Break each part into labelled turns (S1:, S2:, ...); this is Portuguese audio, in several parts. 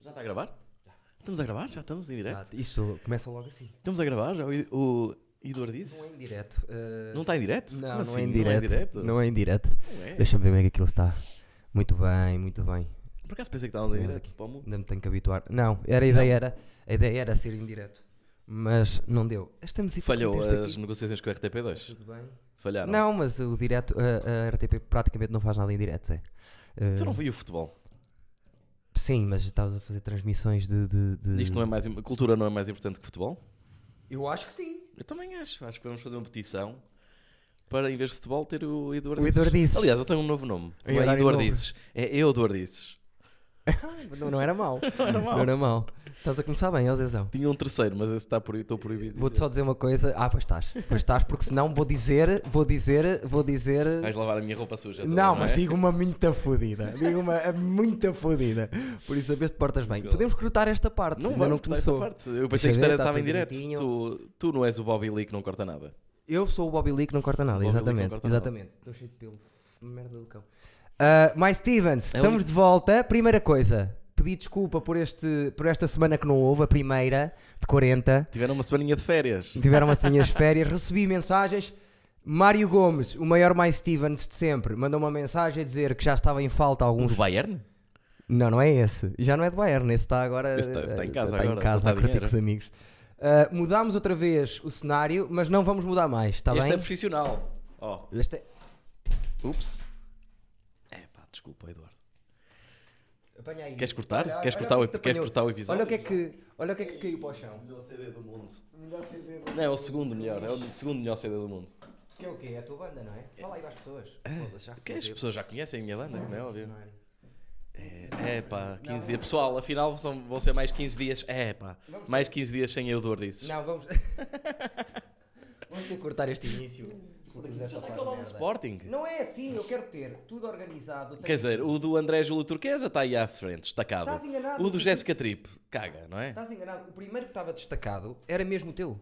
S1: Já está a gravar? Estamos a gravar? Já estamos em direto?
S2: Ah, isso começa logo assim.
S1: Estamos a gravar? Já o, o Eduardo disse?
S2: Não é em direto. eh,
S1: Não está em direto?
S2: Não,
S1: Como
S2: não,
S1: assim?
S2: é em direto.
S1: Não
S2: Não é em direto.
S1: é?
S2: Deixa-me ver como é que aquilo está. Muito bem, muito bem.
S1: Por acaso pensei que estávamos em
S2: Temos
S1: direto?
S2: aqui.
S1: Pomo.
S2: Ainda me tenho que habituar. Não, era a ideia era, a ideia era ser em direto. Mas não deu. Estamos e
S1: Falhou
S2: isto
S1: as
S2: aqui.
S1: negociações com a RTP2?
S2: Tudo bem?
S1: Falharam?
S2: Não, mas o direto, a, a RTP praticamente não faz nada em direto, é. Eh,
S1: Tu Então não foi o futebol?
S2: Sim, mas estavas a fazer transmissões de. de, de-
S1: Isto não é mais... im- Cultura não é mais importante que futebol?
S2: Eu acho que sim.
S1: Eu também acho. Acho que vamos fazer uma petição para, em vez de futebol, ter o Eduardo
S2: O Eduardices.
S1: Aliás, eu tenho um novo nome.
S2: Em
S1: Não é
S2: horário
S1: Eduardo
S2: novo.
S1: É eu, Eduardices.
S2: Não, não era mau. não era mau. Estás a começar bem, ó Zezão.
S1: Tinha um terceiro, mas esse está proibido. Estou proibido. de
S2: Vou-te
S1: dizer.
S2: só dizer uma coisa. Ah, pois estás. Pois estás, porque senão vou dizer, vou dizer, vou dizer.
S1: Vais lavar a minha roupa suja. toda,
S2: Não, mas
S1: é?
S2: digo uma muita fodida. Digo uma muita fodida. Por isso, a ver se te portas bem. Podemos cortar esta parte.
S1: Não
S2: ainda
S1: vamos
S2: não
S1: cortar essa
S2: começou.
S1: parte. Eu pensei que isto
S2: Brincadeira,
S1: era-
S2: tá
S1: estava em
S2: tudo
S1: direto.
S2: direitinho.
S1: Tu, tu não és o Bobby Lee que não corta nada.
S2: Eu sou o Bobby Lee que não corta nada,
S1: Bobby Lee que não
S2: exatamente.
S1: corta
S2: exatamente. Estou cheio de pelo. Merda do cão. Ah, mais Stevens,
S1: É o
S2: estamos de volta. Primeira coisa, pedi desculpa por, este, por esta semana que não houve, a primeira de 40.
S1: Tiveram uma semaninha de férias.
S2: Tiveram umas minhas férias, recebi mensagens. Mário Gomes, o maior mais Stevens de sempre, mandou uma mensagem a dizer que já estava em falta alguns.
S1: Do Bayern?
S2: Não, não é esse. Já não é do Bayern, esse está agora.
S1: Esse está- está em casa
S2: está
S1: agora,
S2: em casa
S1: não está
S2: a curtir
S1: dinheiro.
S2: com os amigos. Ah, mudámos outra vez o cenário, mas não vamos mudar mais, está
S1: este
S2: Tá bem?
S1: é profissional. Ó,
S2: Este é...
S1: ups. É pá, desculpa, Eduardo.
S2: Apanha aí.
S1: Queres cortar? Queres cortar o
S2: que
S1: ep-
S2: te
S1: queres
S2: apanhou.
S1: cortar o episódio?
S2: Olha o que é que, olha o que, é que caiu para o chão.
S1: Melhor CD do mundo. Não, é o segundo melhor. É o segundo melhor CD do mundo.
S2: Que é o quê? É a tua banda, não é? Fala aí para as pessoas.
S1: Ah,
S2: Foda-se, já
S1: Que as
S2: fodeu.
S1: pessoas já conhecem a minha banda, como é óbvio.
S2: Cenário.
S1: É pá, 15 dias. Pessoal, afinal são- vão ser mais 15 dias. É pá, mais 15 dias sem eu dor disso.
S2: Não, vamos. vamos ter que cortar este início. porque o Zé só
S1: Já está
S2: faz
S1: com é o nome do
S2: merda.
S1: Sporting.
S2: Não é assim, eu quero ter tudo organizado.
S1: Quer dizer, o do André Júlio Turquesa está aí à frente, destacado.
S2: Estás enganado.
S1: O do Jéssica Tripe, caga, não é?
S2: Estás enganado, o primeiro que estava destacado era mesmo o teu.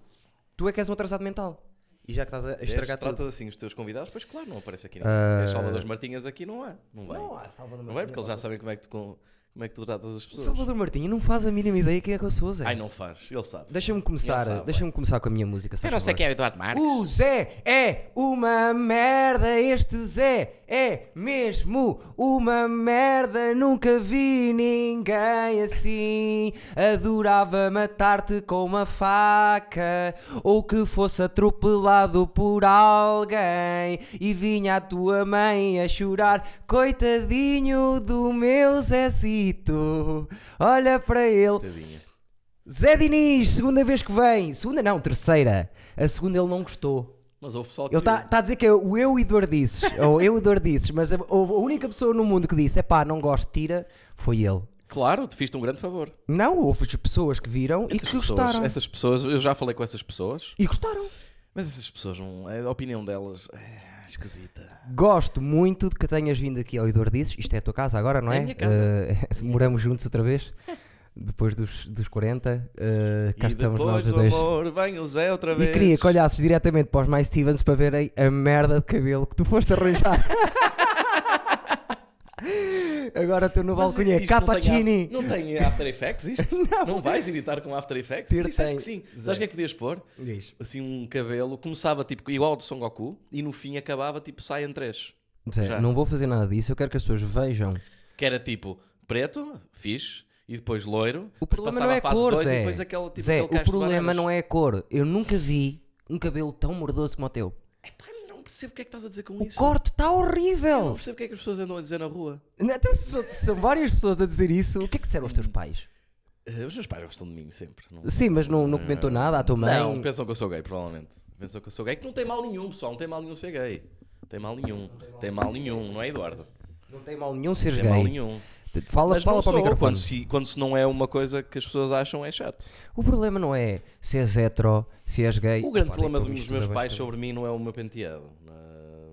S2: Tu é que és um atrasado mental. E já que estás a É estragar
S1: Estragar
S2: tudo. Ah.
S1: tratas assim os teus convidados, pois claro, não aparece aqui. Não. As Salvador Martinhas aqui não há, não vem.
S2: Não há Salvador
S1: Não
S2: Martinha.
S1: vem porque eles já sabem como é que tu, com- como é que tu tratas as
S2: O
S1: pessoas.
S2: Salvador Martinha não faz a mínima ideia quem é que eu sou, Zé.
S1: Ai, não faz, ele sabe.
S2: Deixa-me
S1: Ele
S2: começar,
S1: sabe.
S2: deixa-me começar com a minha música. se
S1: Eu não
S2: faz
S1: sei
S2: favor.
S1: quem é o Eduardo Marques.
S2: O Zé é uma merda, este Zé é mesmo uma merda. Nunca vi ninguém assim. Adorava matar-te com uma faca ou que fosse atropelado por alguém. E vinha a tua mãe a chorar, coitadinho do meu Zezito. Olha para ele.
S1: Tadinha.
S2: Zé Diniz, segunda vez que vem. Segunda não, terceira. A segunda ele não gostou.
S1: Mas houve pessoal que.
S2: Ele está a dizer que é o eu Eduardices, ou eu Eduardices, mas a, houve a única pessoa no mundo que disse, é pá, não gosto, tira, foi ele.
S1: Claro, te fiz-te um grande favor.
S2: Não, houve as pessoas que viram e
S1: Essas
S2: que
S1: pessoas,
S2: gostaram.
S1: essas pessoas, eu já falei com essas pessoas,
S2: E gostaram.
S1: mas essas pessoas, não, a opinião delas é esquisita.
S2: Gosto muito de que tenhas vindo aqui ao Eduardices, isto é a tua casa agora, não
S1: É
S2: é?
S1: a minha casa.
S2: Eh, moramos juntos outra vez, depois dos, dos 40, eh, cá
S1: e
S2: estamos
S1: depois
S2: nós
S1: do
S2: os dois.
S1: amor, vem o Zé outra
S2: E
S1: vez.
S2: queria que olhasses diretamente para os mais Stevens para verem a merda de cabelo que tu foste arranjar. Agora estou no
S1: Mas
S2: balcunha.
S1: isto não tem
S2: Cappuccini!
S1: af- Não tem After Effects isto? não. vais editar com After Effects?
S2: Ter
S1: Disseste
S2: tem.
S1: que sim. Sabes o que é que podias pôr?
S2: Diz.
S1: Assim, um cabelo, começava tipo igual ao de Son Goku e no fim acabava tipo Saiyan 3.
S2: Zé,
S1: Já.
S2: não vou fazer nada disso, eu quero que as pessoas vejam.
S1: Que era tipo preto, fixe, e depois loiro.
S2: O
S1: depois
S2: problema
S1: passava
S2: não é
S1: a
S2: a
S1: fase
S2: cor,
S1: 2 e
S2: Zé.
S1: depois aquele tipo
S2: Zé,
S1: aquele
S2: o
S1: cacho de
S2: problema
S1: bananas.
S2: não é a cor. Eu nunca vi um cabelo tão mordoso como o teu.
S1: Epá, não percebo o que é que estás a dizer com
S2: O
S1: isso.
S2: corte está
S1: Não
S2: horrível!
S1: percebo o que é que as pessoas andam a dizer na rua.
S2: Não, então, são, são várias pessoas a dizer isso. O que é que disseram os teus pais?
S1: Eh, Os meus pais gostam de mim sempre. Não,
S2: Sim, mas não, não comentou nada à tua mãe.
S1: não pensam que eu sou gay, provavelmente. Pensam que eu sou gay, que não tem mal nenhum, pessoal. Não tem mal nenhum ser gay. Tem mal nenhum. Tem mal nenhum, não é, Eduardo?
S2: Não tem mal nenhum seres
S1: Tem mal
S2: gay.
S1: nenhum.
S2: Fala,
S1: Mas não
S2: fala para o
S1: sou,
S2: microfone.
S1: Quando se, quando se não é uma coisa que as pessoas acham, é chato.
S2: O problema não é se és hetero, se és gay.
S1: O grande
S2: Opa,
S1: problema
S2: nem
S1: dos
S2: tudo
S1: meus
S2: isto tudo
S1: pais
S2: basta.
S1: sobre mim não é o meu penteado. Ah,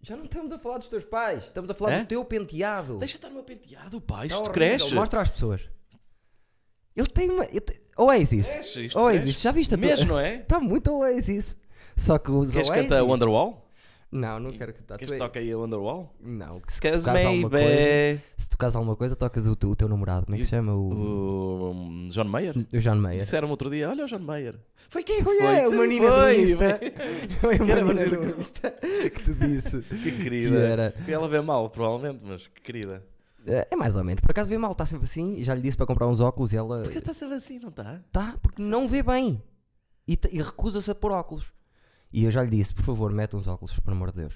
S2: Já não estamos a falar dos teus pais, estamos a falar
S1: É?
S2: do teu penteado.
S1: Deixa estar o Tá meu penteado, pá.
S2: Está
S1: Isto
S2: horrível,
S1: cresce.
S2: Mostra às pessoas. Ele tem uma. ele tem- Oasis.
S1: Cresce, isto
S2: Oasis,
S1: cresce.
S2: já viste a tua.
S1: Mesmo, não é?
S2: Está muito Oasis. Só que os
S1: Queres
S2: Oasis.
S1: cantar Wonderwall?
S2: Não, não quero cantar.
S1: Queres que
S2: Tu-
S1: toque aí a Underwall?
S2: Não, que se
S1: Cause
S2: tocares alguma coisa,
S1: maybe.
S2: se tocares alguma coisa, tocas o, tu- o teu namorado. Como é que se chama? O,
S1: O um, John Mayer?
S2: o John Mayer.
S1: Disseram-me outro dia, olha o John Mayer.
S2: Foi quem
S1: Foi,
S2: é?
S1: sim,
S2: Uma menina do
S1: foi,
S2: Insta. Foi
S1: Que
S2: uma
S1: era
S2: menina
S1: parecida
S2: do
S1: com-
S2: Insta um que te disse.
S1: Que
S2: Que
S1: querida.
S2: era.
S1: Ela vê mal, provavelmente, mas que querida.
S2: É é mais ou menos. Por acaso vê mal, está sempre assim. Já lhe disse para comprar uns óculos e ela.
S1: Porque está sempre assim, não está?
S2: Tá, porque não vê bem. E, te- e recusa-se a pôr óculos. E eu já lhe disse, por favor, mete uns óculos, por amor de Deus.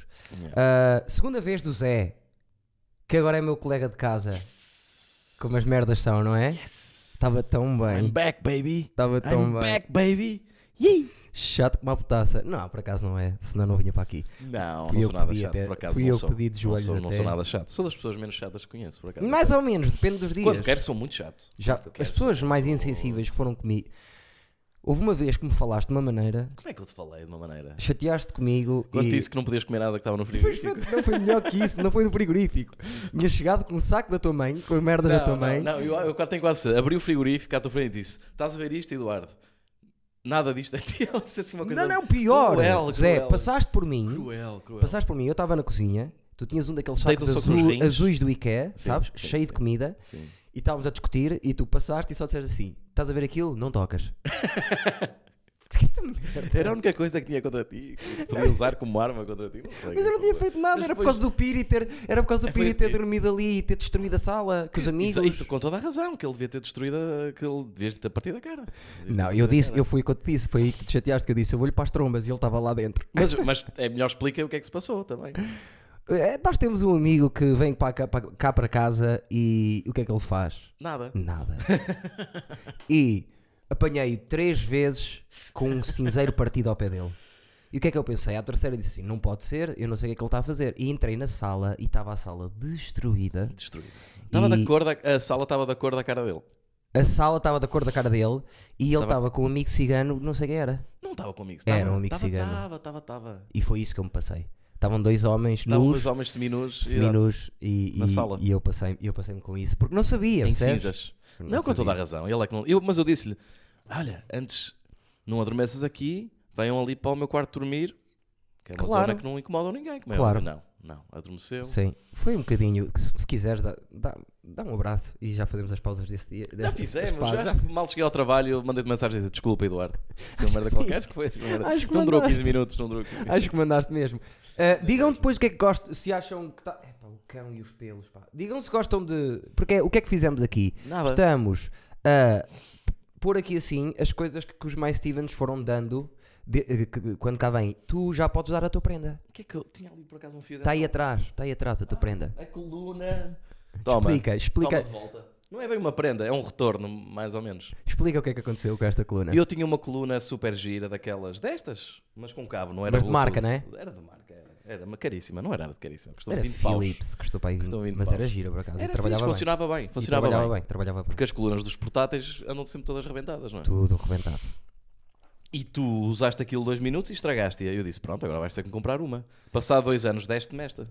S2: Ah, segunda vez do Zé, que agora é meu colega de casa. Como as merdas são, não é? Estava tão
S1: I'm
S2: bem.
S1: back, baby.
S2: Estava tão
S1: I'm
S2: bem.
S1: back, baby. Yee.
S2: Chato como uma putaça. Não, por acaso não é. Senão não vinha para aqui.
S1: Não,
S2: Fui
S1: não
S2: eu
S1: sou
S2: que
S1: nada
S2: pedi
S1: chato,
S2: até-
S1: por acaso.
S2: fui
S1: não
S2: eu que
S1: sou,
S2: pedi de joelhos
S1: não sou, não
S2: até.
S1: sou nada chato. Sou das pessoas menos chatas que conheço, por acaso.
S2: Mais ou menos, depende dos dias.
S1: Quando quero, sou muito chato.
S2: Já-
S1: Quando quero,
S2: as pessoas
S1: sou-
S2: mais
S1: sou-
S2: insensíveis que foram comigo. Houve uma vez que me falaste de uma maneira,
S1: Como é que eu te falei de uma maneira?
S2: chateaste comigo
S1: Quando
S2: e.
S1: disse que não podias comer nada que estava no
S2: Pois,
S1: frigorífico.
S2: não foi melhor que isso, não foi no frigorífico. Tinha chegado com um saco da tua mãe, com a merda da tua mãe.
S1: Não, é eu, eu quase tenho quase certeza. Abri o frigorífico à tua frente e disse: Estás a ver isto, Eduardo? Nada disto é teu. Eu Disse assim uma coisa.
S2: Não, não, pior.
S1: Cruel,
S2: Zé,
S1: cruel.
S2: passaste por mim.
S1: Cruel, cruel.
S2: Passaste por mim, eu estava na cozinha, tu tinhas um daqueles
S1: Dei-te
S2: sacos
S1: um soco nos
S2: azul-
S1: rins.
S2: azuis do IKEA,
S1: Sim,
S2: sabes?
S1: sim,
S2: Cheio de
S1: sim.
S2: comida,
S1: Sim.
S2: e estávamos a discutir, e tu passaste e só disseste assim: estás a ver aquilo? Não tocas. Que esta merda.
S1: Era a única coisa que tinha contra ti. Que podia usar como arma contra ti.
S2: Mas eu não tinha feito nada,
S1: Mas
S2: era por
S1: depois-
S2: causa do Piri ter, era por causa do
S1: É, Foi-
S2: Piri ter dormido ali e ter destruído a sala com os amigos.
S1: E, tu com toda a razão, que ele devia ter destruído. a- que ele devias ter partido a cara. Devias
S2: Não,
S1: ter
S2: eu
S1: partido a
S2: disse,
S1: cara.
S2: eu fui o que eu te disse, foi aí que te chateaste que eu disse, eu vou-lhe para as trombas e ele estava lá dentro.
S1: Mas, mas é melhor explica o que é que se passou também.
S2: É, Nós temos um amigo que vem para cá, para cá para casa e o que é que ele faz?
S1: Nada.
S2: Nada. e apanhei três vezes com um cinzeiro partido ao pé dele. E o que é que eu pensei? À terceira disse assim: não pode ser, eu não sei o que é que ele está a fazer. E entrei na sala e estava a sala destruída.
S1: Destruído. Estava
S2: E-
S1: da cor da, a sala estava da cor da cara dele.
S2: A sala estava da cor da cara dele e ele
S1: Tava-
S2: estava com um amigo cigano, não sei quem era.
S1: Não estava comigo.
S2: Era
S1: estava-
S2: um amigo
S1: estava-
S2: cigano.
S1: Estava, estava, estava.
S2: E foi isso que eu me passei. Estavam dois homens
S1: Estavam
S2: nus,
S1: dois homens seminus. exato.
S2: seminus, e,
S1: Na
S2: e-
S1: sala.
S2: e eu passei-me eu passei com isso porque não sabia.
S1: Em
S2: percebes?
S1: cinzas.
S2: Não
S1: Não, com toda a
S2: sabia.
S1: razão. Ele é que não... eu, mas eu disse-lhe: Olha, antes não adormeças aqui, venham ali para o meu quarto dormir, que é uma
S2: Claro.
S1: zona que não incomodam ninguém. Como é
S2: Claro.
S1: óbvio. Não, não, adormeceu.
S2: Sim, foi um bocadinho. Se, se quiseres, dá, dá, dá um abraço e já fazemos as pausas desse dia.
S1: Já
S2: desse
S1: fizemos,
S2: espaço.
S1: já, mal cheguei ao trabalho, eu mandei-te mensagem a dizer desculpa, Eduardo. Se uma
S2: Acho
S1: merda
S2: que sim.
S1: qualquer, acho que foi assim, uma merda.
S2: Acho que
S1: Não durou
S2: mandaste.
S1: 15 minutos, não durou 15 minutos.
S2: Acho que mandaste mesmo. Ah, digam depois o que é que gostam, se acham que está. Epá, o cão e os pelos, pá. Digam se gostam de. Porque é- o que é que fizemos aqui?
S1: Nada.
S2: Estamos a pôr aqui assim as coisas que, que os Mais Stevens foram dando de- eh, que- quando cá vem. Tu já podes dar a tua prenda.
S1: O que é que eu tinha ali por acaso um fio
S2: Está
S1: dental?
S2: aí atrás, está aí atrás a tua prenda.
S1: A coluna. Ah. Toma,
S2: Explica, explica,
S1: toma de volta. Não é bem uma prenda, é um retorno, mais ou menos.
S2: explica o que é que aconteceu com esta coluna.
S1: E eu tinha uma coluna super gira daquelas destas, mas com cabo, não era
S2: Mas de marca, é?
S1: Bluetooth. Era de marca, era, era uma caríssima, não era nada de caríssima, custou
S2: Era
S1: 20 paus.
S2: Philips, custou para aí 20,
S1: Custou 20
S2: mas
S1: paus.
S2: era gira por acaso.
S1: Era
S2: e trabalhava
S1: fixe,
S2: bem.
S1: funcionava bem,
S2: E
S1: funcionava bem.
S2: trabalhava bem. trabalhava bem.
S1: Porque as colunas dos portáteis andam sempre todas rebentadas, não é?
S2: Tudo rebentado.
S1: E tu usaste aquilo dois minutos e estragaste. E eu disse, pronto, agora vais ter que comprar uma. Passado dois anos, deste-me esta.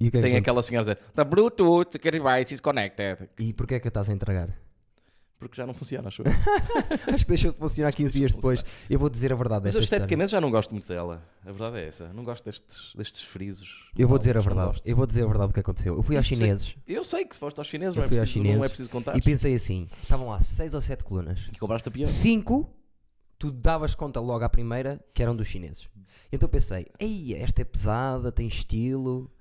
S2: E, o que
S1: Tem
S2: é que aconteceu?
S1: aquela senhora a dizer, da Bluetooth, que device is connected.
S2: e porquê é que a estás a entregar?
S1: Porque já não funciona, acho eu.
S2: Acho que deixou de funcionar 15 dias depois. Eu vou dizer a verdade
S1: Mas
S2: desta
S1: eu
S2: história.
S1: esteticamente já não gosto muito dela. A verdade é essa. Não gosto destes, destes frisos.
S2: Eu vou dizer a
S1: Não
S2: verdade.
S1: gosto.
S2: Eu vou dizer a verdade do que aconteceu. Eu fui aos
S1: Sim.
S2: chineses
S1: Eu sei que se foste aos chineses,
S2: Eu
S1: não é,
S2: fui aos
S1: preciso, não é
S2: chineses
S1: preciso contar.
S2: e pensei assim: estavam lá 6 ou 7 colunas.
S1: E compraste a pior.
S2: 5, tu davas conta logo à primeira que eram dos chineses. Então pensei: ei, esta é pesada, tem estilo.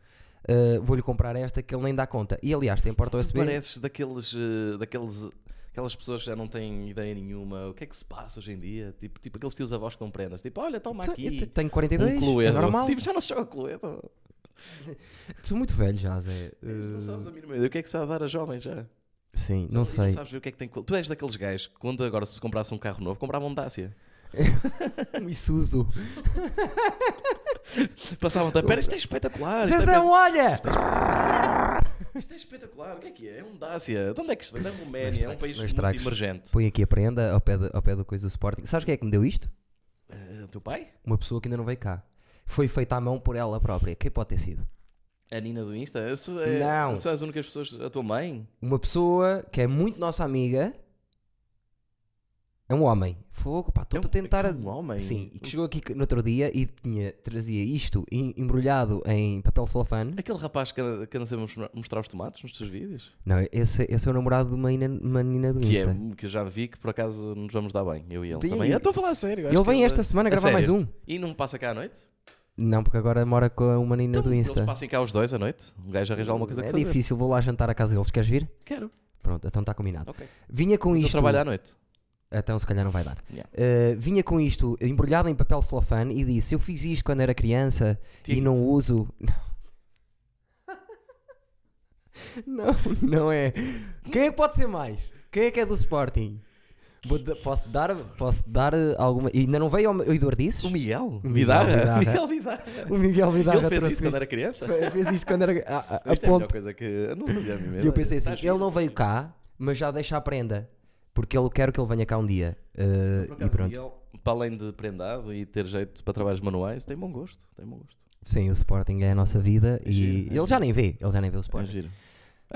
S2: ah, Vou-lhe comprar esta que ele nem dá conta. E aliás, tem porta
S1: Tu
S2: USB.
S1: pareces daqueles, eh, daqueles, aquelas pessoas que já não têm ideia nenhuma. O que é que se passa hoje em dia? Tipo, tipo aqueles tios avós que dão prendas. Tipo, olha, toma
S2: Então, eu te-
S1: aqui
S2: Tenho
S1: um
S2: 42, é
S1: cluedo.
S2: normal.
S1: Tipo, já não se joga cluedo.
S2: Sou muito velho já, Zé.
S1: Não
S2: Uh,
S1: sabes a mínima ideia. O que é que se há a dar a jovens já?
S2: sim, não
S1: E
S2: sei.
S1: sabes o que é que tem... col- Tu és daqueles gajos que quando agora se comprasse um carro novo, compravam um Dacia.
S2: Um Isuzu.
S1: Passavam-te a pera, isto é espetacular. isto é
S2: Zezão, olha!
S1: Isto é espetacular, o que é que é? É um Dácia. De onde é que isto vem? Da Roménia, é um país
S2: não
S1: muito
S2: estragues.
S1: emergente.
S2: Põe aqui a prenda ao pé, do, ao pé do coisa do Sporting. Sabes quem é que me deu isto?
S1: Eh, teu pai?
S2: Uma pessoa que ainda não veio cá. Foi feita à mão por ela própria. Quem pode ter sido?
S1: A Nina do Insta? Eu sou- é-
S2: Não.
S1: São as únicas pessoas. A tua mãe?
S2: Uma pessoa que é muito nossa amiga. É um homem. Fogo, pá,
S1: É um-
S2: estou-te a tentar.
S1: é um homem?
S2: Sim, e que chegou aqui no outro dia e tinha, trazia isto em- embrulhado em papel celofane.
S1: Um- Aquele rapaz que anda, que anda sempre a mos- mostrar os tomates nos teus vídeos?
S2: Não, esse, esse é o namorado de uma, ina- uma menina do
S1: Que, é,
S2: Insta.
S1: que eu já vi que por acaso nos vamos dar bem, eu e ele
S2: Sim,
S1: também.
S2: e-
S1: Eu Estou a falar a sério. acho
S2: Ele
S1: que
S2: vem esta semana
S1: A
S2: gravar mais
S1: sério?
S2: um.
S1: E não me passa cá à noite?
S2: Não, porque agora mora com uma menina
S1: Então,
S2: do Insta.
S1: Eles passem cá os dois à noite? Um gajo arranja alguma coisa
S2: é
S1: que fazer?
S2: difícil, vou lá jantar à casa deles. Queres vir?
S1: Quero.
S2: Pronto, então está combinado.
S1: Ok.
S2: Vinha com
S1: Mas eu
S2: isto.
S1: trabalho à noite.
S2: Então se calhar não vai dar.
S1: Yeah.
S2: Uh, vinha com isto embrulhado em papel celofane e disse: Eu fiz isto quando era criança e
S1: Tinha
S2: não uso. Não. não, não é. Quem é que pode ser mais? Quem é que é do Sporting? Vou da- posso dar, posso dar uh, alguma. E ainda não veio ao Heitor Disses?
S1: O Miguel?
S2: Miguel
S1: Vidarra?
S2: Vidarra.
S1: Miguel Vidarra.
S2: O Miguel Vidarra
S1: Ele fez
S2: trouxe
S1: isso quando era criança?
S2: isto- fez isto quando era. a- a- a
S1: Isto é a
S2: ponto-
S1: melhor coisa que eu não fazia a mim mesmo. é
S2: E eu pensei assim,
S1: Estás
S2: ele
S1: giro.
S2: não veio cá, mas já deixa a prenda. Porque eu quero que ele venha cá um dia. Uh,
S1: Por
S2: e
S1: acaso,
S2: pronto.
S1: Miguel, para além de prendado e ter jeito para trabalhos manuais, tem bom gosto. Tem bom gosto.
S2: Sim, o Sporting é a nossa vida
S1: É
S2: e
S1: giro, é
S2: ele
S1: giro.
S2: já nem vê, ele já nem vê o
S1: É
S2: Sporting.
S1: giro.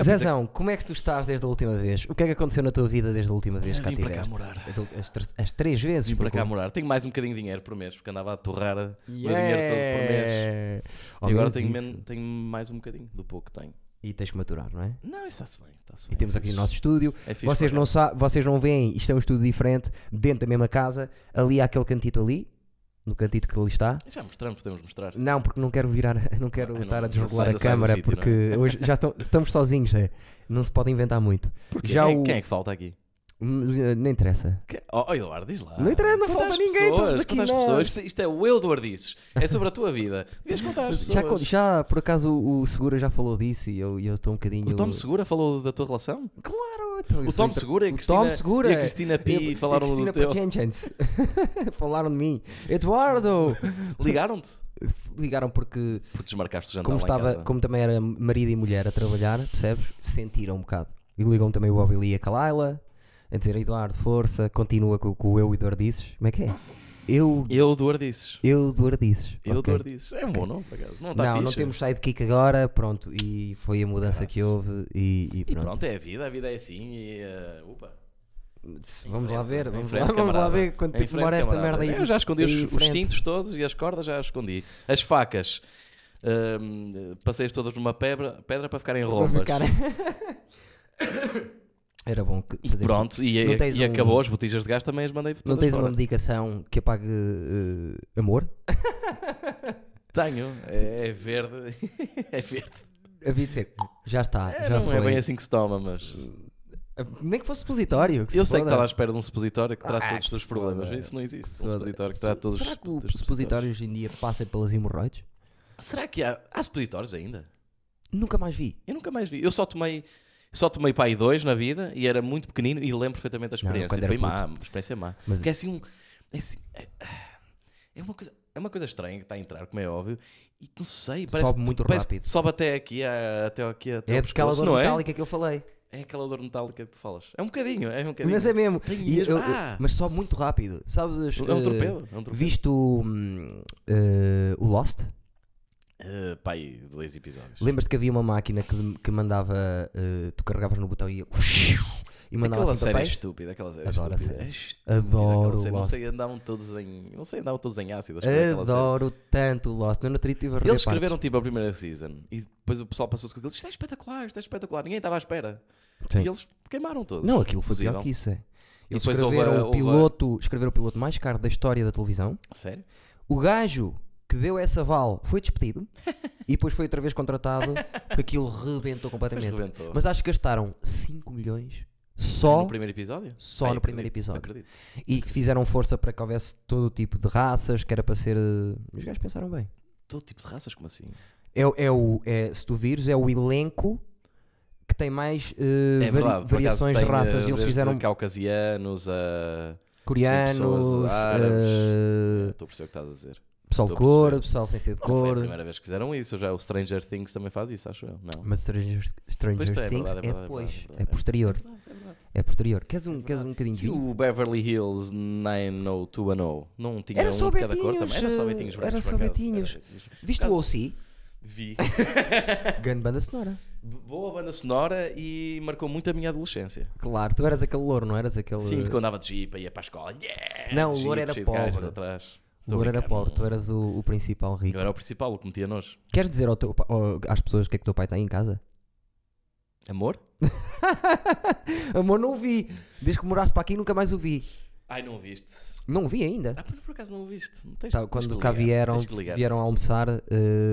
S2: Zezão, como é que tu estás desde a última vez? O que é que aconteceu na tua vida desde a última vez
S1: Ah,
S2: que cá
S1: vim para cá
S2: tiveste?
S1: morar.
S2: Eu dou- As, tr- as três vezes
S1: Vim para
S2: porque
S1: cá
S2: o-
S1: morar. Tenho mais um bocadinho de dinheiro por mês, porque andava a torrar o meu dinheiro todo por mês.
S2: Yeah! Ao
S1: E agora
S2: menos
S1: tenho,
S2: isso.
S1: men- tenho mais um bocadinho do pouco que tenho.
S2: E tens que maturar, não é?
S1: Não, isso está-se bem. Está-se bem.
S2: E temos
S1: é
S2: aqui o
S1: fixe.
S2: nosso estúdio.
S1: É fixe
S2: Vocês
S1: para
S2: não, sa- vocês não veem, isto é um estúdio diferente, dentro da mesma casa. Ali há aquele cantito ali, no cantito que ali está.
S1: cá. Já mostramos, podemos mostrar.
S2: Não, porque não quero virar, não quero
S1: Ah, não-
S2: estar a
S1: não
S2: desregular
S1: sai
S2: a
S1: do- sai do
S2: câmara,
S1: sítio, não é?
S2: porque hoje já estão- estamos sozinhos, é. não se pode inventar muito.
S1: Porquê?
S2: já
S1: quem,
S2: o-
S1: quem é que falta aqui?
S2: Hum, Não interessa.
S1: Que- Oh, oh, Eduardo, diz lá.
S2: Não interessa, não
S1: Conta
S2: falta
S1: às
S2: ninguém,
S1: pessoas,
S2: estamos aqui
S1: conta às
S2: nós.
S1: pessoas. Isto, isto é o eu do Ardices. É sobre a tua vida. Devias contar às pessoas.
S2: Já, con- já, por acaso, o Segura já falou disso e eu, e eu estou um bocadinho.
S1: O Tom Segura falou da tua relação?
S2: Claro, então, eu
S1: O
S2: sou
S1: Tom
S2: inter- é
S1: Segura e a
S2: O
S1: Cristina,
S2: Tom Segura.
S1: E a Cristina Pi
S2: e- e
S1: falaram
S2: Cristina
S1: do teu.
S2: Pachenchenz. falaram de mim. Eduardo!
S1: Ligaram-te?
S2: Ligaram porque,
S1: Porque desmarcaste o jantar
S2: como,
S1: lá em
S2: estava,
S1: casa.
S2: como também era marido e mulher a trabalhar, percebes? Sentiram um bocado. E ligam também o Bobby Lee e a Kalaila a dizer: Eduardo, força, continua com, com o eu e Eduardices. Como é que é? Eu,
S1: Eu do Ardices.
S2: eu Eduardices.
S1: Eu
S2: Ok.
S1: do Ardices. É um bom nome, por acaso. Não está
S2: não,
S1: fixe.
S2: não temos sidekick agora, pronto, e foi a mudança que houve e, e
S1: E
S2: pronto.
S1: pronto, é a vida. A vida é assim e... eh, upa.
S2: Vamos lá
S1: frente,
S2: ver,
S1: em
S2: vamos
S1: frente,
S2: lá, vamos lá
S1: camarada.
S2: ver quanto
S1: Em
S2: tempo
S1: frente,
S2: demora esta
S1: camarada.
S2: merda aí.
S1: Eu já escondi
S2: aí em
S1: os, os
S2: frente.
S1: cintos todos e as cordas já as escondi. As facas. hum, passei-as todas numa pedra, pedra para ficarem
S2: Vou
S1: rombas.
S2: ficar- Era bom que fazemos-
S1: Pronto, e,
S2: assim. Não tens
S1: e
S2: um-
S1: acabou. As botijas de gás também as mandei
S2: Não
S1: todas
S2: tens um
S1: fora.
S2: uma medicação que apague eh, amor?
S1: Tenho. É, é verde. é verde.
S2: Havia de ser. Já está,
S1: É,
S2: já
S1: não
S2: foi. Eh,
S1: é bem assim que se toma, mas...
S2: Nem que fosse supositório.
S1: Eu sei que
S2: foda.
S1: está à espera de um supositório que trata
S2: Ah,
S1: todos os
S2: que
S1: teus
S2: se foda.
S1: problemas. Isso não existe.
S2: Se
S1: Um
S2: foda.
S1: supositório que trata todos
S2: Será que o
S1: os teus
S2: supositório hoje em dia passa pelas hemorroides?
S1: Será que há, há supositórios ainda?
S2: Nunca mais vi.
S1: Eu nunca mais vi. Eu só tomei, só tomei pai dois na vida e era muito pequenino e lembro perfeitamente da
S2: Não, não,
S1: experiência.
S2: quando era
S1: Foi má, uma experiência má.
S2: Mas-
S1: Porque é assim um. É, assim- é- é uma coisa. É uma coisa estranha que está a entrar, como é óbvio, e não sei, parece
S2: Sobe
S1: que tu-
S2: muito
S1: parece que
S2: rápido.
S1: Sobe até aqui, a- até aqui, até
S2: É
S1: ao
S2: porque aquela
S1: pescoço,
S2: dor
S1: não é?
S2: metálica que eu falei.
S1: É aquela dor metálica que tu falas. É um bocadinho, é um bocadinho.
S2: Mas é mesmo.
S1: Tem
S2: E
S1: mesmo-
S2: eu- eu-
S1: ah!
S2: mas sobe muito rápido. Sabes?
S1: É um
S2: eh,
S1: torpedo, é um torpedo.
S2: Visto hum, eh, o Lost?
S1: Eh, pai, dois episódios.
S2: Lembras-te que havia uma máquina que, que mandava. eh, tu carregavas no botão e ia. E mandava
S1: Aquela
S2: assim
S1: série é
S2: papéis?
S1: estúpida, aquela série é
S2: Adoro a
S1: estúpida.
S2: série.
S1: É estúpida
S2: Adoro
S1: aquela
S2: o
S1: série. Não
S2: Lost.
S1: sei, andavam todos em. Não sei, andavam todos em ácido. acho que era aquela série.
S2: Adoro tanto o Lost. Eu no trito tive a rever
S1: Eles escreveram
S2: partes.
S1: tipo a primeira season e depois o pessoal passou-se com aquilo. Isto é espetacular, isto é espetacular. Ninguém estava à espera.
S2: Sim.
S1: E eles queimaram todos.
S2: Não, aquilo foi
S1: Possível.
S2: pior que isso. É.
S1: E
S2: Eles
S1: depois houve a-
S2: escreveram o
S1: houve a-
S2: piloto. Escreveram o piloto mais caro da história da televisão.
S1: Sério?
S2: O gajo que deu essa val foi despedido e depois foi outra vez contratado porque aquilo
S1: Mas
S2: rebentou completamente.
S1: rebentou.
S2: Mas acho que gastaram 5 milhões
S1: No
S2: só
S1: primeiro episódio?
S2: só
S1: Ai,
S2: no primeiro
S1: acredito,
S2: episódio.
S1: Acredito.
S2: e que fizeram força para que houvesse todo o tipo de raças, que era para ser. eh, Os gajos pensaram bem.
S1: Todo tipo de raças, como assim?
S2: É, o- é o, é, se tu vires, é o elenco que tem mais eh,
S1: é
S2: vari-
S1: verdade. por acaso
S2: variações
S1: tem,
S2: de
S1: eh,
S2: raças. E eles
S1: desde
S2: fizeram
S1: Caucasianos a.
S2: coreanos,
S1: pessoas árabes.
S2: eh,
S1: Estou a perceber o que estás a dizer.
S2: pessoal
S1: estou
S2: de
S1: a perceber.
S2: cor, pessoal sem ser de
S1: Não foi a
S2: cor.
S1: primeira vez que fizeram isso. Já é o Stranger Things também faz isso, acho eu. Não.
S2: Mas Stranger, Stranger
S1: Pois é, é
S2: Things
S1: verdade, é
S2: é
S1: verdade, é
S2: depois,
S1: verdade,
S2: é
S1: é
S2: posterior. É posterior. Queres um,
S1: É
S2: queres um bocadinho de
S1: E
S2: vinho?
S1: o Beverly Hills 90210 não tinha
S2: Era
S1: um
S2: só
S1: de cada cor também? Era só
S2: betinhos,
S1: betinhos
S2: eh,
S1: brancos,
S2: era
S1: por
S2: só
S1: acaso.
S2: betinhos.
S1: Era betinhos.
S2: Viste o
S1: Caso-
S2: OC?
S1: Vi.
S2: Grande banda sonora.
S1: B- Boa banda sonora e marcou muito a minha adolescência.
S2: Claro, tu eras aquele louro, não eras aquele.
S1: Sim, porque eu andava de jipa, ia para a escola. Yeah!
S2: Não,
S1: de
S2: o
S1: jipe,
S2: louro era
S1: cheio de gajas
S2: pobre.
S1: Atrás.
S2: o
S1: Estou a
S2: louro era
S1: brincar,
S2: pobre, tu
S1: não-
S2: eras o, o principal rico.
S1: Eu era o principal, o que metia nojo.
S2: Queres dizer ao teu, pa- ao- às pessoas o que é que teu pai tem em casa?
S1: Amor?
S2: Amor, não o vi. Desde que moraste para aqui nunca mais o vi.
S1: Ai, não o viste.
S2: Não o vi ainda.
S1: Ah, por, por acaso não o viste. Não tens,
S2: Tá,
S1: tens
S2: quando
S1: que
S2: cá
S1: ligar,
S2: vieram,
S1: tens que ligar.
S2: vieram almoçar, eh,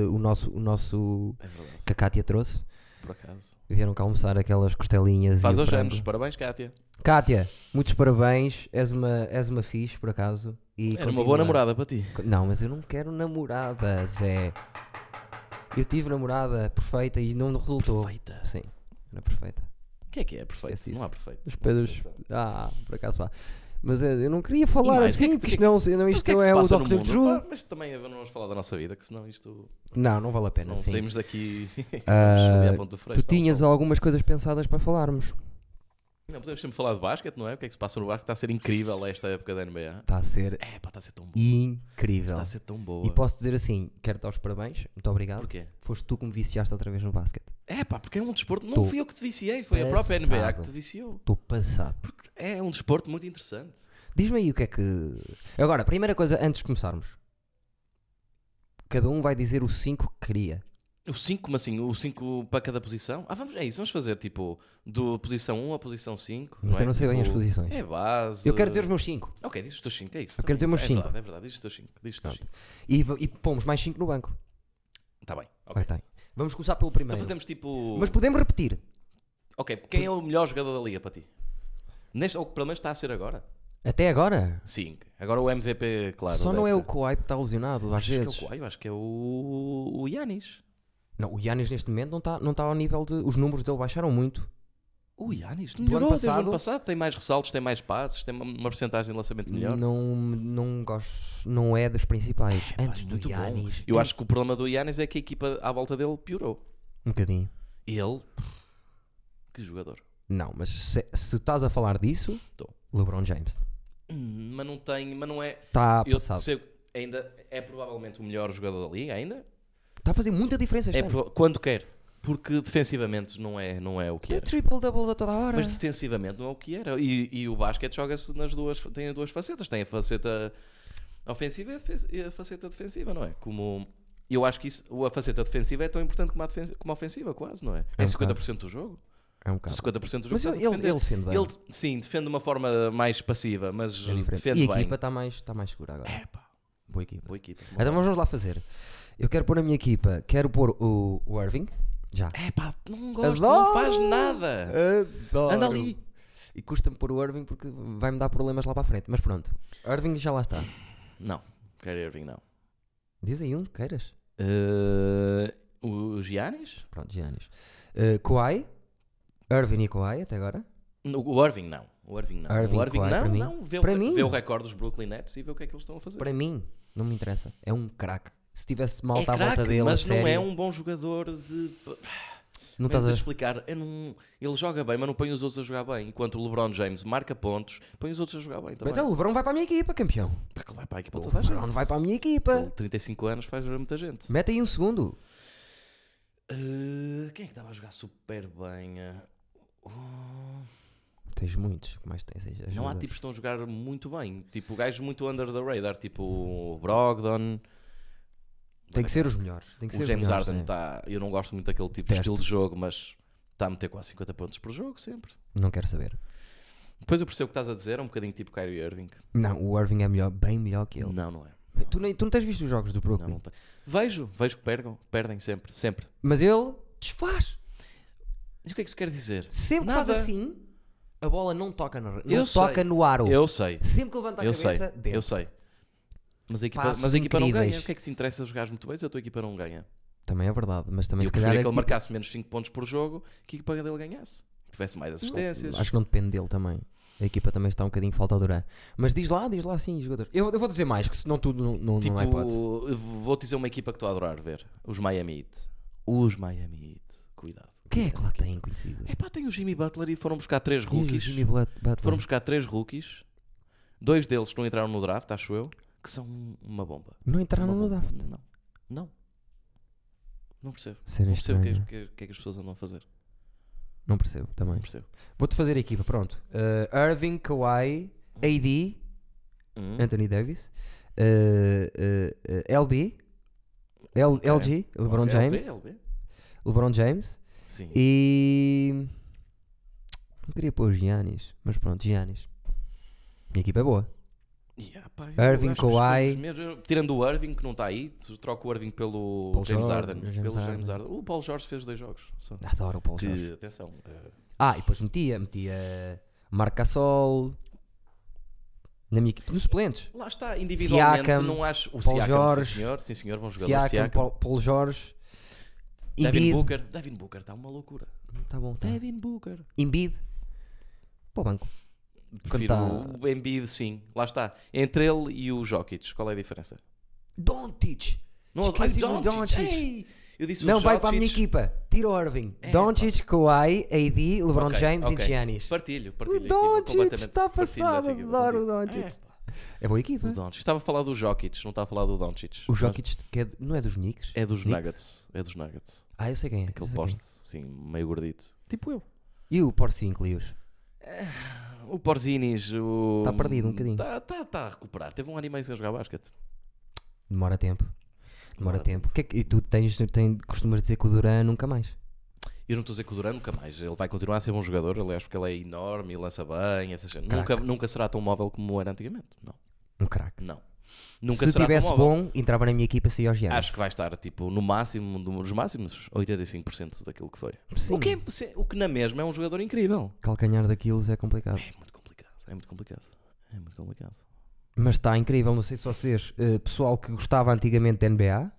S2: o nosso, o nosso
S1: É verdade,
S2: que a Cátia trouxe,
S1: por acaso.
S2: vieram cá almoçar aquelas costelinhas.
S1: Faz
S2: e o
S1: aos
S2: frango.
S1: anos, parabéns, Kátia.
S2: Cátia, muitos parabéns. És uma, és uma fixe, por acaso. E
S1: Era uma boa
S2: continua.
S1: namorada para ti.
S2: Não, mas eu não quero namorada, Zé. Eu tive namorada perfeita e não resultou.
S1: Perfeita.
S2: Sim, era perfeita.
S1: O que é que é perfeito?
S2: Esquece
S1: Não há
S2: isso.
S1: perfeito.
S2: Os Pedros. Ah, por acaso vá. Mas eh, eu, eu não queria
S1: E
S2: falar
S1: mais,
S2: assim,
S1: o que é que-
S2: porque isto não, não,
S1: Mas
S2: isto
S1: que
S2: não é,
S1: que
S2: o
S1: se passa no
S2: Dr.
S1: mundo?
S2: Drew.
S1: Pá, Ah, Mas também não vamos falar da nossa vida, que senão isto.
S2: Não, não vale a pena.
S1: senão
S2: sim.
S1: saímos daqui. vamos
S2: Ah,
S1: ali à Ponte do Freixo,
S2: Tu
S1: dá um
S2: tinhas
S1: salto.
S2: algumas coisas pensadas para falarmos.
S1: Não, podemos sempre falar de basquete, não é? O que é que se passa no basquete? Está a ser incrível esta época da NBA.
S2: Está a ser
S1: É, pá, está a ser tão boa.
S2: incrível.
S1: Está a ser tão boa.
S2: então? E posso dizer assim: quero dar os parabéns, muito obrigado.
S1: Porquê?
S2: Foste tu que me viciaste outra vez no basquete.
S1: É, pá, porque é um desporto. Não
S2: Tô
S1: fui eu que te viciei, foi a própria NBA que
S2: passado.
S1: te viciou.
S2: Estou passado.
S1: Porque é um desporto muito interessante.
S2: Diz-me aí o que é que. Agora, primeira coisa, antes de começarmos. Cada um vai dizer o 5 que queria.
S1: O 5, como assim? O 5 para cada posição? Ah, vamos, é isso, vamos fazer tipo do posição 1 à posição 5.
S2: Mas eu não sei bem as posições.
S1: É base.
S2: Eu quero dizer os meus 5.
S1: Ok, diz os teus 5, é isso.
S2: Eu quero dizer os meus
S1: é
S2: cinco.
S1: Verdade, é verdade, diz os teus 5. Diz os teus 5.
S2: E, v- e pomos mais 5 no banco.
S1: Está bem. ok.
S2: Vai, tem. Vamos começar pelo
S1: Então
S2: primeiro.
S1: fazemos tipo.
S2: Mas podemos repetir.
S1: Ok, quem é o melhor jogador da liga para ti? Neste, ou que pelo menos está a ser agora?
S2: Até agora.
S1: 5. Agora o MVP, claro.
S2: Só
S1: da
S2: não é o
S1: época.
S2: Kawhi que está lesionado, às
S1: Acho que é o
S2: vezes.
S1: Kawhi, eu acho que é o, o Yanis.
S2: Não, o Yannis neste momento não está não está ao nível de. Os números dele baixaram muito.
S1: O Yanis,
S2: ano
S1: melhorou desde o
S2: passado-
S1: ano passado. Tem mais ressaltos, tem mais passes, tem uma, uma porcentagem de lançamento melhor.
S2: Não, é não gosto. Não é dos principais.
S1: Pá,
S2: Antes
S1: Ah, muito
S2: do
S1: bom.
S2: Yannis.
S1: Eu acho que o problema do Yanis é que a equipa à volta dele piorou.
S2: Um bocadinho.
S1: Ele. Que jogador.
S2: Não, mas se, se estás a falar disso.
S1: Tô.
S2: LeBron James.
S1: Hum, Mas não tem. Mas não é.
S2: Está
S1: Eu
S2: passado.
S1: sei, ainda é provavelmente o melhor jogador da liga, ainda.
S2: Está Tá a fazer muita diferença este
S1: É
S2: ano.
S1: prova- quando quer. Porque defensivamente não é, não é o que
S2: Tem
S1: era.
S2: triple doubles Tá a toda hora.
S1: Mas defensivamente não é o que era. E, e o basquete joga-se nas duas. Tem as duas facetas. Tem a faceta ofensiva e a defen- e a faceta defensiva, não é? Como. Eu acho que isso, a faceta defensiva é tão importante como a, defen- como a ofensiva, quase, não é?
S2: É
S1: É
S2: um
S1: 50% do jogo.
S2: É um bocado.
S1: 50% do jogo.
S2: Mas
S1: estás a
S2: ele, ele,
S1: defender.
S2: ele defende bem.
S1: Ele, sim, defende de uma forma mais passiva, mas
S2: é diferente.
S1: defende
S2: e a
S1: bem.
S2: equipa está mais, tá mais segura agora.
S1: É pá,
S2: Boa equipa.
S1: boa equipa.
S2: Então mas vamos lá fazer. Eu quero pôr a minha equipa. Quero pôr o, o Irving. Já.
S1: É pá, não gosto,
S2: Adoro!
S1: não faz nada.
S2: Adoro.
S1: Anda ali.
S2: E custa-me pôr o Irving porque vai-me dar problemas lá para a frente. Mas pronto. Irving já lá está.
S1: Não, quero Irving, não.
S2: Diz aí um que queiras.
S1: Eh, o Giannis?
S2: Pronto, Giannis. Uh, Kawhi. Irving e Kawhi até agora.
S1: O Irving não. O Irving não.
S2: Irving,
S1: o Irving
S2: claro,
S1: não,
S2: para mim.
S1: não. Vê, o-
S2: Para mim.
S1: vê o recorde dos Brooklyn Nets e vê o que é que eles estão a fazer.
S2: Para mim, não me interessa. É um craque. Se tivesse mal
S1: é
S2: à volta
S1: craque,
S2: dele, a
S1: mas não é
S2: sério,
S1: um bom jogador de.
S2: não
S1: Não
S2: estás a
S1: explicar. Eu não- Ele joga bem, mas não põe os outros a jogar bem. Enquanto o LeBron James marca pontos, põe os outros a jogar bem também.
S2: Então o LeBron vai para a minha equipa, campeão.
S1: Porque ele vai para a equipa
S2: O
S1: toda a gente.
S2: LeBron vai para a minha
S1: Com
S2: equipa.
S1: 35 anos faz muita gente.
S2: Mete aí um segundo.
S1: Eh, quem é que estava a jogar super bem? Eh, oh,
S2: Tens muitos. O que mais tens? aí, já
S1: não há tipo
S2: jogadores?
S1: tipos que estão a jogar muito bem. Tipo, gajos muito under the radar. Tipo, o Brogdon.
S2: Tem que ser os melhores. Tem que ser
S1: O
S2: os
S1: James
S2: melhores,
S1: Harden tá.
S2: né?
S1: está... Eu não gosto muito daquele tipo de
S2: Detesto.
S1: estilo de jogo, mas está a meter quase 50 pontos por jogo sempre.
S2: Não quero saber.
S1: Depois eu percebo o que estás a dizer. É um bocadinho tipo Kyrie Irving.
S2: Não, o Irving é melhor, bem melhor que ele.
S1: Não, não é.
S2: Tu, nem- tu não tens visto os jogos do
S1: Não,
S2: Brooklyn,
S1: não tem. Vejo, vejo que pergam, perdem sempre, sempre.
S2: mas ele desfaz.
S1: Mas o que é que isso quer dizer?
S2: Sempre que
S1: Nada.
S2: faz assim, a bola não toca no, não
S1: Eu
S2: toca
S1: sei.
S2: no aro.
S1: Eu sei,
S2: Sempre que levanta a
S1: eu sei,
S2: cabeça, dentro.
S1: eu sei. Mas a equipa,
S2: Passos
S1: mas a equipa não ganha.
S2: incríveis.
S1: O que é que se interessa jogar muito bem se a tua equipa não ganha?
S2: Também é verdade, mas também
S1: eu
S2: se calhar.
S1: preferia que ele
S2: aqui-
S1: marcasse menos 5 pontos por jogo que a equipa dele ganhasse. Que tivesse mais assistências.
S2: Acho que não depende dele também. A equipa também está um bocadinho faltadora. Mas diz lá, diz lá sim, jogadores. Eu, eu vou dizer mais, que senão tu não, não, não há hipótese.
S1: tipo, eu vou-te dizer uma equipa que estou a adorar ver. Os Miami Heat. Os Miami Heat. Cuidado.
S2: Quem é que lá tem conhecido?
S1: É pá, tem o Jimmy Butler e foram buscar 3
S2: E o
S1: rookies.
S2: Jimmy Blut- Butler.
S1: Foram buscar 3 rookies. Dois deles que não entraram no draft, acho eu. Que são uma bomba.
S2: Não entraram
S1: Uma
S2: no
S1: bomba.
S2: draft.
S1: Não. Não. Não percebo.
S2: Cena
S1: Não percebo o que, é,
S2: estranha.
S1: que é- o que é que as pessoas andam a fazer.
S2: Não percebo também.
S1: Não percebo.
S2: Vou-te fazer a equipa, pronto. Uh, Irving, Kawhi, AD,
S1: Hum?
S2: Anthony Davis, uh, uh, uh, LB, L-
S1: Ok.
S2: LG, LeBron
S1: Ok,
S2: James,
S1: LB, LB.
S2: LeBron James
S1: Sim.
S2: e... Não queria pôr Giannis, mas pronto, Giannis. Minha equipa é boa.
S1: Yeah, pá, eu
S2: Irving,
S1: acho que escolho
S2: Kawhi.
S1: os mesmos. Tirando o Irving, que não está aí, tu troca o Irving pelo
S2: Paul
S1: James
S2: Jordan,
S1: Harden.
S2: James
S1: pelo
S2: Harden.
S1: James Harden. O Paulo Jorge fez dois jogos. Só.
S2: Adoro o Paul
S1: Que,
S2: George.
S1: atenção. eh,
S2: Ah, e depois metia, metia Marca Sol, na minha equipa, nos suplentes.
S1: lá está, individualmente,
S2: Siakam,
S1: não acho. O
S2: Paul
S1: Siakam,
S2: Jorge.
S1: sim senhor. Sim senhor, bom Um jogador.
S2: Siakam,
S1: Siakam.
S2: Paul, Paul Jorge,
S1: Devin
S2: Embiid.
S1: Booker. Devin Booker está uma loucura.
S2: Tá bom, tá.
S1: Devin Booker.
S2: Embiid. Para o banco.
S1: Prefiro
S2: tá-
S1: o Embiid, sim. Lá está. Entre ele e o Jokic, qual é a diferença?
S2: Doncic.
S1: Não,
S2: Esqueci
S1: ai,
S2: do
S1: Doncic,
S2: Doncic.
S1: ei! Eu disse
S2: Não,
S1: o
S2: vai para a
S1: Jokic.
S2: minha equipa. Tira o Irving.
S1: É,
S2: Doncic, Kawhi, AD, LeBron
S1: Ok,
S2: James
S1: ok.
S2: e Giannis.
S1: Partilho,
S2: O
S1: partilho. aqui, vou
S2: Doncic
S1: completamente-
S2: está
S1: partilho dessa
S2: passado.
S1: equipa
S2: Adoro o
S1: contigo.
S2: Doncic.
S1: É, pá,
S2: É boa equipa.
S1: o Doncic. Estava a falar do Jokic, não estava a falar do Doncic.
S2: O Jokic que é do- não é dos Knicks?
S1: Mas É dos
S2: Knicks?
S1: Nuggets. É dos Nuggets.
S2: Ah, eu sei quem é. eu
S1: Aquele
S2: sei quem é.
S1: poste, sim, meio gordito. Tipo eu.
S2: E o Porcinclius?
S1: O Porzinis, o...
S2: Tá perdido um bocadinho.
S1: Está tá, tá a recuperar. Teve um ano e meio sem jogar basquete.
S2: Demora tempo. Demora
S1: Demora
S2: tempo. O que é que- e tu tens, tem- costumas dizer que o Duran nunca mais.
S1: Eu não estou a dizer que o Duran nunca mais. Ele vai continuar a ser bom jogador, aliás, porque ele é enorme e lança bem. Essas... coisas. Nunca, nunca será tão móvel como era antigamente. Não.
S2: Um craque.
S1: Não. Nunca
S2: Se
S1: será
S2: tivesse
S1: tão móvel.
S2: bom, é. entrava na minha equipa e saía aos Giannis.
S1: Acho que vai estar, tipo, no máximo, dos máximos, 85% daquilo que foi.
S2: Sim.
S1: O que, é- se- o que na mesma é um jogador incrível.
S2: Calcanhar daquilo é complicado.
S1: É muito complicado, é muito complicado. É muito complicado.
S2: Mas está incrível, não sei se vocês, eh, pessoal que gostava antigamente de NBA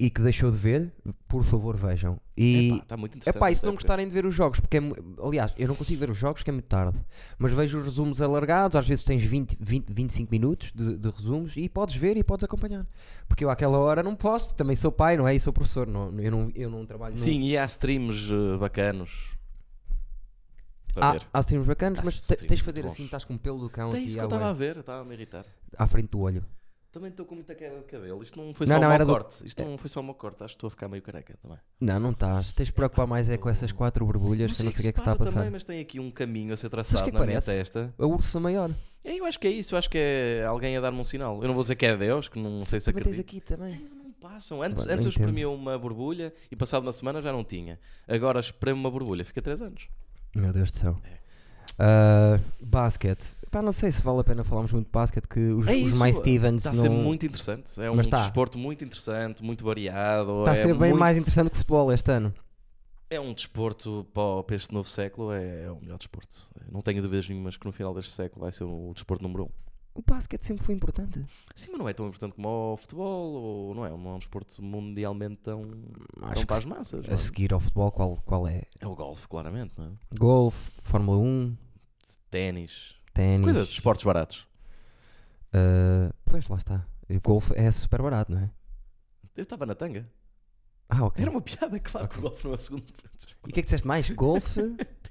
S2: e que deixou de ver, por favor vejam. E
S1: Epá, está muito
S2: é
S1: interessante.
S2: pá, e se
S1: essa
S2: não
S1: época.
S2: gostarem de ver os jogos, porque é, mu- aliás, eu não consigo ver os jogos que é muito tarde, mas vejo os resumos alargados, às vezes tens 20, 20 25 minutos de, de resumos e podes ver e podes acompanhar. Porque eu àquela hora não posso, porque também sou pai, não é? E sou professor, não, eu, não, eu não trabalho num-
S1: Sim, e há streams eh, bacanos. Para
S2: Há,
S1: ver.
S2: há streams bacanos,
S1: Há
S2: mas te-
S1: streams
S2: tens de fazer
S1: bons.
S2: assim, estás com o pelo do cão
S1: É
S2: aqui
S1: isso que eu
S2: à
S1: estava a
S2: olho-
S1: ver, eu estava a me irritar.
S2: à frente do olho.
S1: Também estou com muita queda de cabelo. Isto não foi
S2: Não,
S1: só
S2: não,
S1: o
S2: era
S1: meu
S2: do- É.
S1: corte. Isto não foi só o meu corte. Acho que estou a ficar meio careca também.
S2: Não, não estás. Tens de preocupar mais é com essas quatro borbulhas que eu não sei o que é que se está a passar.
S1: também, mas tem aqui um caminho a ser
S2: o
S1: traçado
S2: que é que
S1: na minha
S2: parece?
S1: testa.
S2: A urso maior.
S1: É, Eu acho que é isso. Eu acho que é alguém a dar-me um sinal. Eu não vou dizer que é Deus, que não sei se
S2: também tens
S1: acredito.
S2: aqui também.
S1: Não passam. Antes,
S2: Bem,
S1: antes eu
S2: entendo.
S1: espremia uma borbulha e passado uma semana já não tinha. Agora espremo uma borbulha, fica 3 anos.
S2: Meu Deus do céu.
S1: É.
S2: Ah, basquete. Pá, não sei se vale a pena falarmos muito de basquete, que os,
S1: É
S2: os
S1: isso,
S2: mais Stevens
S1: Está a
S2: não...
S1: ser muito interessante. É um
S2: Mas tá.
S1: desporto muito interessante, muito variado.
S2: Está tá a
S1: é
S2: ser bem
S1: muito-
S2: mais interessante que o futebol este ano.
S1: É um desporto para o- para este novo século, é, é o melhor desporto. Não tenho dúvidas nenhumas que no final deste século vai ser o desporto número um.
S2: O basquete sempre foi importante.
S1: Sim, mas não é tão importante como o futebol, ou não é? Não é um desporto mundialmente tão, tão
S2: Acho que
S1: para as massas. não
S2: a
S1: é?
S2: seguir ao futebol, qual, qual é?
S1: É o golfe, claramente, não é?
S2: Golfe, Fórmula 1,
S1: Ténis.
S2: ténis.
S1: Coisa de esportes baratos.
S2: Ah, pois, lá está. E Golfe é super barato, não é?
S1: Eu estava na tanga.
S2: Ah, ok.
S1: Era uma piada, claro que o golfe não é o segundo
S2: E o que é que disseste mais? Golfe,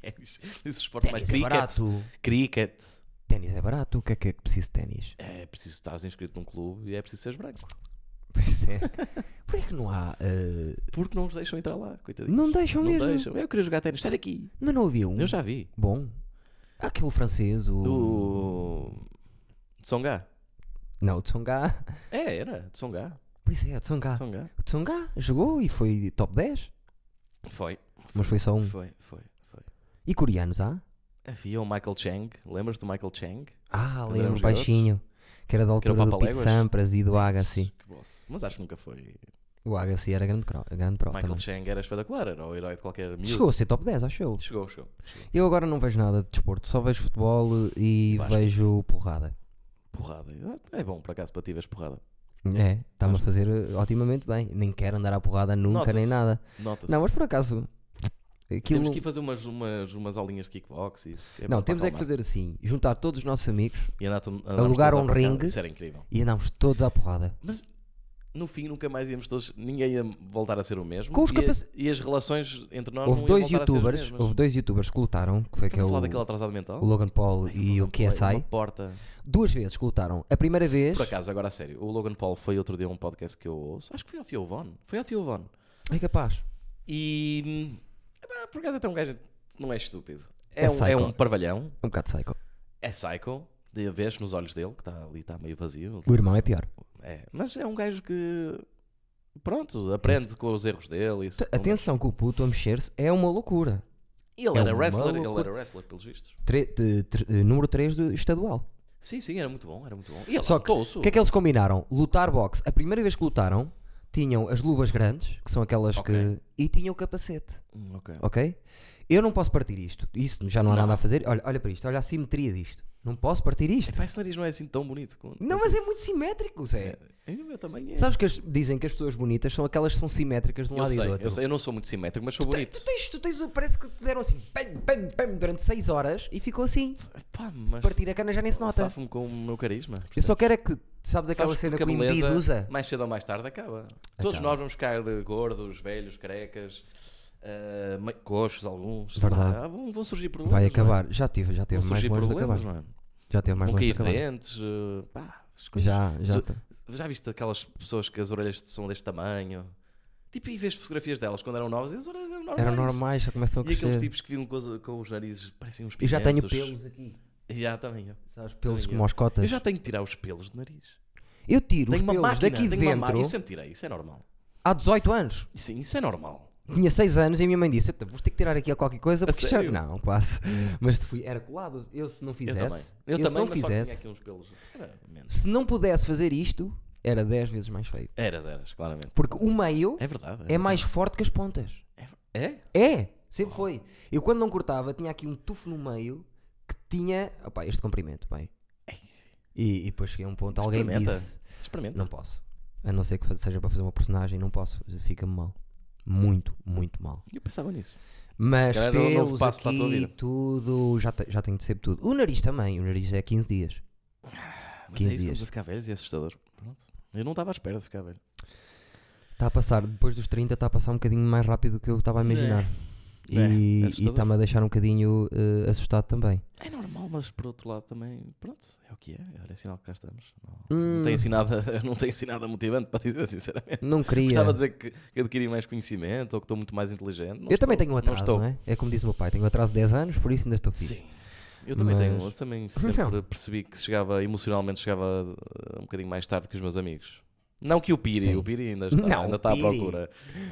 S1: ténis. Disse esportes mais
S2: ténis é
S1: cricket.
S2: barato.
S1: cricket.
S2: Ténis é barato, o que é que é que preciso de ténis?
S1: É preciso estar inscrito num clube e é preciso seres branco.
S2: Pois é. Porquê que não há. eh,
S1: Porque não os deixam entrar lá, coitadinho.
S2: não deixam
S1: Não
S2: mesmo.
S1: deixam. Eu queria jogar ténis. Sai daqui.
S2: Mas não havia um.
S1: Eu já vi.
S2: Bom. Aquele francês, o.
S1: Do. De Songá.
S2: Não, o Tsonga.
S1: É, era. De Songá.
S2: Pois é, o Tsonga.
S1: Songá.
S2: O Tsonga jogou e foi top 10.
S1: Foi.
S2: Mas foi só um.
S1: Foi, foi, foi.
S2: E coreanos há?
S1: Havia o Michael Chang. Lembras do Michael Chang?
S2: Ah,
S1: Não
S2: lembro
S1: éramos
S2: baixinho. Que era da
S1: Que era o
S2: altura do Pete
S1: Papaléguas?
S2: Sampras e do Agassi.
S1: Que boss. Mas acho que nunca foi.
S2: O Agassi era grande, cro- grande pro.
S1: Michael
S2: também.
S1: Chang era espetacular. Era o herói de qualquer miúdo.
S2: Chegou a ser top 10, acho eu.
S1: Chegou, chegou. chegou.
S2: Eu agora não vejo nada de desporto, só vejo futebol e
S1: Basquete.
S2: vejo porrada.
S1: Porrada. É bom, por acaso, para ti veres porrada.
S2: É, está-me a fazer eh, otimamente bem. Nem quero andar à porrada nunca, nem
S1: Nota-se.
S2: nada.
S1: Nota-se.
S2: Não, mas por acaso. Aquilo...
S1: Temos que ir fazer umas, umas, umas aulinhas de kickbox e isso.
S2: não,
S1: bom para
S2: temos é que
S1: acalmar.
S2: fazer assim: juntar todos os nossos amigos
S1: E andar to- andarmos
S2: Alugar
S1: todos
S2: um
S1: à pancada.
S2: ringue.
S1: Isso era incrível.
S2: e andámos todos à porrada.
S1: Mas no fim nunca mais íamos todos, ninguém ia voltar a ser o mesmo.
S2: Com os
S1: e,
S2: capac-
S1: a- e as relações entre nós
S2: houve
S1: não
S2: dois
S1: iam voltar a
S2: youtubers,
S1: ser as mesmas.
S2: houve dois youtubers que lutaram, que foi
S1: Estás a falar
S2: aquele
S1: daquele atrasado mental?
S2: o Logan Paul
S1: Ai,
S2: e o
S1: Logan Paul é
S2: KSI.
S1: uma porta.
S2: Duas vezes que lutaram. A primeira vez.
S1: Por acaso, agora a sério, o Logan Paul foi outro dia a um podcast que eu ouço. Acho que foi ao Tio Von. Foi ao Tio Von.
S2: É capaz.
S1: E. epá, por acaso até um gajo não é estúpido. É,
S2: É
S1: um, é
S2: psycho.
S1: um parvalhão,
S2: É um bocado psycho.
S1: é psycho, de vez nos olhos dele, que está ali, está meio vazio.
S2: O irmão é pior.
S1: É, mas é um gajo que. Pronto, aprende com os erros dele. e se-
S2: T- Atenção que o puto a mexer-se é uma loucura.
S1: Ele
S2: é
S1: era
S2: uma
S1: wrestler, ele
S2: loucura.
S1: era wrestler, pelos vistos.
S2: Tre- de- tre- eh, número 3 do estadual.
S1: Sim, sim, era muito bom, era muito bom. E ele
S2: Só que-
S1: lutou-se.
S2: O que é que eles combinaram? Lutar boxe. A primeira vez que lutaram, tinham as luvas grandes, que são aquelas
S1: Ok.
S2: que. e tinham o capacete,
S1: Hum, ok.
S2: ok? Eu não posso partir isto. Isso já não há
S1: Não.
S2: nada a fazer. Olha, olha para isto, olha a simetria disto. Não posso partir isto.
S1: Epá, esse nariz não é assim tão bonito. Com...
S2: Não, mas é muito simétrico, Zé.
S1: Ainda o meu também é.
S2: Sabes que as- dizem que as pessoas bonitas são aquelas que são simétricas de um
S1: eu,
S2: lado e
S1: sei,
S2: do
S1: eu
S2: outro.
S1: sei, eu não sou muito simétrico, mas sou bonito.
S2: Tu tens, tu tens, o- parece que te deram assim, pam, pam, pam, durante 6 horas e ficou assim.
S1: Pá, mas
S2: Partir a cana já nem se nota.
S1: safo-me com o meu carisma.
S2: Eu só quero é que, sabes aquela
S1: Sabes
S2: cena um
S1: porque
S2: que
S1: a
S2: o Embiid
S1: beleza,
S2: usa?
S1: Mais cedo ou mais tarde acaba. Todos nós vamos ficar eh, gordos, velhos, carecas, eh, me- coxos, alguns. sei
S2: Verdade.
S1: lá, vão, vão surgir problemas.
S2: Vai
S1: não é?
S2: acabar, já tive, já
S1: Vão
S2: teve mais
S1: surgir
S2: longe de
S1: problemas,
S2: acabar.
S1: não é?
S2: Já teve mais
S1: Vão
S2: longe de
S1: cair
S2: acabar.
S1: dentes. eh, pá, as coisas-
S2: Já, já.
S1: Zo-
S2: te-
S1: Já viste aquelas pessoas que as orelhas são deste tamanho? Tipo, e vês fotografias delas quando eram novas e as orelhas eram normais.
S2: Eram normais, já começam a
S1: é E aqueles tipo
S2: crescer.
S1: tipos que vinham com os, com os narizes parecem uns
S2: Eu já tenho
S1: pimentos.
S2: pelos aqui.
S1: E Já também. eu.
S2: Sabes, pelos
S1: Também
S2: como aos cotas.
S1: Eu
S2: Eu,
S1: já tenho que tirar os pelos do nariz.
S2: tiro os
S1: tenho uma
S2: pelos
S1: máquina,
S2: daqui
S1: tenho uma máquina.
S2: dentro
S1: Isso sempre tirei, isso é normal.
S2: há 18 anos.
S1: Sim, isso é normal.
S2: Tinha 6 anos e a minha mãe disse: "Então, Vou ter que tirar aqui qualquer coisa porque isto já-"
S1: sério? Hum.
S2: Não, quase. Mas se fui- era colado. Eu, se não
S1: Eu
S2: fizesse,
S1: também. Eu,
S2: se
S1: também,
S2: não
S1: mas só tinha
S2: fizesse,
S1: aqui uns pelos. Era menos.
S2: se não pudesse fazer isto, era 10 vezes mais feio.
S1: Eras, eras, claramente.
S2: Porque o meio
S1: É verdade.
S2: é mais forte que as pontas.
S1: É? é?
S2: É, sempre foi. Eu quando não cortava, tinha aqui um tufo no meio que tinha. Opá, este comprimento, bem. E, e depois cheguei a um ponto, alguém me
S1: Experimenta.
S2: disse:
S1: Experimenta.
S2: Não posso. A não ser que fa- seja para fazer uma personagem, não posso. Fica-me mal. Muito, muito mal.
S1: Eu pensava nisso.
S2: Mas
S1: calhar era um novo
S2: pelos
S1: passo
S2: aqui,
S1: para a tua vida.
S2: tudo, já, te- já tenho de ser tudo. O nariz também, o nariz é 15 dias.
S1: Mas
S2: 15
S1: é isso, estamos
S2: dias.
S1: a ficar velhos e é assustador. Pronto. Eu não estava à espera de ficar velho.
S2: Está a passar, depois dos 30, está a passar um bocadinho mais rápido do que eu estava a imaginar.
S1: É,
S2: E- e
S1: assustador.
S2: está-me a deixar um bocadinho eh, assustado também.
S1: É normal, mas por outro lado também, pronto, é o que é. Olha, é sinal que cá estamos. Não,
S2: Hum.
S1: não tenho assim nada, não tenho assim nada motivante para dizer sinceramente.
S2: Não queria.
S1: Gostava de dizer que, que adquiri mais conhecimento ou que estou muito mais inteligente. Não
S2: eu também
S1: estou,
S2: tenho um atraso,
S1: não
S2: não,
S1: estou.
S2: é? É como diz o meu pai, tenho um atraso de 10 anos, por isso ainda estou fixe.
S1: Sim. Eu também tenho,
S2: Mas-
S1: eu também
S2: Então.
S1: sempre percebi que chegava, emocionalmente chegava uh, um bocadinho mais tarde que os meus amigos. Não que o Piri,
S2: Sim.
S1: o Piri ainda está,
S2: Não,
S1: ainda
S2: o
S1: está à
S2: Piri.
S1: procura.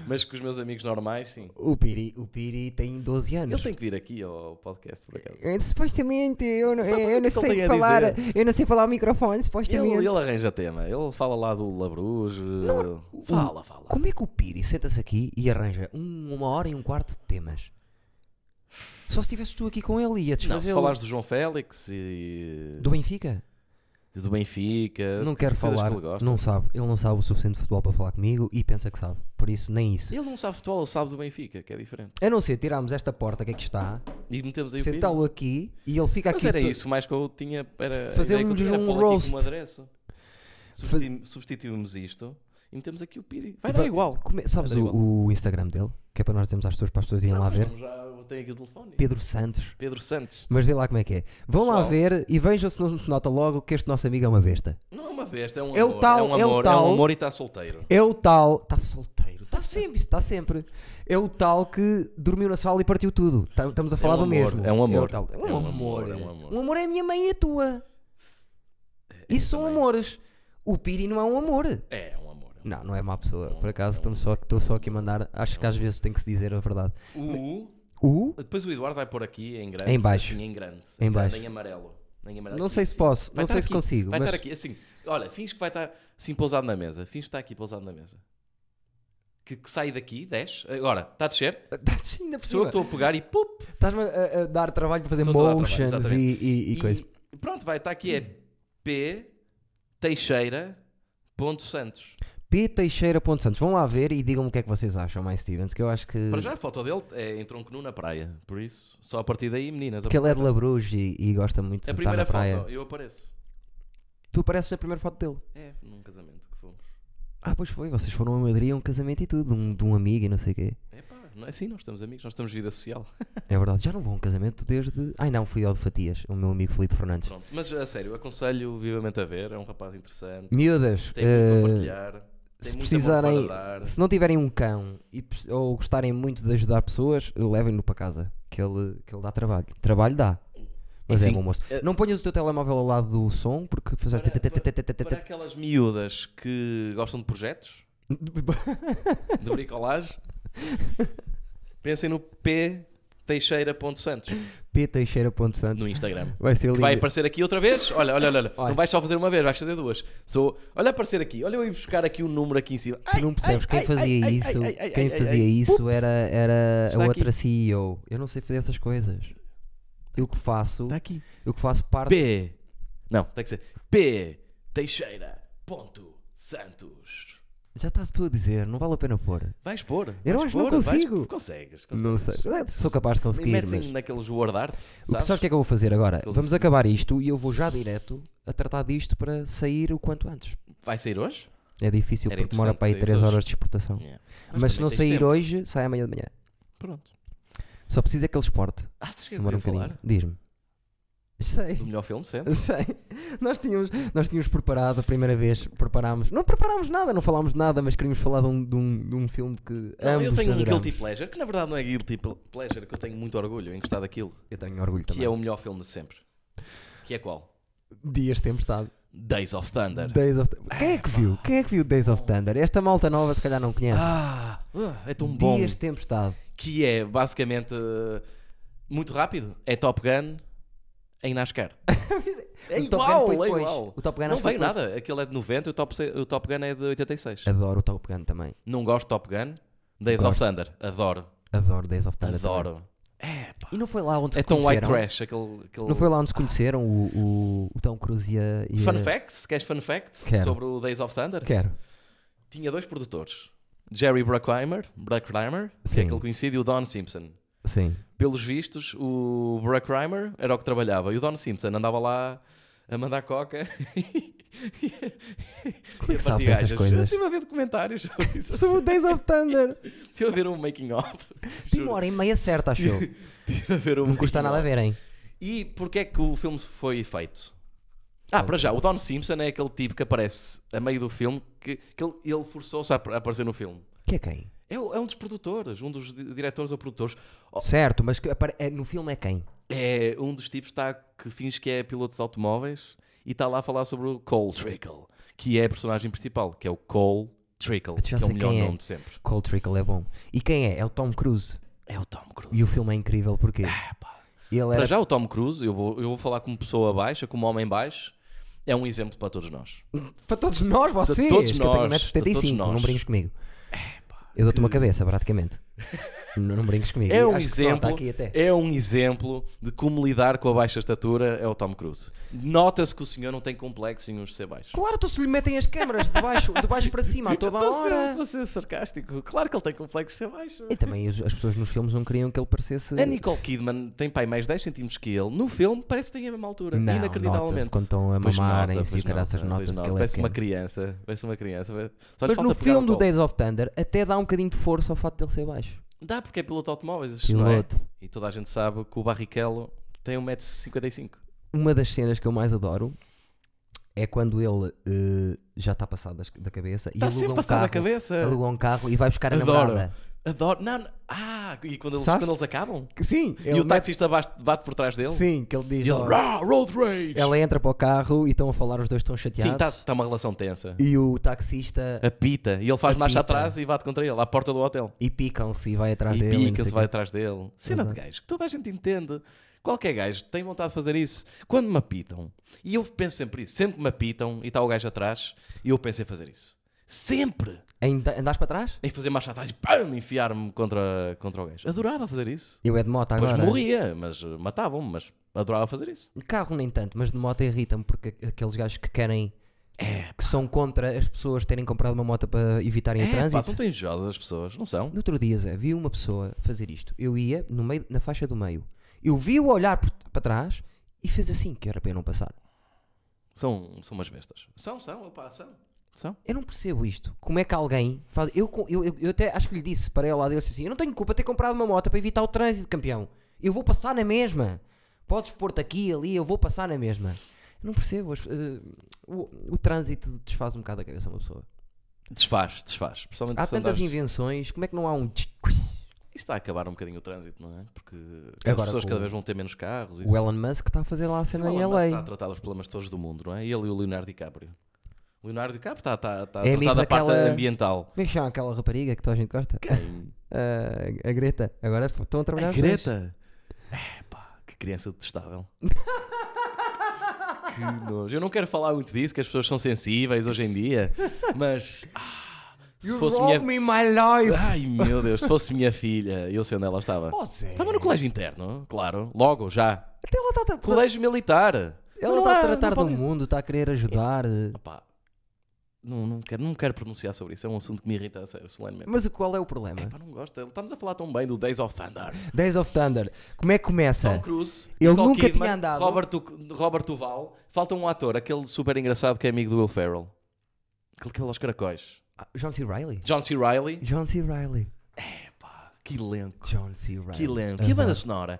S1: Mas que os meus amigos normais, sim.
S2: O, Piri, o Piri tem 12 anos.
S1: Ele tem que vir aqui ao podcast, por acaso.
S2: Eh, Supostamente, eu não, eh,
S1: Sabe o que
S2: eu
S1: é
S2: não
S1: que ele tem
S2: sei
S1: a
S2: falar,
S1: dizer?
S2: eu não sei falar ao microfone,
S1: Ele,
S2: supostamente.
S1: ele arranja tema, ele fala lá do eh, Labruge. Fala, fala.
S2: Como é que o Piri senta-se aqui e arranja um- uma hora e um quarto de temas? Só se estivesse tu aqui com ele e ia
S1: Não, se
S2: desfazer
S1: falares do João Félix e
S2: do Benfica.
S1: e do Benfica,
S2: Não
S1: de
S2: quero
S1: coisas que
S2: falar,
S1: Ele, gosta.
S2: não sabe, ele não sabe o suficiente de futebol para falar comigo e pensa que sabe, por isso nem isso.
S1: Ele não sabe futebol, ele sabe do Benfica, que é diferente.
S2: A não ser tirarmos esta porta que aqui está,
S1: E metemos aí o Piri.
S2: sentá-lo aqui e ele fica
S1: Mas
S2: tá aqui.
S1: era
S2: to-
S1: isso, mais que eu tinha. Era a
S2: Fazer
S1: ideia que eu
S2: um-
S1: tinha, era
S2: um
S1: pô-lo aqui
S2: roast.
S1: Como adereço. Substitu- Substituímos isto e metemos aqui o Piri. Vai dar igual.
S2: Come- sabes
S1: Vai dar
S2: o, o Instagram dele? Que é para nós dizermos às pessoas, para as pessoas irem lá
S1: Mas
S2: ver.
S1: vamos Já, eu tenho aqui o telefone.
S2: Pedro Santos.
S1: Pedro Santos.
S2: Mas vê lá como é que é. Vão lá
S1: Pessoal.
S2: ver e vejam se não se nota logo que este nosso amigo é uma besta.
S1: Não é uma besta, é um
S2: É o
S1: amor.
S2: tal,
S1: é
S2: é o
S1: um amor,
S2: tal.
S1: um amor e está solteiro.
S2: É o tal. Está solteiro. Está sempre, está sempre. É o tal que dormiu na sala e partiu tudo. Tá- Estamos a falar
S1: um
S2: do
S1: amor,
S2: mesmo.
S1: é um
S2: o
S1: amor.
S2: tal. É um,
S1: É um
S2: amor.
S1: amor, é um amor. É,
S2: Um amor é a minha mãe e a tua. Isso são
S1: também.
S2: amores. O Piri não é um amor.
S1: É, é um amor. é um
S2: Não, não é má pessoa. Por
S1: é um-
S2: acaso estamos só, estou só aqui a mandar. Acho que às vezes tem que se dizer a verdade.
S1: um amor.
S2: O
S1: O, depois o Eduardo vai pôr aqui em grande.
S2: Em baixo.
S1: assim, em grande.
S2: Em
S1: grande,
S2: baixo.
S1: Em amarelo. Em amarelo
S2: Não
S1: aqui,
S2: sei se
S1: assim.
S2: posso,
S1: Vai
S2: não
S1: estar
S2: sei se
S1: aqui,
S2: consigo,
S1: Vai
S2: mas
S1: estar aqui, assim. Olha, finge que vai estar assim pousado na mesa. Finge que está aqui pousado na mesa. Que, que sai daqui, desce. Agora, está a descer?
S2: estás Tá ainda por
S1: Sou eu que estou
S2: cima.
S1: a pegar e pup.
S2: Estás-me a, a dar trabalho para fazer
S1: Estou a dar
S2: motions
S1: trabalho,
S2: e,
S1: exatamente.
S2: e, e coisas.
S1: Pronto, vai, está aqui é P Teixeira. Ponto Santos.
S2: P. Teixeira Ponte Santos, vão lá ver e digam-me o que é que vocês acham, mais Stevens, que eu acho que,
S1: Para já a foto dele é em tronco nu na praia. Por isso, só a partir daí, meninas.
S2: que ele é de Labruge e, e gosta muito
S1: a
S2: de estar
S1: primeira
S2: na praia.
S1: foto, eu apareço.
S2: Tu apareces na primeira foto dele.
S1: É, num casamento que fomos.
S2: Ah, pois foi, vocês foram a Madrid a um casamento e tudo, um, de um amigo e não sei o quê.
S1: É pá, não é assim, nós estamos amigos, nós estamos vida social.
S2: É verdade, já não vou a um casamento desde. Ai não, fui ao de Fatias, o meu amigo Filipe Fernandes.
S1: Pronto, mas a sério, aconselho vivamente a ver, é um rapaz interessante,
S2: Miúdas,
S1: tem muito
S2: eh,
S1: para partilhar. Tem
S2: se
S1: muito
S2: precisarem,
S1: amor para dar.
S2: se não tiverem um cão e pre- ou gostarem muito de ajudar pessoas, levem-no para casa, que ele, que ele dá trabalho. Trabalho dá. Mas é
S1: Assim,
S2: bom moço.
S1: eh,
S2: Não ponhas o teu telemóvel ao lado do som porque fazeste.
S1: Para- Para aquelas miúdas que gostam de projetos, de bricolagem, pensem no P Teixeira.santos
S2: P Teixeira.santos.
S1: no Instagram.
S2: Vai
S1: Que
S2: ser lindo.
S1: vai aparecer aqui outra vez? Olha, olha, olha, olha.
S2: Olha.
S1: Não vais só fazer uma vez, vais fazer duas. Sou, olha aparecer aqui, olha eu ir buscar aqui o número aqui em cima.
S2: Tu não percebes, quem fazia isso, quem fazia isso era, era a
S1: Está
S2: outra
S1: aqui.
S2: CEO. Eu não sei fazer essas coisas. Eu que faço,
S1: Está aqui.
S2: eu que faço parte.
S1: Tá. P. Não, tem que ser P Teixeira. Ponto Santos.
S2: Já estás tu a dizer, não vale a pena pôr.
S1: Vais pôr.
S2: Eu
S1: vais
S2: acho que não
S1: pôr, vais-
S2: consigo.
S1: Consegues, consegues.
S2: Não sei. É, Sou capaz de
S1: Me
S2: conseguir,
S1: metes
S2: mas.
S1: em- naqueles word art,
S2: O que,
S1: sabes?
S2: sabes o que é que eu vou fazer agora?
S1: Aquele
S2: Vamos
S1: assim.
S2: acabar isto e eu vou já direto a tratar disto para sair o quanto antes.
S1: Vai sair hoje?
S2: É difícil
S1: Era
S2: porque demora
S1: interessante
S2: para aí
S1: sair
S2: 3
S1: hoje.
S2: horas de exportação.
S1: Yeah.
S2: Mas, se
S1: também
S2: não
S1: tens
S2: sair
S1: tempo.
S2: hoje, sai amanhã de manhã.
S1: Pronto.
S2: Só precisa que ele exporte.
S1: Ah, sabes o que é que eu
S2: Demora um
S1: queria
S2: bocadinho.
S1: falar?
S2: Diz-me. Sei.
S1: Do melhor filme sempre.
S2: Sei. Nós tínhamos, nós tínhamos preparado a primeira vez, preparámos. Não preparámos nada, não falámos de nada, mas queríamos falar de um, de um, de um filme que
S1: Não,
S2: ambos
S1: eu tenho um
S2: adoramos.
S1: guilty pleasure, que na verdade não é guilty pl- pleasure, que eu tenho muito orgulho em gostar daquilo,
S2: Eu tenho orgulho
S1: que
S2: também.
S1: é o melhor filme de sempre. Que é qual?
S2: Dias de Tempestade.
S1: Days of Thunder.
S2: Days of... Quem é que viu? Quem é que viu Days of Thunder? Esta malta nova se calhar não conhece.
S1: Ah, uh, é tão bom.
S2: Dias de Tempestade.
S1: Que é basicamente uh, muito rápido. É Top Gun em NASCAR. é
S2: O Top Gun
S1: igual,
S2: foi
S1: é
S2: depois.
S1: igual.
S2: O Top Gun
S1: não
S2: acho que foi
S1: veio
S2: depois.
S1: nada. Aquele é de 90, o Top, se- o Top Gun é de 86.
S2: Adoro o Top Gun também.
S1: Não gosto de Top Gun. Days of
S2: Gosto.
S1: Thunder. Adoro.
S2: Adoro Days of Thunder. também.
S1: Adoro. É, pá.
S2: E não foi lá onde
S1: É
S2: se
S1: tão white
S2: conheceram?
S1: trash. Aquele, aquele...
S2: Não foi lá onde se conheceram o, o, o Tom Cruise e a... e a-
S1: Fun facts? Queres fun facts
S2: Quero.
S1: sobre o Days of Thunder?
S2: Quero.
S1: Tinha dois produtores. Jerry Bruckheimer, Bruckheimer que
S2: Sim.
S1: é aquele conhecido, e o Don Simpson.
S2: Sim.
S1: Pelos vistos, o Bruckheimer era o que trabalhava e o Don Simpson andava lá a mandar coca. E
S2: Como é
S1: a
S2: que sabes
S1: partir
S2: essas
S1: gajas.
S2: coisas?
S1: Estive a ver documentários sobre isso.
S2: Sobre o Days of Thunder.
S1: Estive a ver um making-of.
S2: Tem uma hora e meia certa, acho eu.
S1: Estive a ver um
S2: Não me custa
S1: making
S2: nada
S1: of.
S2: verem.
S1: E porquê é que o filme foi feito? Ah, para já, o Don Simpson é aquele tipo que aparece a meio do filme que, que ele, ele forçou-se a ap- a aparecer no filme.
S2: Que é quem?
S1: É, o- é um dos produtores, um dos di- diretores ou produtores. Oh,
S2: Certo, mas que apare- é- no filme é quem?
S1: É um dos tipos que tá, que finge que é piloto de automóveis e está lá a falar sobre o Cole Trickle, que é a personagem principal, que é o Cole Trickle, que
S2: já
S1: é o
S2: sei
S1: melhor
S2: quem é.
S1: nome de sempre.
S2: Cold Trickle é bom. E quem é? É o Tom Cruise.
S1: É o Tom Cruise.
S2: E o filme é incrível porque ele
S1: Para
S2: era
S1: já, o Tom Cruise, eu vou, eu vou falar como pessoa baixa, como homem baixo, é um exemplo para todos nós.
S2: Para todos nós, vocês,
S1: todos
S2: que
S1: nós,
S2: eu tenho 1,75m,
S1: de todos nós.
S2: não brinques comigo. eu dou-te uma cabeça, praticamente. não, não brinques comigo.
S1: É
S2: Eu
S1: um
S2: acho que se nota
S1: exemplo,
S2: aqui até.
S1: é um exemplo de como lidar com a baixa estatura é o Tom Cruise. Nota-se que o senhor não tem complexo em uns de ser baixo.
S2: Claro, então se lhe metem as câmaras de baixo, de baixo para cima a toda a
S1: Estou a ser-
S2: hora.
S1: estou a ser sarcástico. Claro que ele tem complexo de ser baixo.
S2: E também os- as pessoas nos filmes não queriam que ele parecesse.
S1: A É, Nicole Kidman tem pai mais 10 centímetros que ele. No filme parece que tem a mesma altura.
S2: Não,
S1: inacreditavelmente.
S2: nota-se quando estão a
S1: Pois
S2: mamarem-se
S1: nota,
S2: e o
S1: pois
S2: caraças
S1: nota, pois
S2: nota-se
S1: nota.
S2: que ele é
S1: Parece uma
S2: pequeno.
S1: criança. Parece uma criança. Só lhe
S2: Mas
S1: falta
S2: no
S1: pegar
S2: filme
S1: um
S2: do
S1: colo.
S2: Days of Thunder até dá um bocadinho de força ao fato dele ser baixo.
S1: Dá porque é piloto de automóveis. Não é?
S2: Piloto.
S1: E toda a gente sabe que o Barrichello tem 1,55m.
S2: Uma das cenas que eu mais adoro é quando ele eh, já está passado das- da cabeça e
S1: Está
S2: aluga
S1: Tá sempre
S2: um
S1: passado
S2: carro.
S1: na cabeça.
S2: Aluga um carro e vai buscar a
S1: Adoro.
S2: namorada.
S1: Adoro. Não, não. Ah, e quando eles,
S2: Sabes?
S1: quando eles acabam?
S2: Que Sim,
S1: e o taxista bate, bate por trás dele?
S2: Sim, que ele diz.
S1: E ele,
S2: ó,
S1: "Rah, road rage!
S2: ela entra para o carro e estão a falar, os dois estão
S1: Sim,
S2: chateados.
S1: está tá É. uma relação tensa.
S2: E o taxista
S1: Apita. E ele faz marcha
S2: Apita.
S1: atrás e bate contra ele, à porta do hotel.
S2: e picam-se e vai atrás
S1: e
S2: dele. não
S1: pica-se,
S2: sei
S1: vai
S2: quê.
S1: atrás dele. Cena de gajo, que toda a gente entende. Qualquer gajo tem vontade de fazer isso. Quando me apitam, e eu penso sempre isso, sempre me apitam e está o gajo atrás, e eu penso em fazer isso. Sempre!
S2: Ainda andas para trás?
S1: Em fazer marcha atrás e pam, enfiar-me contra, contra o gajo. Adorava fazer isso.
S2: Eu é de moto
S1: Depois
S2: agora.
S1: morria, mas uh, matavam-me, mas adorava fazer isso.
S2: Carro nem tanto, mas de moto irrita-me porque aqueles gajos que querem. que são contra as pessoas terem comprado uma moto para evitarem o
S1: É, É, pá,
S2: trânsito.
S1: são tão invejosas as pessoas, não são?
S2: No outro dia, Zé, vi uma pessoa fazer isto. Eu ia no meio, na faixa do meio. Eu vi-o olhar por- para trás e fez assim, que era para eu não passar.
S1: São, são umas bestas. São, são, opá, são. São.
S2: Eu não percebo isto. Como é que alguém faz. Eu, co- eu, eu, eu até acho que lhe disse para ela, eu disse assim: Eu não tenho culpa de ter comprado uma moto para evitar o trânsito, campeão. Eu vou passar na mesma. Podes pôr-te aqui, ali, eu vou passar na mesma. Eu não percebo. as- eh, o, o trânsito desfaz um bocado a cabeça de uma pessoa.
S1: Desfaz, desfaz. Principalmente
S2: Há
S1: se
S2: tantas
S1: andares-
S2: invenções, como é que não há um.
S1: Isso está a acabar um bocadinho o trânsito, não é? Porque
S2: Agora
S1: as pessoas
S2: com-
S1: cada vez vão ter menos carros.
S2: O Elon Musk é está a fazer lá a
S1: Sim,
S2: cena
S1: o
S2: em
S1: Elon Musk Está a
S2: LA.
S1: tratar dos problemas todos do mundo, não é? Ele e o Leonardo DiCaprio. O Leonardo DiCaprio está, está, está
S2: É
S1: a tratar
S2: amigo
S1: da parte
S2: daquela-
S1: ambiental.
S2: Como é que chama aquela rapariga que toda a gente gosta? Ah, a Greta. Agora f- estão a trabalhar
S1: A
S2: os dois.
S1: Greta! É pá, que criança detestável. que nojo. Eu não quero falar muito disso, que as pessoas são sensíveis hoje em dia, mas. ah, se
S2: You
S1: fosse
S2: robbed
S1: minha.
S2: me my life!
S1: Ai meu Deus, se fosse minha filha, eu sei onde ela estava.
S2: Oh, Zé.
S1: Estava no colégio interno, claro, logo, já.
S2: Até ela tá- está a tra-
S1: Colégio militar.
S2: ela
S1: Não
S2: está a
S1: há- não
S2: tratar do
S1: pode-
S2: mundo, está a querer ajudar.
S1: Opá, não, não, quero, não quero pronunciar sobre isso, é um assunto que me irrita a sério, solenemente.
S2: Mas qual é o problema?
S1: Epá, não gosto. Estamos a falar tão bem do Days of Thunder.
S2: Days of Thunder. Como é que
S1: Tom
S2: começa?
S1: Cruise,
S2: Ele
S1: Nicole
S2: nunca tinha
S1: Kidman,
S2: andado.
S1: Robert, Tu- Robert Duval. Falta um ator, aquele super engraçado que é amigo do Will Ferrell. Aquele que é aos caracóis.
S2: Ah, John C. Riley?
S1: John C. Reilly.
S2: John C. Riley.
S1: Epá, que elenco.
S2: John C. Ah, Riley.
S1: Que elenco. E a banda sonora?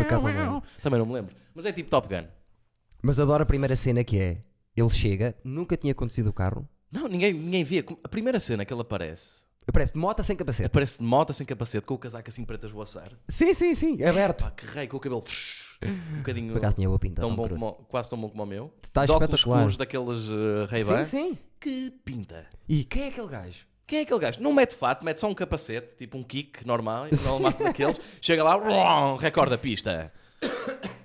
S2: acaso não lembro.
S1: Também não me lembro. Mas é tipo Top Gun.
S2: Mas adoro a primeira cena que é: ele chega, nunca tinha conduzido o carro,
S1: Não, ninguém, ninguém via. A primeira cena que ele aparece,
S2: aparece de moto sem capacete.
S1: aparece de moto sem capacete, com o casaco assim preto a esvoaçar.
S2: Sim, sim, sim, É aberto.
S1: Pá, que rei, com o cabelo um bocadinho
S2: Por acaso tinha boa pinta.
S1: tão
S2: Tom
S1: bom
S2: Cruise.
S1: como, o- quase tão bom como o meu.
S2: Está
S1: de óculos
S2: espetacular.
S1: escuros daqueles uh, ray
S2: Sim, sim.
S1: Que pinta.
S2: E quem é aquele gajo?
S1: Quem é aquele gajo? Não mete fato, mete só um capacete, tipo um kick normal, normal daqueles. Chega lá, rom, recorde a pista.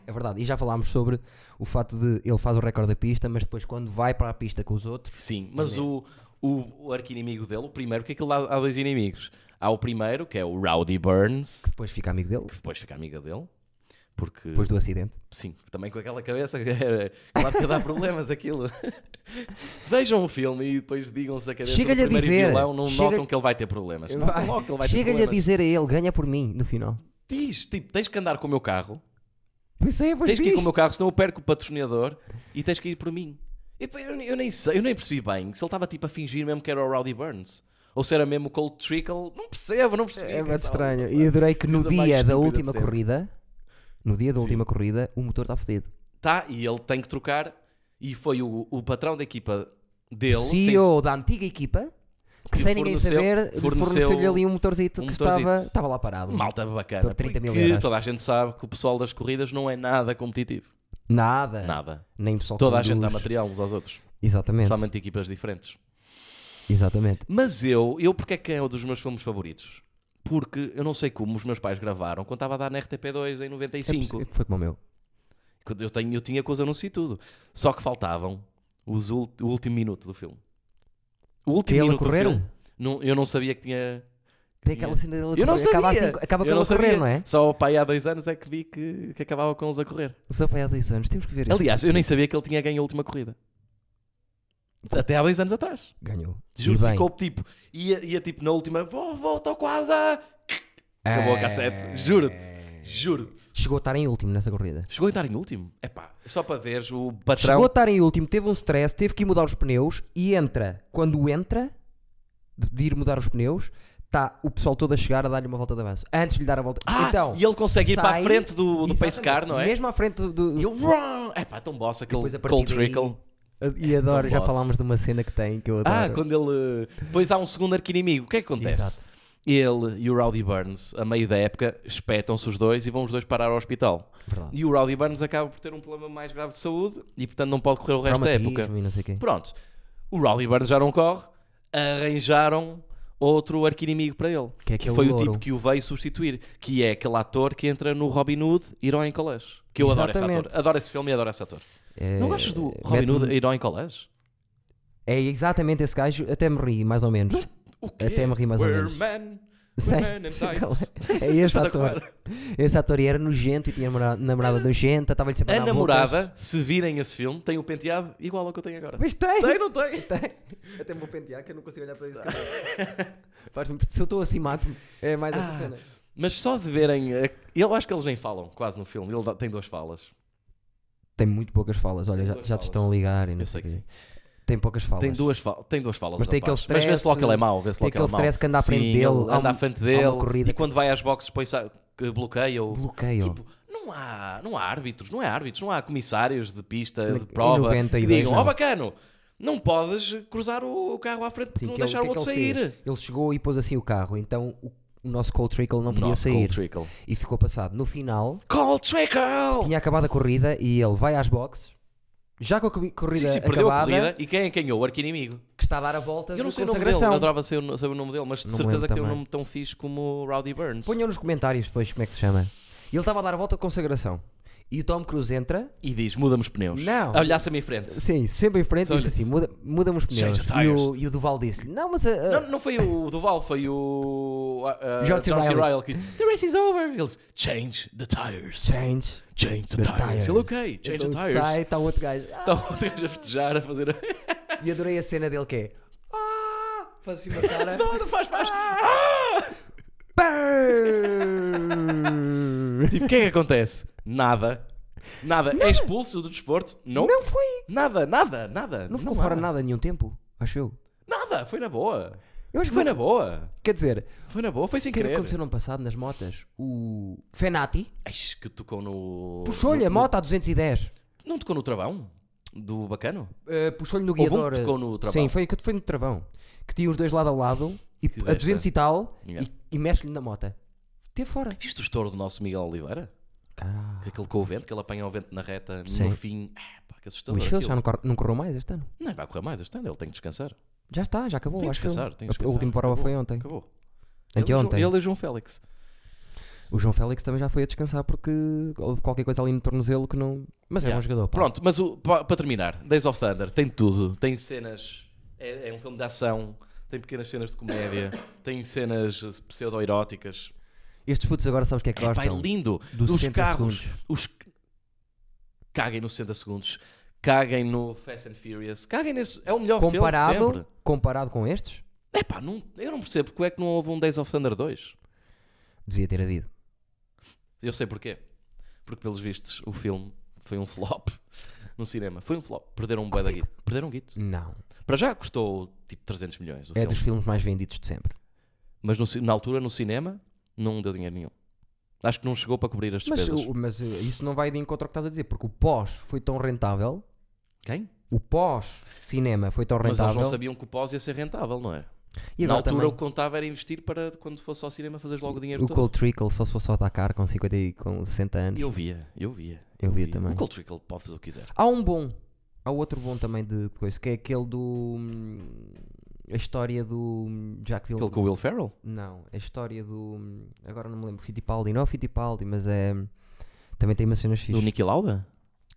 S2: É verdade, e já falámos sobre o fato de ele faz o recorde da pista, mas depois quando vai para a pista com os outros,
S1: Sim, mas o, o, o arqui-inimigo dele, o primeiro, que aquilo há, há dois inimigos. Há o primeiro, que é o Rowdy Burns,
S2: depois fica amigo dele,
S1: que depois fica amiga dele. Porque,
S2: depois do acidente.
S1: sim, também com aquela cabeça, era- claro que dá problemas aquilo. Vejam o filme e depois digam-se a cabeça
S2: Chega-lhe a
S1: do primeiro
S2: dizer.
S1: vilão, não
S2: Chega-
S1: notam que ele vai ter problemas. Notam logo que ele vai ter
S2: Chega-lhe a
S1: problemas.
S2: dizer a ele, ganha por mim, no final.
S1: Diz, tipo, tens que andar com o meu carro,
S2: Pois é, pois
S1: tens que ir
S2: diz.
S1: com o meu carro, senão eu perco o patrocinador e tens que ir por mim. E, pá, eu, eu nem sei, eu nem percebi bem se ele estava tipo a fingir mesmo que era o Rowdy Burns ou se era mesmo o Cold Trickle. Não percebo, não percebi.
S2: É
S1: o que é
S2: muito
S1: que estava a
S2: estranho.
S1: passar.
S2: E adorei que no
S1: Coisa mais
S2: dia da
S1: estúpida
S2: última
S1: de sempre.
S2: corrida, no dia da
S1: Sim.
S2: última corrida, o motor está fodido.
S1: Tá, e ele tem que trocar. E foi o, o patrão da equipa dele,
S2: O
S1: sem-
S2: CEO da antiga equipa, que
S1: Que
S2: sem ninguém
S1: forneceu-
S2: saber,
S1: forneceu
S2: forneceu-lhe ali um motorzito
S1: um
S2: que
S1: motorzito.
S2: estava, estava lá parado.
S1: malta bacana.
S2: Por 30 mil
S1: porque
S2: euros.
S1: toda a gente sabe que o pessoal das corridas não é nada competitivo.
S2: Nada.
S1: Nada.
S2: Nem pessoal
S1: Toda a
S2: É. conduz.
S1: gente dá material uns aos outros,
S2: Exatamente.
S1: somente equipas diferentes.
S2: Exatamente.
S1: Mas eu, eu porque é que é um dos meus filmes favoritos? Porque eu não sei como os meus pais gravaram quando estava a dar na RTP2 em
S2: É
S1: 95.
S2: possi- Foi como o meu.
S1: Quando eu, tenho, eu tinha coisa, não sei tudo. Só que faltavam os ul- o último minuto do filme. O
S2: Que
S1: último
S2: ele a
S1: minuto
S2: correr?
S1: do filme. Não, eu não sabia que tinha.
S2: Tem aquela
S1: Tinha.
S2: cena dele a
S1: Eu não
S2: correr. Acaba,
S1: sabia.
S2: assim- acaba
S1: eu
S2: com ele
S1: não
S2: a correr,
S1: sabia.
S2: não é?
S1: Só o pai há dois anos é que vi que, que acabava com eles a correr.
S2: Só para há dois anos. Temos que ver isso.
S1: Aliás, eu nem sabia que ele tinha ganho a última corrida. Até há dois anos atrás.
S2: Ganhou.
S1: Juro,
S2: E bem.
S1: ficou tipo. Ia, ia tipo na última. Vou, vou, estou quase a. Acabou a
S2: É.
S1: cassete. Juro-te. Juro-te.
S2: Chegou a estar em último nessa corrida.
S1: Chegou a estar em último. É pá, só para veres o
S2: Chegou a
S1: patrão.
S2: estar em último, teve um stress, teve que ir mudar os pneus e entra. Quando entra, de, de ir mudar os pneus, está o pessoal todo a chegar a dar-lhe uma volta de avanço. Antes de lhe dar a volta.
S1: Ah,
S2: então,
S1: e ele consegue ir para
S2: sai-
S1: a frente do, do pace
S2: Exatamente.
S1: car, não é?
S2: Mesmo à frente do. do-
S1: E eu, "Uau!" é pá, tão bossa
S2: Depois, a
S1: aquele
S2: partir
S1: Cold
S2: daí-
S1: Trickle.
S2: e adoro,
S1: tão
S2: já
S1: boss.
S2: falámos de uma cena que tem que eu adoro.
S1: Ah, quando ele. Depois há um segundo arqui-inimigo. O que é que acontece?
S2: Exato.
S1: Ele e o Rowdy Burns, a meio da época, espetam-se os dois e vão os dois parar ao hospital.
S2: Verdade.
S1: E o Rowdy Burns acaba por ter um problema mais grave de saúde e, portanto, não pode correr o resto da
S2: Traumatismo
S1: época.
S2: e não sei o quê.
S1: Pronto, o Rowdy Burns já não corre, arranjaram outro arqui-inimigo para ele.
S2: Que é aquele
S1: foi o
S2: louro.
S1: tipo que o veio substituir, que é aquele ator que entra no Robin Hood, Herói em Colégio. Que eu adoro esse ator.
S2: Exatamente.
S1: Adoro esse filme e adoro esse ator.
S2: É,
S1: Não gostas do
S2: mete
S1: Robin
S2: um-
S1: Hood, Herói em Colégio?
S2: É exatamente esse gajo, até me ri, mais ou menos.
S1: O quê?
S2: Até me ri mais ou
S1: We're
S2: menos.
S1: men,
S2: Sei,
S1: we're men and
S2: sei qual
S1: knights.
S2: é. É esse ator.
S1: Espetacular.
S2: Esse ator e era nojento e tinha namorada, namorada nojenta, estava-lhe sempre
S1: A
S2: dar
S1: namorada, se virem esse filme, tem o penteado igual ao que eu tenho agora.
S2: bocas. Mas tem!
S1: Tem, não tem?
S2: Até me vou pentear que eu não consigo olhar para esse cabelo. Se eu estou assim, mato-me. É mais essa
S1: Ah.
S2: cena.
S1: Mas só de verem. eh, Eu acho que eles nem falam quase no filme. Ele dá- tem duas falas.
S2: Tem muito poucas falas, olha,
S1: Tem
S2: já,
S1: duas
S2: já te
S1: falas.
S2: estão a ligar e não
S1: Eu
S2: sei
S1: sei
S2: o quê.
S1: que
S2: Tem poucas falas.
S1: Tem duas, fa- tem duas falas.
S2: Mas tem
S1: rapaz.
S2: aquele
S1: Mas vê-se logo que ele é
S2: stress,
S1: mau. Vê-se
S2: tem
S1: logo que ele é
S2: aquele
S1: mau.
S2: stress que anda à frente
S1: Sim,
S2: dele,
S1: ele
S2: há
S1: Anda
S2: uma-
S1: à frente
S2: há uma
S1: dele.
S2: corrida
S1: e
S2: que-
S1: quando vai às boxes, depois sa- que bloqueia. o-
S2: Bloqueio.
S1: Tipo, não há, não há árbitros. Não é árbitros. Não há comissários de pista,
S2: Na-
S1: de
S2: em
S1: prova.
S2: 92
S1: que digam, ó
S2: não.
S1: bacano, Não podes cruzar o o carro à frente porque
S2: Sim,
S1: não
S2: que ele-
S1: deixar
S2: que
S1: o
S2: é que
S1: outro
S2: ele
S1: sair.
S2: fez? Ele chegou e pôs assim o carro, então o, o nosso Cold Trickle não podia
S1: Nosso
S2: sair.
S1: Cold Trickle.
S2: E ficou passado. No final,
S1: Cold Trickle!
S2: tinha acabado a corrida e ele vai às boxes, já com a co- corrida
S1: Sim, sim, perdeu
S2: acabada,
S1: a corrida e quem ganhou? O arqui-inimigo.
S2: que está a dar né? a volta
S1: Eu não
S2: de
S1: sei o nome dele, eu
S2: consagração.
S1: adorava ser, o- saber o nome dele, mas de
S2: Não me
S1: certeza
S2: lembro
S1: que tem um
S2: também.
S1: nome tão fixe como Rowdy Burns.
S2: Ponham nos comentários depois como é que se chama. Ele estava a dar a volta de consagração. E o Tom Cruise entra,
S1: E diz: muda-me os pneus.
S2: Não.
S1: A Olhar-se-me em frente.
S2: sim, sempre em frente,
S1: Então,
S2: diz assim: muda- muda-me os pneus.
S1: Change the
S2: E
S1: tires.
S2: o, e o Duval disse-lhe: Não, mas eh, a, a-
S1: Não, não foi o Duval, foi o. ah, ah,
S2: John
S1: John
S2: C.
S1: C. Ryle.
S2: Reilly
S1: que disse: The race is over. Ele disse: Change the tires.
S2: change
S1: Change the,
S2: the
S1: tires.
S2: tires.
S1: Ele, ok, change
S2: Então
S1: the tires.
S2: Sai, está outro gajo. Ah,
S1: Estão outra vez a festejar, a fazer.
S2: E adorei a cena dele que é. Ah! Faz assim uma cara.
S1: Não, não faz, faz. Ah!
S2: Pá!
S1: Tipo, o que é que acontece? Nada. Nada. É expulso do desporto? Não.
S2: não foi.
S1: Nada, nada, nada.
S2: Não ficou
S1: há.
S2: fora nada nenhum tempo, acho eu.
S1: Nada, foi na boa.
S2: Eu acho que
S1: Foi
S2: foi.
S1: na boa.
S2: Quer dizer,
S1: Foi na boa, foi sem
S2: o que
S1: querer.
S2: aconteceu no ano passado nas motas? O Fenati
S1: Eis que tocou no.
S2: puxou-lhe a moto a 210.
S1: Não tocou no travão? Do bacano?
S2: Uh, puxou-lhe no
S1: Houve um que
S2: guiador.
S1: tocou no travão.
S2: Sim, foi, que foi no travão. Que tinha os dois lado a lado, e, a
S1: desta.
S2: 200 e tal, e-
S1: Yeah.
S2: e, mexe-lhe na moto. Teve fora.
S1: Viste o estouro do nosso Miguel Oliveira?
S2: Caralho.
S1: Que Aquele com o vento, que ele apanha o vento na reta,
S2: Sim.
S1: no fim. Ah, pá, que assustador.
S2: Lixou, já
S1: aquilo.
S2: não, cor- não correu mais este ano.
S1: Não vai correr mais este ano, ele tem que descansar.
S2: Já está, já acabou.
S1: Tem que
S2: acho eu.
S1: descansar, tem que
S2: A
S1: descansar.
S2: última prova
S1: Acabou,
S2: foi ontem.
S1: Acabou.
S2: Anteontem.
S1: Ele, e o João Félix.
S2: O João Félix também já foi a descansar porque houve qualquer coisa ali no tornozelo que não. Mas era
S1: Yeah.
S2: um jogador. Pá.
S1: Pronto, mas o- pa- para terminar, Days of Thunder tem tudo. Tem cenas. É, é um filme de ação. Tem pequenas cenas de comédia. tem cenas eh, pseudo-eróticas.
S2: Estes putos agora sabes o que é que
S1: É, pá, é
S2: gostam.
S1: lindo.
S2: Dos
S1: Dos
S2: 60
S1: carros.
S2: segundos.
S1: Os... Caguem no 60 segundos. Caguem no Fast and Furious. Caguem nesse. É o melhor filme de
S2: Comparado,
S1: sempre.
S2: comparado com estes,
S1: É pá, não- eu não percebo porque é que não houve um Days of Thunder 2.
S2: devia ter havido.
S1: Eu sei porquê. Porque, pelos vistos, o filme foi um flop no cinema. Foi um flop. Perderam um bué da guita. Perderam um guito.
S2: Não.
S1: Para já custou tipo 300 milhões o
S2: É
S1: filme.
S2: dos filmes mais vendidos de sempre.
S1: Mas no ci- na altura, no cinema, não deu dinheiro nenhum. Acho que não chegou para cobrir as
S2: Mas,
S1: despesas.
S2: o- mas, uh, isso não vai de encontro ao que estás a dizer, porque o pós foi tão rentável.
S1: Quem?
S2: O pós-cinema foi tão
S1: Mas eles
S2: rentável.
S1: não sabiam que o pós ia ser rentável, não é?
S2: e
S1: na
S2: agora
S1: altura
S2: também,
S1: o que contava era investir para quando fosse ao cinema fazeres logo o dinheiro
S2: o
S1: todo.
S2: Cold Trickle só se fosse ao Dakar com 50 e com 60 anos.
S1: E Eu via, eu via.
S2: Eu via também.
S1: O Cold Trickle pode fazer o que quiser.
S2: Há um bom. Há outro bom também de de coisa, que é aquele do. hum, A história do. hum, Jacksonville.
S1: Aquele com o Will Ferrell?
S2: Não, a história do. hum, Agora não me lembro. Fittipaldi, não é o Fittipaldi, mas é. Também tem umas cenas
S1: Do
S2: fixe.
S1: Nicky Lauda?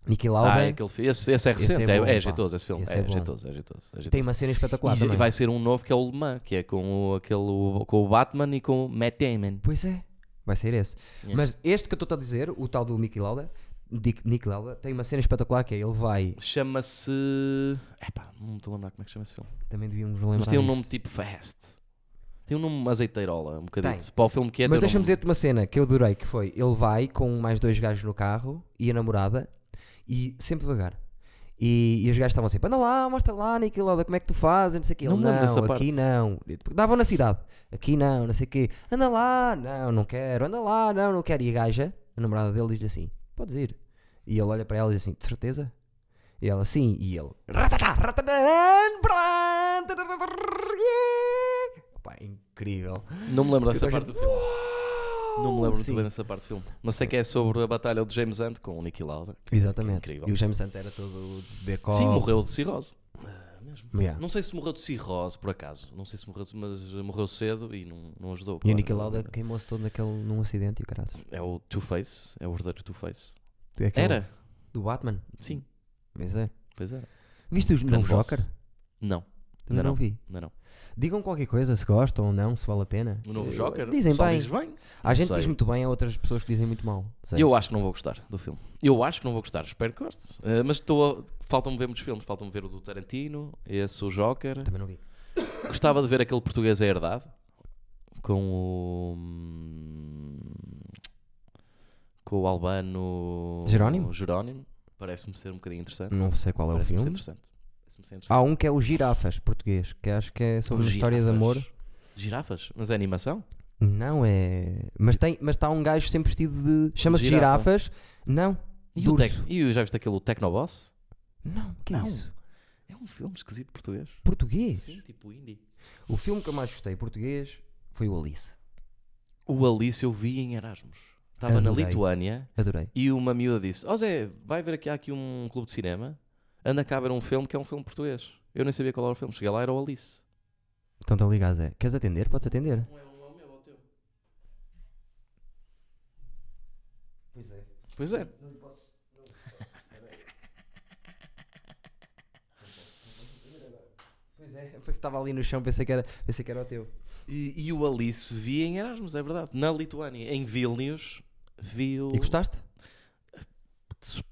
S2: Niki Lauda
S1: Ah, é aquele fi- esse, esse é
S2: Esse é
S1: recente, é,
S2: bom,
S1: é,
S2: pá.
S1: jeitoso esse filme.
S2: Esse
S1: é,
S2: é bom.
S1: jeitoso, é jeitoso, é jeitoso.
S2: tem uma cena espetacular
S1: E
S2: também.
S1: vai ser um novo que é o Le Mans, que é com o, aquele, o- com o Batman e com o Matt Damon.
S2: Pois é, vai ser esse.
S1: Yeah.
S2: Mas este que eu estou a dizer, o tal do Niki Lauda, Dick- Niki Lauda, tem uma cena espetacular que é ele vai.
S1: Chama-se. Epá, não me estou a lembrar como é que se chama esse filme.
S2: Também devíamos lembrar.
S1: Mas tem um
S2: disso.
S1: nome tipo Fast. Tem um nome azeiteirola, um bocadinho.
S2: Tem.
S1: Para o filme que é.
S2: Mas
S1: eu não
S2: deixa-me
S1: me-
S2: dizer-te uma cena que eu adorei, que foi, ele vai com mais dois gajos no carro e a namorada, e sempre devagar. E, e os gajos estavam sempre, anda lá, mostra lá, Niki Lauda, como é que tu fazes, não sei o quê. Ele,
S1: Não me lembro
S2: não,
S1: dessa
S2: aqui
S1: parte."
S2: não. Davam na cidade, aqui não, não sei o quê. Anda lá, não, não quero, anda lá, não, não quero. E a gaja, a namorada dele, diz-lhe assim, podes ir. E ele olha para ela e diz assim, de certeza? E ela, sim, e ele... "Ratatá, ratatá, brá, tarará, yeah." Pá, incrível.
S1: Não me lembro dessa
S2: Eu
S1: parte do filme. Não me lembro muito
S2: Sim.
S1: bem dessa parte do filme. Mas sei que é sobre a batalha do James Hunt com o Nicky Lauda.
S2: Exatamente.
S1: Incrível.
S2: E o James Hunt era todo de beco.
S1: Sim, morreu de cirrose.
S2: Yeah.
S1: Não sei se morreu de cirrose, por acaso. Não sei se morreu, de- mas eh, morreu cedo e não, não ajudou.
S2: E o
S1: claro.
S2: Niki Lauda queimou-se todo naquele, num acidente e o caralho.
S1: É o Two-Face, é o verdadeiro Two-Face.
S2: é
S1: Era?
S2: Do Batman.
S1: Sim,
S2: Mas é.
S1: pois era.
S2: Viste os novo
S1: Grande boss.
S2: Joker?
S1: Não,
S2: Também
S1: Ainda
S2: não,
S1: não.
S2: vi.
S1: ainda não.
S2: Digam qualquer coisa, se gostam ou não, se vale a pena.
S1: O novo
S2: Eu-
S1: Joker?
S2: Dizem
S1: só
S2: bem.
S1: Diz bem.
S2: Há gente que
S1: sei.
S2: diz muito bem, há outras pessoas que dizem muito mal. Sei.
S1: Eu acho que não vou gostar do filme. Eu acho que não vou gostar, espero que goste. Eh, mas estou a... faltam-me ver muitos filmes. Faltam-me ver o do Tarantino, esse o Joker.
S2: Também não vi.
S1: Gostava de ver aquele português é herdade com o. com o albano.
S2: Jerónimo?
S1: Jerónimo. Parece-me ser um bocadinho interessante.
S2: Não sei qual é o
S1: Parece-me ser
S2: filme.
S1: interessante. Parece-me ser interessante.
S2: Há um que é o Girafas, português, que acho que é sobre
S1: Os
S2: uma história de amor.
S1: girafas. Girafas? Mas é animação?
S2: Não é. Mas tem, mas está um gajo sempre vestido de. Chama-se
S1: Girafa.
S2: Girafas. Não.
S1: E,
S2: de
S1: o
S2: urso.
S1: tec... e já viste aquele o Tecnoboss?
S2: Não, que é
S1: Não.
S2: isso?
S1: É um filme esquisito português.
S2: Português.
S1: Sim, tipo indie.
S2: O filme que eu mais gostei português foi o Alice.
S1: O Alice eu vi em Erasmus. Estava na
S2: Adorei.
S1: Lituânia
S2: Adorei.
S1: e uma miúda disse: Ó Zé, vai ver aqui, há aqui um clube de cinema. Anda cá ver um filme que é um filme português. Eu nem sabia qual era o filme. Cheguei lá, era o Alice.
S2: Então está ligado, Zé. Queres atender? Podes atender.
S1: Não é o meu, é o teu.
S2: Pois é.
S1: Pois é.
S2: Pois é. Porque estava ali no chão, pensei que era, pensei que era o teu.
S1: E, e o Alice vi em Erasmus, é verdade. Na Lituânia, em Vilnius, vi o.
S2: E gostaste?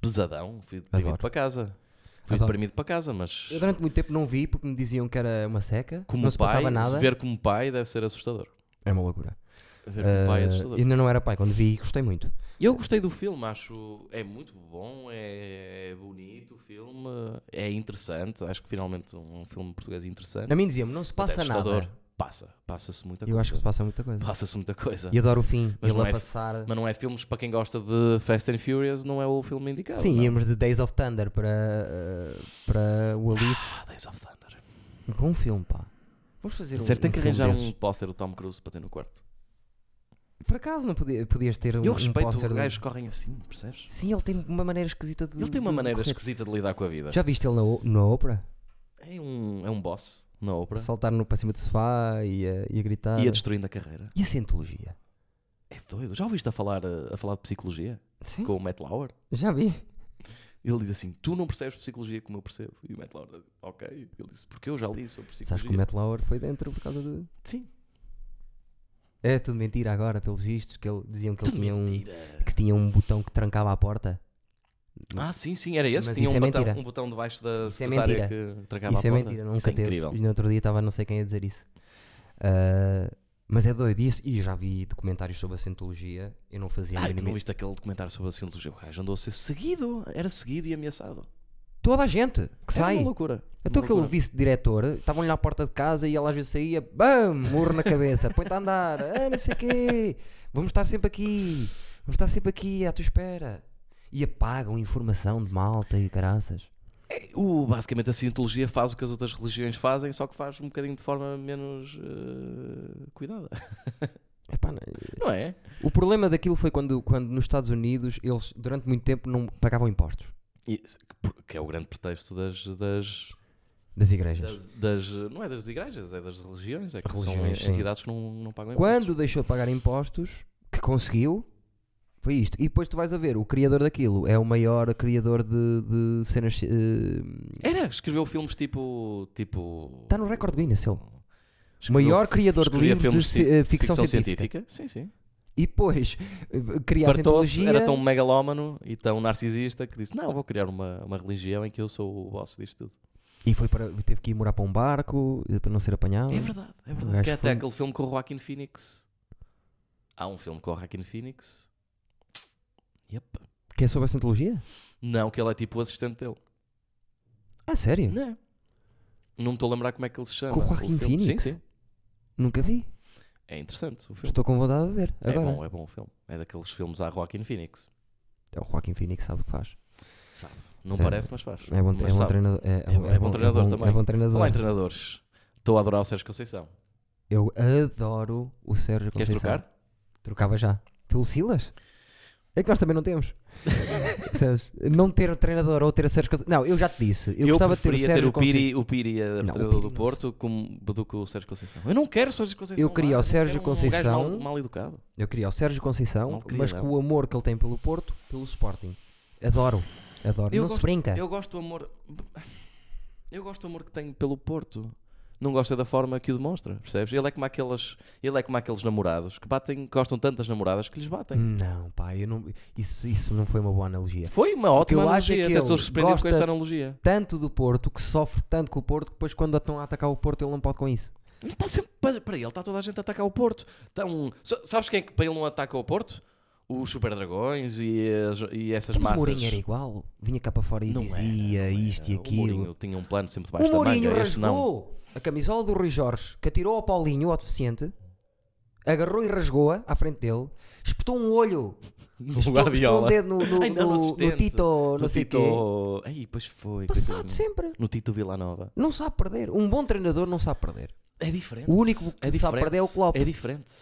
S1: Pesadão. Fui deprimido
S2: Adoro.
S1: para casa. Fui
S2: Adoro.
S1: deprimido para casa, mas.
S2: Eu durante muito tempo não vi porque me diziam que era uma seca.
S1: Como
S2: não se
S1: pai,
S2: passava nada.
S1: se ver como pai deve ser assustador.
S2: É uma loucura. Ah,
S1: Ver como pai é assustador.
S2: ainda Eh, não era pai. Quando vi, gostei muito.
S1: Eu gostei do filme, acho é muito bom, é, é bonito o filme, é interessante, acho que finalmente um, um filme português interessante.
S2: A mim diziam-me, não se
S1: Mas é
S2: passa
S1: assustador.
S2: nada.
S1: Passa, passa-se muita
S2: Eu
S1: coisa.
S2: acho que se passa muita coisa.
S1: Passa-se muita coisa.
S2: E adoro o fim.
S1: Mas
S2: ele
S1: não
S2: a
S1: é-
S2: passar.
S1: Mas não é filmes para quem gosta de Fast and Furious, não é o filme indicado.
S2: Sim,
S1: não.
S2: íamos de Days of Thunder para, eh, para o Alice.
S1: Ah, Days of Thunder.
S2: Bom filme, pá. Vamos fazer um,
S1: Certo, tem
S2: um
S1: que
S2: filme
S1: arranjar um
S2: desses.
S1: póster do Tom Cruise para ter no quarto.
S2: Por acaso não podia, podias ter um,
S1: Eu
S2: um
S1: respeito
S2: póster
S1: os
S2: do-
S1: gajos que correm assim, percebes?
S2: Sim, ele tem uma maneira esquisita de.
S1: Ele tem uma
S2: de
S1: maneira
S2: correr.
S1: esquisita de lidar com a vida.
S2: Já viste ele na, o- na ópera?
S1: É, um, é um boss na ópera.
S2: Saltar no, para cima do sofá e a, e a gritar.
S1: Ia destruindo a carreira.
S2: E a cientologia?
S1: É doido. Já ouviste a falar, eh, a falar de psicologia?
S2: Sim.
S1: Com o Matt Lauer?
S2: Já vi.
S1: Ele diz assim: Tu não percebes psicologia como eu percebo. E o Matt Lauer, ok. Ele disse: Porque eu já li sobre psicologia.
S2: Sabes é que o Matt Lauer foi dentro por causa de.
S1: Sim.
S2: É tudo mentira agora, pelos vistos, que ele, diziam que ele
S1: Tudo
S2: tinha um,
S1: mentira.
S2: que tinha um botão que trancava a porta.
S1: Ah, sim, sim, era esse.
S2: Mas
S1: Tinha
S2: isso
S1: um,
S2: é
S1: botão,
S2: mentira.
S1: um botão debaixo da
S2: Isso é
S1: secretária que tragava
S2: isso
S1: a
S2: é
S1: porta.
S2: mentira,
S1: Isso
S2: nunca
S1: é
S2: teve.
S1: incrível.
S2: E no outro dia estava não sei quem a dizer isso. Ah, mas é doido. E, isso- e eu já vi documentários sobre a cientologia. Eu não fazia a
S1: Ai, tu
S2: mínima-
S1: não viste aquele documentário sobre a cientologia? O gajo andou a ser seguido, era seguido e ameaçado.
S2: Toda a gente que sai.
S1: Era uma loucura.
S2: Então
S1: Uma
S2: aquele
S1: loucura.
S2: vice-diretor, estavam-lhe à porta de casa e ele às vezes saía, bam, morro na cabeça, põe-te a andar, ah, não sei o quê, vamos estar sempre aqui, vamos estar sempre aqui à tua espera. E apagam informação de malta e caraças.
S1: O, basicamente a cientologia faz o que as outras religiões fazem, só que faz um bocadinho de forma menos eh, cuidada.
S2: Epá, não-
S1: Não é?
S2: o problema daquilo foi quando, quando nos Estados Unidos eles durante muito tempo não pagavam impostos
S1: E- que é o grande pretexto das- das,
S2: das igrejas.
S1: das, das- não é das igrejas, é das religiões, é que
S2: Religiões, sim.
S1: são entidades que não, não pagam impostos.
S2: Quando deixou de pagar impostos, que conseguiu, foi isto. E depois tu vais a ver, o criador daquilo é o maior criador de, de cenas. eh,
S1: Era, escreveu filmes tipo... tipo
S2: Está Tá no recorde Guinness, ele.
S1: escreveu-
S2: maior criador de
S1: escrevia
S2: livros de
S1: filmes
S2: ci- eh, ficção
S1: científica. Sim, sim.
S2: E depois eh, cria a
S1: Fartou-se,
S2: cientologia.
S1: era tão megalómano e tão narcisista que disse, não, vou criar uma, uma religião em que eu sou o boss disto tudo.
S2: E foi para, teve que ir morar para um barco eh, para não ser apanhado.
S1: É verdade, é
S2: O Um gajo
S1: verdade. Que é até
S2: foi-
S1: aquele filme com o Joaquin Phoenix. Há um filme com o Joaquin Phoenix. Yep.
S2: Que é sobre a cientologia?
S1: Não, que ele é tipo o assistente dele.
S2: Ah, sério?
S1: Não. é. Não me estou a lembrar como é que ele se chama.
S2: Com o Joaquin
S1: filme.
S2: Phoenix?
S1: Sim, sim.
S2: Nunca vi.
S1: É interessante o filme.
S2: Estou com vontade de ver. Agora.
S1: É bom, é bom o filme. É daqueles filmes à Joaquin Phoenix.
S2: É o Joaquim Phoenix, sabe o que faz.
S1: Sabe? Não
S2: É.
S1: parece, mas faz.
S2: É bom,
S1: Mas
S2: é bom
S1: sabe.
S2: treinador. É,
S1: É bom- é bom treinador
S2: bom-
S1: também.
S2: É bom treinador.
S1: Olá, treinadores. Estou a adorar o Sérgio Conceição.
S2: Eu adoro o Sérgio
S1: Queres
S2: Conceição.
S1: trocar?
S2: Trocava já. Pelo Silas? É que nós também não temos. Percebes? não ter treinador ou ter o Sérgio Conceição. Não, eu já te disse. Eu, gostava de ter o
S1: preferia
S2: Sérgio
S1: o Piri, o Piri a
S2: o
S1: treinador
S2: Piri
S1: do
S2: não
S1: Porto como, do que o Sérgio Conceição. Eu não quero o Sérgio Conceição.
S2: Eu queria
S1: lá,
S2: o
S1: não
S2: Sérgio
S1: quero um gajo
S2: Conceição.
S1: mal, mal educado.
S2: Eu queria o Sérgio Conceição,
S1: Mal queria,
S2: mas
S1: não.
S2: com o amor que ele tem pelo Porto, pelo Sporting. Adoro. Adoro.
S1: Eu
S2: não se
S1: gosto-
S2: brinca.
S1: Eu gosto do amor. Eu gosto do amor que tenho pelo Porto. Não gosto é da forma que o demonstra, percebes? Ele é como aqueles, ele é como aqueles namorados que batem, gostam tanto das namoradas que lhes batem.
S2: Não, pá, eu não... Isso, isso não foi uma boa analogia.
S1: Foi uma
S2: Hum. que eu
S1: ótima
S2: acho é
S1: analogia.
S2: que
S1: Até
S2: ele
S1: estou surpreendido
S2: gosta-
S1: com essa analogia.
S2: Tanto do Porto, que sofre tanto com o Porto, que depois quando estão a atacar o Porto, ele não pode com isso.
S1: Mas está sempre. Para, para ele, está toda a gente a atacar o Porto. Está um- sa- Sabes quem é que para ele não ataca o Porto? Os Super Dragões e, as- e essas
S2: Mas o
S1: massas.
S2: Mourinho era igual. Vinha cá para fora e
S1: Não era,
S2: dizia isto
S1: O
S2: e
S1: Mourinho
S2: aquilo.
S1: tinha um plano sempre
S2: O
S1: debaixo da
S2: Mourinho
S1: manga. Este não.
S2: rasgou a camisola do Rui Jorge, que atirou ao Paulinho, o deficiente, agarrou e rasgou-a à frente dele, espetou um olho,
S1: No
S2: espetou, espetou um
S1: Guardiola.
S2: dedo no, no,
S1: Ai, não,
S2: no- no
S1: assistente.
S2: Tito, não
S1: No
S2: sei o quê.
S1: Tito. Aí, pois foi.
S2: Passado
S1: coitadinho.
S2: sempre.
S1: No Tito Villanova.
S2: Não sabe perder. Um bom treinador não sabe perder.
S1: É diferente.
S2: O único que
S1: é
S2: sabe
S1: diferente.
S2: perder é o Klopp.
S1: É diferente.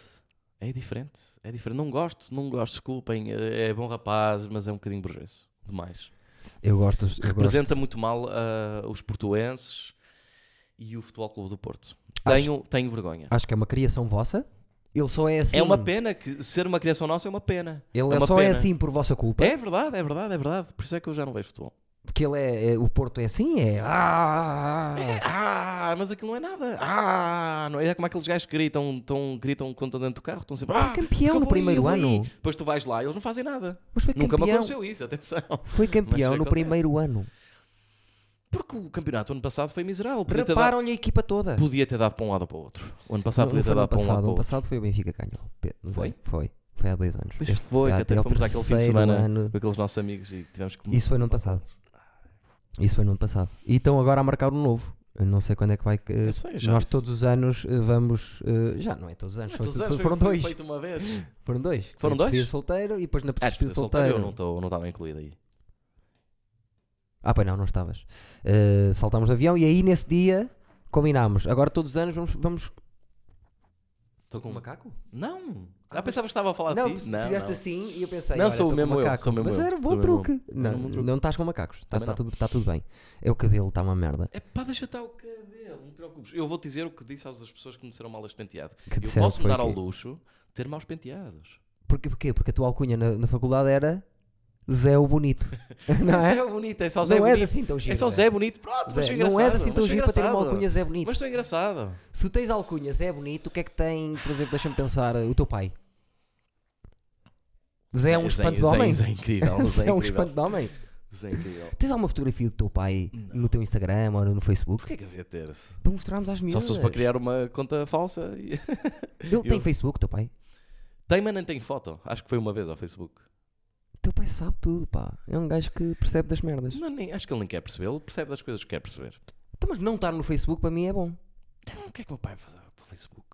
S1: É diferente. É diferente. Não gosto, não gosto, desculpem. É é bom rapaz, mas é um bocadinho burguês. Demais.
S2: Eu gosto. Eu gosto.
S1: Representa muito mal ah, os portuenses e o Futebol Clube do Porto.
S2: Acho-
S1: Tenho, tenho vergonha.
S2: Acho que é uma criação vossa. Ele só é assim.
S1: É uma pena que ser uma criação nossa é uma pena.
S2: Ele
S1: é uma
S2: só é
S1: pena.
S2: assim por vossa culpa.
S1: É verdade, é verdade, é verdade. Por isso é que eu já não vejo futebol.
S2: Porque ele é, é- O Porto é assim? É. Ah,
S1: É, ah, mas aquilo não é nada. Ah, não é, é como aqueles gajos que gritam, tão, gritam quando estão dentro do carro, estão sempre. Ah, eu
S2: campeão no
S1: vou aí,
S2: primeiro
S1: eu vou aí."
S2: ano.
S1: Depois tu vais lá e eles não fazem nada.
S2: Mas foi
S1: Nunca me
S2: campeão.
S1: aconteceu isso, atenção.
S2: Foi campeão no
S1: acontece.
S2: primeiro ano.
S1: Porque o campeonato ano passado foi miserável. Podia ter, dado,
S2: Preparam-lhe a equipa toda.
S1: podia ter dado para um lado ou para o outro. O ano
S2: Não,
S1: passado
S2: não
S1: podia
S2: foi
S1: ter
S2: no
S1: dado para um lado ou
S2: passado. No
S1: para o outro.
S2: passado foi o Benfica que ganhou. Pe- não
S1: Foi?
S2: Foi. Foi há dois anos.
S1: Pois
S2: Este
S1: foi,
S2: será
S1: que até
S2: ao
S1: fomos àquele fim de
S2: terceiro
S1: semana
S2: ano.
S1: com aqueles nossos amigos e tivemos que.
S2: Isso foi no ano passado. Isso foi no ano passado. E estão agora a marcar um novo. Eu não sei quando é que vai. que-
S1: Eu sei, já
S2: Nós
S1: disse.
S2: todos os anos eh, vamos. eh, já não é todos os anos.
S1: Mas
S2: são-
S1: todos os anos
S2: foram
S1: foi
S2: dois.
S1: Feito uma vez.
S2: Foram dois.
S1: Foram
S2: Na despedida
S1: dois?
S2: solteiro e depois na
S1: Ah,
S2: despedida
S1: despedida
S2: solteiro.
S1: solteira, eu não estou- não estava incluído aí.
S2: Ah, pois não, não estavas. Eh, saltámos de avião e aí nesse dia combinámos. Agora todos os anos vamos. vamos...
S1: Estou com um
S2: macaco?
S1: Não!
S2: Ah,
S1: Ah, pensava que estava a falar
S2: Não,
S1: de ti.
S2: fizeste assim e eu pensei.
S1: Não,
S2: olha,
S1: sou o
S2: tô com
S1: mesmo eu,
S2: macaco.
S1: sou o mesmo
S2: Mas
S1: eu,
S2: era
S1: sou
S2: um bom
S1: o mesmo
S2: truque.
S1: o
S2: Não,
S1: mesmo truque.
S2: não estás com macacos. Está
S1: Também não.
S2: tudo, tá tudo bem. É o cabelo, está uma merda.
S1: É pá, deixa estar o cabelo, não te preocupes. Eu vou dizer o que disse às pessoas que me disseram mal este penteado.
S2: Que
S1: eu
S2: disseram que
S1: posso me
S2: foi
S1: dar ao
S2: quê?
S1: luxo de ter maus penteados.
S2: Porquê? Porquê? Porque a tua alcunha na, na faculdade era Zé o Bonito. não
S1: Mas
S2: é?
S1: é bonito, é só Zé
S2: Não és
S1: bonito.
S2: assim tão giro.
S1: é só Zé bonito. Pronto, mas
S2: Zé,
S1: sou
S2: não és assim
S1: engraçado,
S2: tão
S1: mas sou
S2: giro para ter uma
S1: engraçado.
S2: alcunha Zé Bonito.
S1: Mas sou engraçado.
S2: Se tu tens alcunha Zé Bonito, o que é que tem, por exemplo, deixa-me pensar, o teu pai? Zé é um espanto de homem?
S1: Zé, Zé é incrível. Zé
S2: Zé
S1: é
S2: é um
S1: incrível.
S2: espanto de homem?
S1: Zé é incrível.
S2: Tens alguma fotografia do teu pai no teu Instagram ou no Facebook?
S1: Porquê que havia de ter-se?
S2: Para mostrarmos às
S1: Só
S2: miúdas.
S1: se fosse para criar uma conta falsa. e-
S2: Ele tem
S1: eu.
S2: Facebook, teu pai?
S1: Tem, mas nem tem foto. Acho que foi uma vez ao Facebook.
S2: Teu pai sabe tudo, pá. É um gajo que percebe das merdas.
S1: Não, nem, acho que ele nem quer perceber. Ele percebe das coisas que quer perceber.
S2: Então, mas não estar no Facebook para mim é bom.
S1: Então, o que é que o meu pai vai fazer para o Facebook?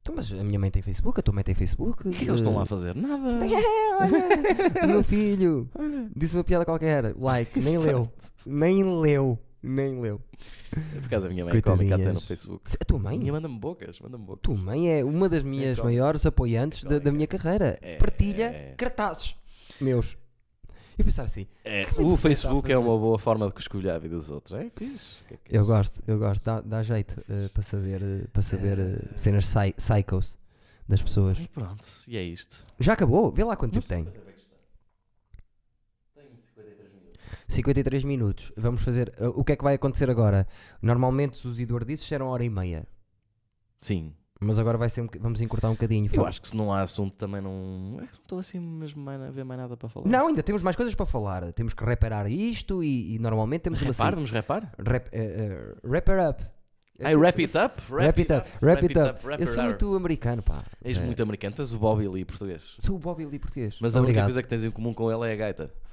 S2: Então, mas a minha mãe tem Facebook, a tua mãe tem Facebook.
S1: O que é que eles estão lá a fazer? Nada.
S2: É, olha, o meu filho disse uma piada qualquer. Like, nem leu. Nem leu. Nem leu.
S1: Por acaso a minha mãe é cómica até no
S2: Coitadinhas.
S1: Facebook.
S2: A tua
S1: A
S2: mãe?
S1: minha manda-me bocas, manda-me bocas.
S2: tua mãe é uma das minhas
S1: cómica.
S2: maiores apoiantes da, da minha carreira.
S1: É,
S2: Partilha
S1: é.
S2: cartazes meus. E pensar assim,
S1: É,
S2: Que
S1: o
S2: muito
S1: Facebook
S2: certo a
S1: é uma boa forma de coscolhar a vida dos outros. É fixe. Que é que-
S2: eu gosto, eu gosto, dá, dá jeito eh, para saber, eh, para saber eh, cenas psy- psychos das pessoas.
S1: E pronto, e é isto.
S2: Já acabou? Vê lá quanto tempo tem.
S1: Tenho 53 minutos.
S2: 53 minutos. Vamos fazer. eh, o que é que vai acontecer agora? Normalmente os eduardices eram hora e meia.
S1: Sim.
S2: Mas agora vai ser um boc- vamos encurtar um bocadinho.
S1: Eu
S2: Fala-
S1: acho que se não há assunto também não. É que não estou assim mesmo mais- a ver mais nada para falar.
S2: Não, ainda temos mais coisas para falar. Temos que reparar isto e, e normalmente temos uma
S1: Repar,
S2: série.
S1: vamos repar?
S2: Rap, eh, eh, wrap it up.
S1: Ai, wrap it up?
S2: É Wrap it up. Wrap it up.
S1: wrap
S2: Eu
S1: it
S2: sou
S1: up.
S2: muito É. americano, pá.
S1: És
S2: Zé.
S1: muito americano, tu és o Bobby Lee português.
S2: Sou o Bobby Lee português.
S1: Mas a única
S2: Obrigado.
S1: coisa que tens em comum com ele é a gaita.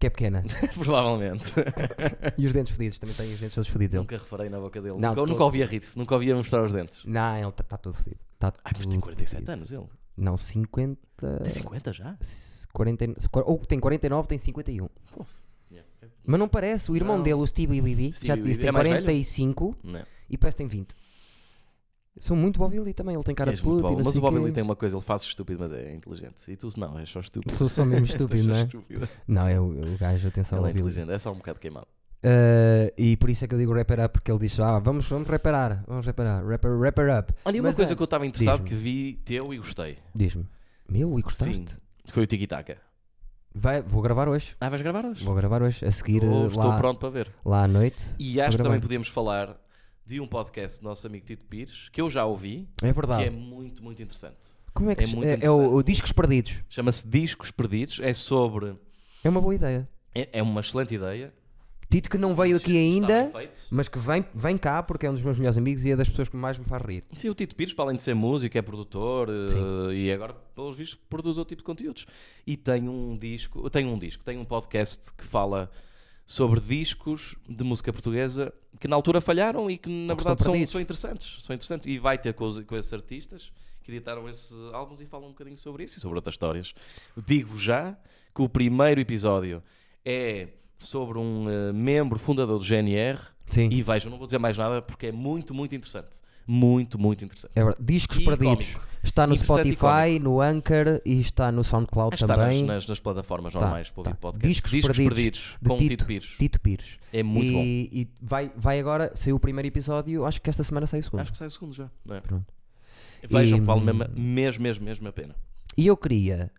S2: Que é pequena.
S1: Provavelmente.
S2: e os dentes fedidos. Também tem os dentes todos é fedidos. Ele.
S1: Nunca reparei na boca dele.
S2: Não,
S1: nunca,
S2: todo-
S1: nunca ouvia rir-se, nunca ouvia mostrar os dentes.
S2: Não, ele está todo fedido. Tá
S1: Ai, Ah, mas tem
S2: tudo
S1: 47
S2: fedido.
S1: anos ele.
S2: Não, 50.
S1: Tem 50 já?
S2: s- 40, e- quar- ou tem 49, tem 51.
S1: Pô,
S2: Mas não parece. O irmão
S1: Não.
S2: dele, o Stevie Bibi,
S1: Stevie
S2: já te disse,
S1: Bibi
S2: tem
S1: é mais velho?
S2: 45
S1: Não é?
S2: e parece que tem 20. Sou muito Bobby Lee também. Ele tem cara
S1: És
S2: de
S1: muito
S2: puto. e
S1: bom.
S2: não
S1: Mas
S2: sei
S1: o Bobby
S2: quê.
S1: Lee tem uma coisa, ele faz estúpido, mas é inteligente. E tu não, és só estúpido.
S2: Sou só mesmo estúpido, não é?
S1: Estúpido.
S2: Não, é o, é o gajo, atenção,
S1: Ele é
S2: Bobby Lee.
S1: inteligente, é só um bocado queimado.
S2: Uh, e por isso é que eu digo wrap it up, porque ele diz: Ah, vamos, vamos reparar, vamos reparar, wrap, wrap it up.
S1: Olha, uma
S2: Mas é.
S1: coisa
S2: antes-
S1: que eu estava interessado
S2: diz-me.
S1: que vi teu e gostei.
S2: Diz-me: Meu, e gostaste?
S1: Sim. Foi o Tiki Taka.
S2: Vai, vou gravar hoje.
S1: Ah, vais gravar hoje?
S2: Vou gravar hoje, a seguir
S1: Oh,
S2: uh,
S1: estou
S2: lá,
S1: pronto para ver.
S2: lá à noite.
S1: E acho que
S2: gravar.
S1: também podíamos falar de um podcast do nosso amigo Tito Pires, que eu já ouvi,
S2: É
S1: que
S2: verdade.
S1: é muito, muito interessante.
S2: Como é que
S1: é
S2: se-
S1: muito
S2: é, é o, o Discos Perdidos.
S1: Chama-se Discos Perdidos, é sobre.
S2: É uma boa ideia.
S1: É, é uma excelente ideia.
S2: Tito que não veio aqui
S1: Está Tá bem
S2: ainda,
S1: feito.
S2: mas que vem, vem cá porque é um dos meus melhores amigos e é das pessoas que mais me faz rir.
S1: Sim, o Tito Pires, para além de ser músico, é produtor eh,
S2: Sim.
S1: e agora, pelos vistos, produz outro tipo de conteúdos. E tem um disco, tem um disco, tem um podcast que fala sobre discos de música portuguesa que na altura falharam e que na
S2: Ou que estão
S1: verdade são,
S2: perdidos.
S1: são interessantes. São interessantes. E vai ter com, os- com esses artistas que editaram esses álbuns e falam um bocadinho sobre isso e sobre outras histórias. Digo já que o primeiro episódio é sobre um eh, membro fundador do GNR.
S2: Sim.
S1: E vejam, não vou dizer mais nada porque é muito, muito interessante. Muito, muito interessante.
S2: É verdade. Discos
S1: E
S2: perdidos.
S1: cómico.
S2: Está no
S1: Interessante e
S2: Spotify, no Anchor e está no SoundCloud
S1: Está nas,
S2: também.
S1: nas, nas plataformas
S2: Tá,
S1: normais para ouvir
S2: tá.
S1: podcast.
S2: Discos Perdidos, de
S1: com o
S2: Tito.
S1: Tito Pires.
S2: Tito Pires.
S1: É muito
S2: e,
S1: bom.
S2: E vai, vai agora, saiu o primeiro episódio, acho que esta semana saiu o segundo.
S1: Acho que sai o segundo já. não é?
S2: Pronto.
S1: Vejam,
S2: E- hum,
S1: vale mesmo, mesmo, mesmo, mesmo a pena.
S2: E eu queria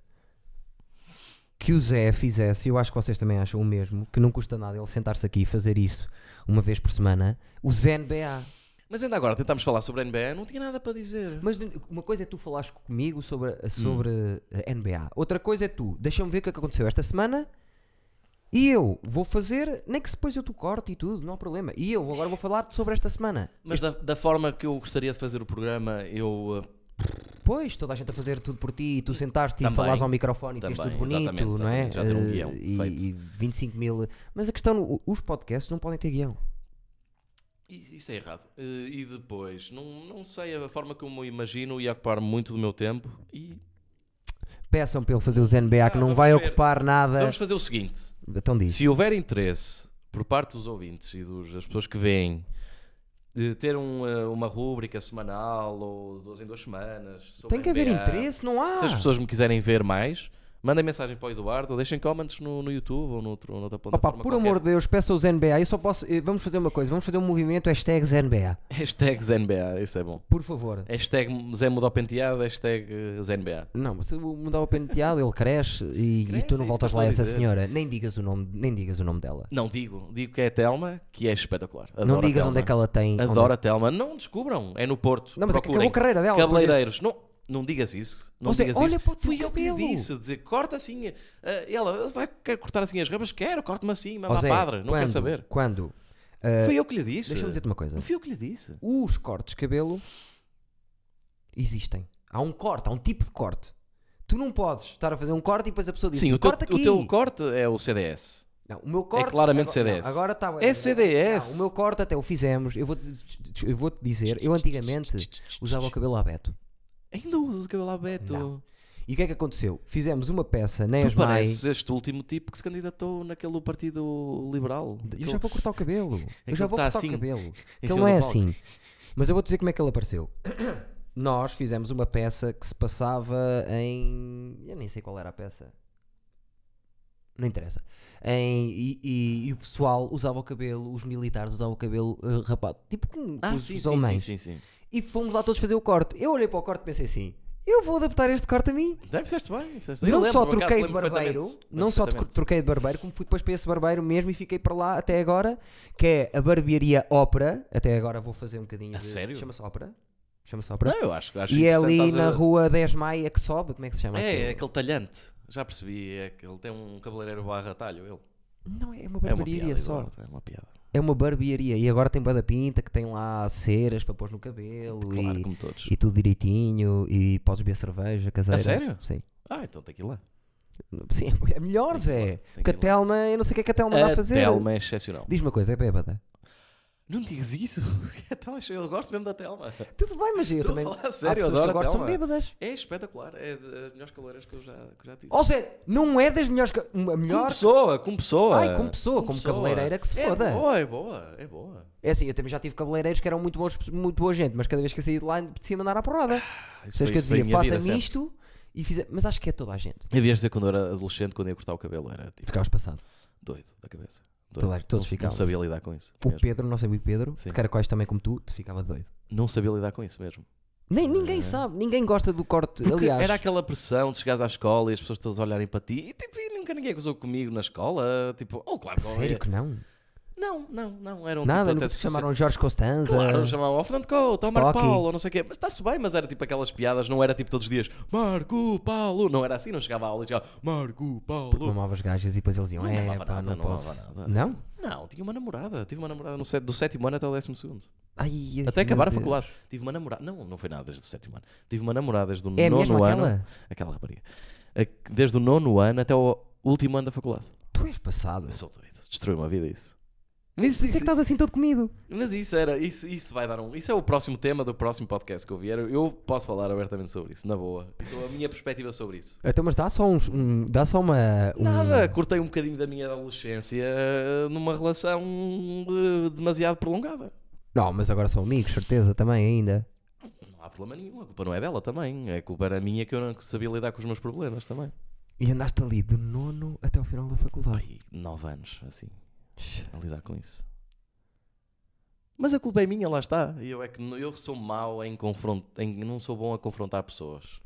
S2: que o Zé fizesse, eu acho que vocês também acham o mesmo, que não custa nada ele sentar-se aqui e fazer isso uma vez por semana, o Zé NBA.
S1: Mas ainda agora tentámos falar sobre a NBA, não tinha nada para dizer.
S2: Mas uma coisa é tu falares comigo sobre, a- sobre a NBA, outra coisa é tu, deixa-me ver o que é que aconteceu esta semana e eu vou fazer, nem que depois eu tu corte e tudo, não há problema. E eu agora vou falar sobre esta semana.
S1: Mas da, da forma que eu gostaria de fazer o programa, eu. uh,
S2: Pois, toda a gente a fazer tudo por ti e tu sentaste e
S1: Também.
S2: falares ao microfone e tens
S1: Também,
S2: tudo bonito,
S1: exatamente,
S2: não é?
S1: exatamente. Já ter um
S2: Eh,
S1: guião
S2: e,
S1: feito.
S2: e 25 mil. Mas a questão, o- os podcasts não podem ter guião.
S1: i- Isso é errado. Uh, E depois, não, não sei, a forma como eu imagino ia ocupar muito do meu tempo. E
S2: Peçam para ele fazer os NBA que
S1: Ah,
S2: não
S1: vamos
S2: vai
S1: ver.
S2: ocupar nada.
S1: vamos fazer o seguinte:
S2: Então diz.
S1: se houver interesse por parte dos ouvintes e dos- das pessoas que vêm de ter um, uh, uma rúbrica semanal ou duas em duas semanas. sobre
S2: Tem que haver
S1: NBA,
S2: interesse, Ah. não há.
S1: Se as pessoas me quiserem ver mais, mandem mensagem para o Eduardo ou deixem comments no, no YouTube ou noutro, noutra
S2: Opa,
S1: plataforma.
S2: por amor
S1: qualquer.
S2: de Deus, peçam os NBA. Eu só posso. eh, Vamos fazer uma coisa, vamos fazer um movimento hashtags NBA.
S1: Hashtags NBA, isso é bom.
S2: Por favor.
S1: Hashtag Zé Mudou Penteado, hashtag ZNBA.
S2: Não, mas se eu mudar o penteado, ele cresce e, e
S1: Cresce,
S2: tu
S1: é isso que
S2: não
S1: eu
S2: voltas
S1: estou
S2: lá
S1: a
S2: a essa
S1: dizer.
S2: senhora. Nem digas o nome, nem digas o nome dela.
S1: Não, digo, digo que é a Telma, que é espetacular. Adoro
S2: não
S1: a
S2: digas
S1: Telma.
S2: onde é que ela tem. onde
S1: Adoro a Telma. Não descubram, é no Porto.
S2: Não, mas é que
S1: Procurem.
S2: acabou a carreira dela,
S1: Cabeleireiros, não, não digas isso. Não
S2: Ou seja,
S1: digas
S2: olha
S1: isso.
S2: para o teu
S1: Fui eu que lhe
S2: cabelo.
S1: disse, dizer, corta assim. eh, ela vai quer cortar assim as rabas? Quero, corta-me assim,
S2: Ó
S1: mamá
S2: Zé,
S1: padre. Não quer
S2: quando-
S1: saber.
S2: Quando?
S1: Fui eu que lhe disse.
S2: Deixa-me dizer-te uma coisa.
S1: Não fui eu que lhe disse.
S2: Os cortes de cabelo existem. Há um corte, há um tipo de corte. Tu não podes estar a fazer um corte e depois a pessoa diz:
S1: Sim, o teu,
S2: corta
S1: o
S2: aqui.
S1: teu corte é o CDS.
S2: Não, o meu corte.
S1: claramente
S2: agora,
S1: CDS.
S2: não, agora tá está.
S1: É CDS.
S2: Não, o meu corte até o fizemos. Eu vou-te eu vou -te dizer: eu antigamente usava o cabelo aberto.
S1: Ainda usas o cabelo aberto.
S2: Não. E o que é que aconteceu? Fizemos uma peça na
S1: Tu
S2: ESMAI.
S1: pareces este último tipo que se candidatou naquele Partido Liberal.
S2: Eu
S1: Aquele-
S2: já vou cortar o cabelo. Eu
S1: Aquele
S2: já vou
S1: tá
S2: cortar
S1: assim,
S2: o cabelo.
S1: em
S2: Ele
S1: cima
S2: não
S1: do
S2: é
S1: palco.
S2: assim. Mas eu vou dizer como é que ele apareceu. Nós fizemos uma peça que se passava em. Eu nem sei qual era a peça. Não interessa. Em- e, e- e o pessoal usava o cabelo, os militares usavam o cabelo eh, rapado. Tipo com
S1: Ah,
S2: os,
S1: sim, sim,
S2: os
S1: sim,
S2: alemães.
S1: sim, sim.
S2: E fomos lá todos fazer o corte. Eu olhei para o corte e pensei assim: eu vou adaptar este corte a mim.
S1: Deve fizeste bem. fizeste- Eu
S2: Não
S1: lembro,
S2: só
S1: por acaso,
S2: troquei de
S1: lembro
S2: barbeiro,
S1: perfeitamente.
S2: não só tro-
S1: Perfeitamente.
S2: troquei de barbeiro, como fui depois para esse barbeiro mesmo e fiquei para lá até agora, que é a barbearia Ópera. Até agora vou fazer um bocadinho
S1: A
S2: de.
S1: sério?
S2: Chama-se Ópera. Chama-se Ópera.
S1: Não, eu acho, acho
S2: e é
S1: interessante,
S2: ali
S1: estás a-
S2: na rua 10 Maia que sobe, como é que se chama?
S1: É,
S2: aquilo?
S1: é aquele talhante. Já percebi. É que ele tem um cabeleireiro barra talho. Ele.
S2: Não, é uma
S1: É uma
S2: barbearia
S1: piada.
S2: só.
S1: Eduardo, É uma piada.
S2: É uma barbearia. E agora tem bué da pinta que tem lá ceras para pôr no cabelo
S1: Claro,
S2: e,
S1: como todos.
S2: e tudo direitinho. E podes beber cerveja caseira.
S1: sério?
S2: Sim.
S1: Ah, então tem que ir lá.
S2: Sim, é melhor, Zé.
S1: Tem
S2: Porque
S1: que
S2: a
S1: ir lá.
S2: Telma, eu não sei o que é que a Telma dá a
S1: A
S2: fazer.
S1: Telma é excepcional.
S2: Diz-me uma coisa, é bêbada.
S1: Não digas isso. A Telma é exce- Eu gosto mesmo da Telma.
S2: Tudo bem, mas eu
S1: Estou a
S2: também.
S1: falar
S2: há
S1: sério,
S2: pessoas que
S1: adoro
S2: eu gosto
S1: a
S2: são
S1: Telma.
S2: bêbadas.
S1: É espetacular. É das melhores cabeleiras que eu já, que eu já tive.
S2: Ou seja, não é das melhores. ca- Uma
S1: Como
S2: Oh, melhor.
S1: pessoa, como pessoa.
S2: Ai, como pessoa, como cabeleireira que se foda.
S1: É boa, é boa, é boa.
S2: É assim, eu também já tive cabeleireiros que eram muito bons, muito boa gente, mas cada vez que eu saí de lá, apetecia mandar à porrada.
S1: Ah,
S2: Sabes que eu dizia, faça-me isto e fiz. Mas acho que é toda a gente.
S1: Devias dizer quando eu era adolescente, quando ia cortar o cabelo, era tipo,
S2: Ficavas passado.
S1: doido da cabeça.
S2: Toda-
S1: Doido.
S2: todos
S1: não, não
S2: ficávamos.
S1: sabia lidar com isso.
S2: O
S1: mesmo.
S2: Pedro, nosso amigo Pedro,
S1: Sim.
S2: de caracóis também como tu, te ficava doido.
S1: Não sabia lidar com isso mesmo.
S2: Nem, ninguém sabe, ninguém gosta do corte.
S1: é. Porque
S2: Aliás,
S1: era aquela pressão de chegares à escola e as pessoas todas olharem para ti e tipo, e nunca ninguém gozou comigo na escola. Tipo, oh, claro que não
S2: sério
S1: é.
S2: que não?
S1: Não, não, não. Era um
S2: Nada,
S1: tipo,
S2: nunca
S1: até
S2: te
S1: se-
S2: chamaram Jorge Costanza.
S1: Claro, não chamavam ao Fernando Couto, ao Marco
S2: Stocky.
S1: Paulo, ou não sei o quê. Mas está-se bem, mas era tipo aquelas piadas, não era tipo todos os dias Marco Paulo. Não era assim, não chegava à aula e chegava Marco
S2: Porque
S1: Paulo.
S2: mamavas gajas e depois eles iam,
S1: Não
S2: é,
S1: mamava
S2: pá,
S1: nada,
S2: não
S1: não
S2: posso.
S1: mamava nada.
S2: Não?
S1: Não, tinha uma namorada. Tive uma namorada no set, do sétimo ano até o décimo segundo.
S2: Ai, ai,
S1: Até
S2: meu
S1: acabar a
S2: Deus.
S1: faculdade. Tive uma namorada. Não, não foi nada desde o sétimo ano. Tive uma namorada desde o
S2: É
S1: nono
S2: mesmo
S1: ano.
S2: aquela?
S1: Aquela rapariga. A- Desde o nono ano até o último ano da faculdade.
S2: Tu és passado.
S1: Sou doido. Destruiu uma vida isso. Mas
S2: Por isso é que estás assim todo comido.
S1: Mas isso era, isso, isso vai dar um. Isso é o próximo tema do próximo podcast que eu vier. Eu posso falar abertamente sobre isso, na boa. Isso é a minha perspectiva sobre isso.
S2: Então, mas dá só, uns- um, dá só uma. um-
S1: Nada, cortei um bocadinho da minha adolescência eh, numa relação eh, demasiado prolongada.
S2: Não, mas agora são amigos, certeza, também ainda.
S1: Não há problema nenhum, a culpa não é dela também. A culpa era minha que eu não sabia lidar com os meus problemas também.
S2: E andaste ali do nono até ao final da faculdade.
S1: Pai, nove anos, assim, a lidar com isso. Mas a culpa é minha, lá está. Eu é que n- eu sou mau em confrontar, não sou bom a confrontar pessoas.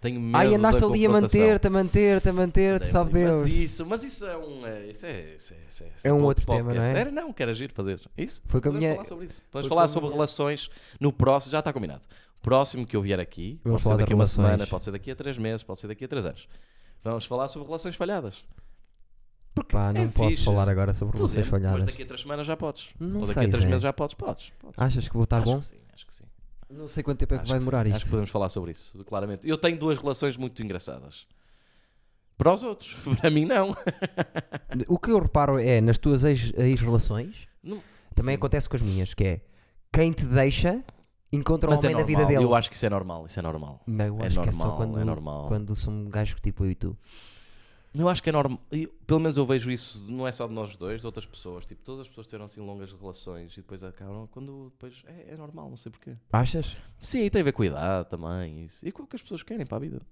S1: Tenho medo
S2: Ai,
S1: da
S2: andaste ali a
S1: confrontação.
S2: manter-te, a manter-te, a manter-te,
S1: Dei-me ali.
S2: sabe Deus.
S1: Mas isso, mas isso é um. é- Isso é, isso é, isso é, isso
S2: É um
S1: pod-
S2: outro tema,
S1: podcast.
S2: não é?
S1: Era não, que era giro fazer. Isso?
S2: Foi com a
S1: Podemos
S2: minha.
S1: falar sobre isso. Podemos
S2: com
S1: falar
S2: a
S1: sobre
S2: minha-
S1: relações no próximo. Já está combinado. Próximo que eu vier aqui, pode
S2: Vamos falar
S1: ser
S2: de
S1: daqui a uma
S2: relações.
S1: semana, pode ser daqui a três meses, pode ser daqui a três anos. Vamos falar sobre relações falhadas.
S2: Porque Pá, não
S1: é
S2: posso
S1: fixe.
S2: falar agora sobre
S1: Podemos,
S2: vocês falhadas.
S1: Mas daqui a três semanas já podes.
S2: Não
S1: Ou daqui
S2: sei,
S1: a três
S2: Zé.
S1: meses já podes. Podes. podes.
S2: Achas que vou estar
S1: acho
S2: bom?
S1: que sim, acho que sim.
S2: Não sei quanto tempo é que
S1: Acho
S2: vai
S1: sim.
S2: demorar
S1: Acho que
S2: isto.
S1: podemos falar sobre isso, claramente. Eu tenho duas relações muito engraçadas. Para os outros, para mim não.
S2: O que eu reparo é nas tuas ex- ex-relações,
S1: Não-
S2: também
S1: Sim.
S2: acontece com as minhas, que é quem te deixa encontra o
S1: Mas é
S2: homem da vida
S1: normal,
S2: dele.
S1: Eu acho que isso é normal, isso é normal.
S2: Não, eu
S1: é
S2: acho que é só
S1: normal,
S2: quando,
S1: é normal.
S2: quando sou um gajo que tipo eu e tu.
S1: Eu acho que é normal. eu- Pelo menos eu vejo isso, não é só de nós dois, de outras pessoas. Tipo, todas as pessoas tiveram assim longas relações e depois acabam. Quando depois. É, é normal, não sei porquê.
S2: Achas?
S1: Sim, e tem a ver com a idade também. Isso. E com o que as pessoas querem para a vida.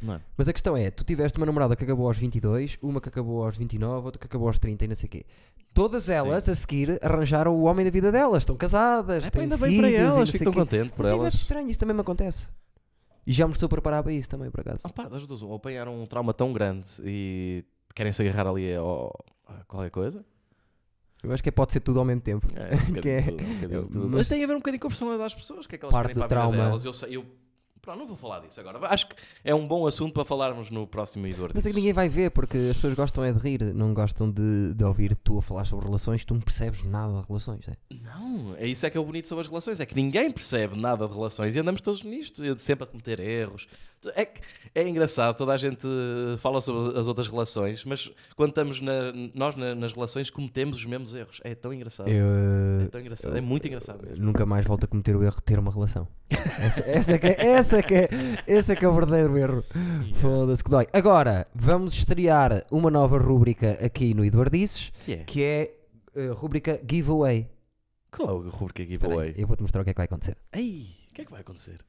S1: Não é?
S2: Mas a questão é, tu tiveste uma namorada que acabou aos 22, uma que acabou aos 29, outra que acabou aos 30 e não sei o quê. Todas elas, a seguir, arranjaram o homem da vida delas. Estão casadas,
S1: É, pá,
S2: têm
S1: ainda
S2: filhos
S1: bem para
S2: e não
S1: elas,
S2: sei
S1: fico tão
S2: quê.
S1: contente por
S2: Mas é bué de
S1: elas.
S2: estranho, isso também me acontece. E já me estou a preparar para isso também, por acaso.
S1: Ah, pá, das duas, ou apanharam um trauma tão grande e querem se agarrar ali ao. a qualquer coisa.
S2: Eu acho que é pode ser tudo ao mesmo tempo.
S1: É, um bocadinho
S2: Que é-
S1: de tudo, um bocadinho de tudo.
S2: mas-
S1: Mas, tem a ver um bocadinho com a personalidade das pessoas, o que é que elas
S2: Parte
S1: querem
S2: do
S1: para a vida
S2: trauma.
S1: delas. Eu, sei- eu, pronto, não vou falar disso agora. Acho que é um bom assunto para falarmos no próximo Eduardo.
S2: Mas é que ninguém vai ver, porque as pessoas gostam é de rir, não gostam de, de ouvir tu a falar sobre relações, tu não percebes nada de relações. é?
S1: Não, é isso é que é o bonito sobre as relações, é que ninguém percebe nada de relações e andamos todos nisto, e sempre a cometer erros. É, que- é engraçado, toda a gente eh, fala sobre as outras relações, mas quando estamos na- nós na- nas relações cometemos os mesmos erros. É tão engraçado.
S2: Eu,
S1: É tão engraçado, é muito engraçado. mesmo.
S2: nunca mais volto a cometer o erro de ter uma relação. Essa, essa é, que é, essa é que é, esse é que é o verdadeiro erro. Foda-se que dói. Agora, vamos estrear uma nova rúbrica aqui no Eduardices,
S1: Que é?
S2: que é a rúbrica Giveaway.
S1: Qual é o rubrica
S2: Espera aí,
S1: giveaway?
S2: eu vou-te mostrar o que é que vai acontecer.
S1: Ei, o que é que vai acontecer?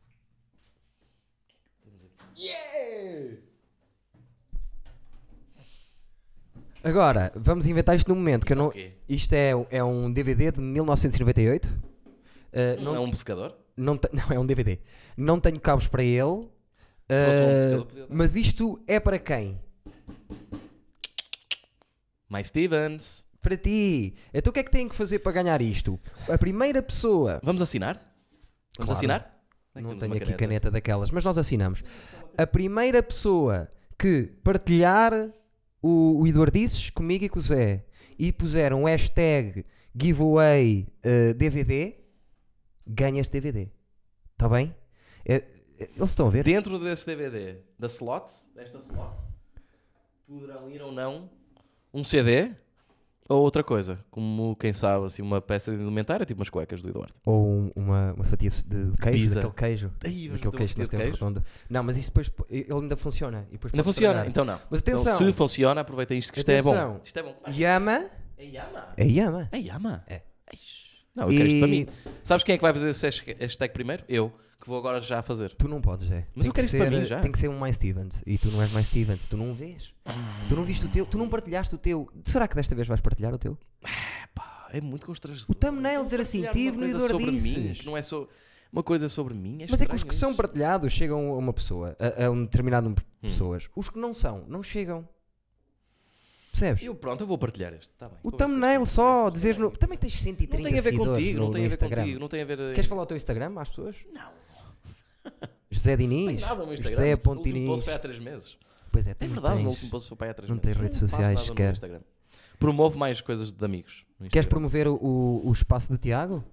S2: Agora, vamos inventar isto num momento, que eu não...
S1: O quê?
S2: Isto é, um- é um DVD de 1998. Uh,
S1: Não
S2: não,
S1: é um secador?
S2: não te- não, é um DVD. Não tenho cabos para ele.
S1: Se fosse um
S2: Uh,
S1: secador, podia dar.
S2: mas isto é para quem?
S1: My Stevens.
S2: Para ti. Então o que é que têm que fazer para ganhar isto? A primeira pessoa.
S1: Vamos assinar? Vamos
S2: Claro.
S1: assinar? Onde é que
S2: Não
S1: temos
S2: tenho
S1: uma
S2: aqui caneta daquelas, mas nós assinamos. A primeira pessoa que partilhar o, o Eduardices comigo e com o Zé e puser um hashtag giveaway eh, DVD, ganha este DVD. Está bem? É- é- eles estão a ver?
S1: Dentro desse DVD, da slot, desta slot, poderão ir ou não um CD ou outra coisa, como quem sabe, assim, uma peça de indumentária, tipo umas cuecas do Eduardo.
S2: Ou um- uma, uma fatia de queijo,
S1: Pizza.
S2: daquele queijo.
S1: Ai, vamos
S2: daquele
S1: ter uma
S2: queijo que
S1: fatia
S2: nós
S1: de
S2: temos
S1: queijo?
S2: redondo. Não, mas isso depois ele ainda funciona. E depois
S1: Não
S2: pode
S1: funciona?
S2: trabalhar.
S1: Então não.
S2: Mas atenção.
S1: Então, se funciona, aproveita isto que isto é
S2: Atenção.
S1: bom. Isto é bom.
S2: Yama.
S1: É Yama.
S2: É Yama.
S1: É Yama.
S2: É.
S1: Eish. Não, eu quero isto
S2: E-
S1: para mim. Sabes quem é que vai fazer esse hashtag primeiro? Eu, que vou agora já fazer.
S2: Tu não podes, é.
S1: Mas eu quero isso para mim já.
S2: Tem que ser um mais Stevens. E tu não és mais Stevens. Tu não o vês. Tu não viste o teu. Tu não partilhaste o teu. Será que desta vez vais partilhar o teu?
S1: Pá, é muito constrangedor.
S2: O thumbnail dizer assim,
S1: Partilhar
S2: tive no
S1: uma coisa
S2: Eduardo
S1: sobre mim,
S2: Disses.
S1: que não é só uma coisa sobre mim.
S2: Mas é que os
S1: estranho
S2: que são
S1: isso. Hum.
S2: partilhados chegam a uma pessoa, a, a um determinado número de pessoas. Os que não são, não chegam. Percebes?
S1: Eu, pronto, eu vou partilhar este. Tá bem,
S2: O
S1: conversa
S2: thumbnail
S1: aqui,
S2: só,
S1: conversa
S2: dizer
S1: também.
S2: no. Também tens 130
S1: Não tem a ver
S2: seguidores
S1: contigo,
S2: no,
S1: não tem
S2: no
S1: a ver
S2: Instagram.
S1: contigo, não tem a ver. eh,
S2: Queres falar o teu Instagram às pessoas?
S1: Não.
S2: José
S1: Não
S2: Diniz?
S1: tem nada no Instagram.
S2: José
S1: O último
S2: Pontinins?
S1: post foi há 3 meses.
S2: Pois é, tu
S1: É
S2: é não
S1: verdade, o meu
S2: tens.
S1: último post foi há 3
S2: não
S1: meses.
S2: tens redes
S1: faço
S2: sociais
S1: nada no
S2: sequer.
S1: Instagram. Promovo mais coisas de amigos. no
S2: Queres
S1: Instagram.
S2: promover o, o, o espaço do Tiago?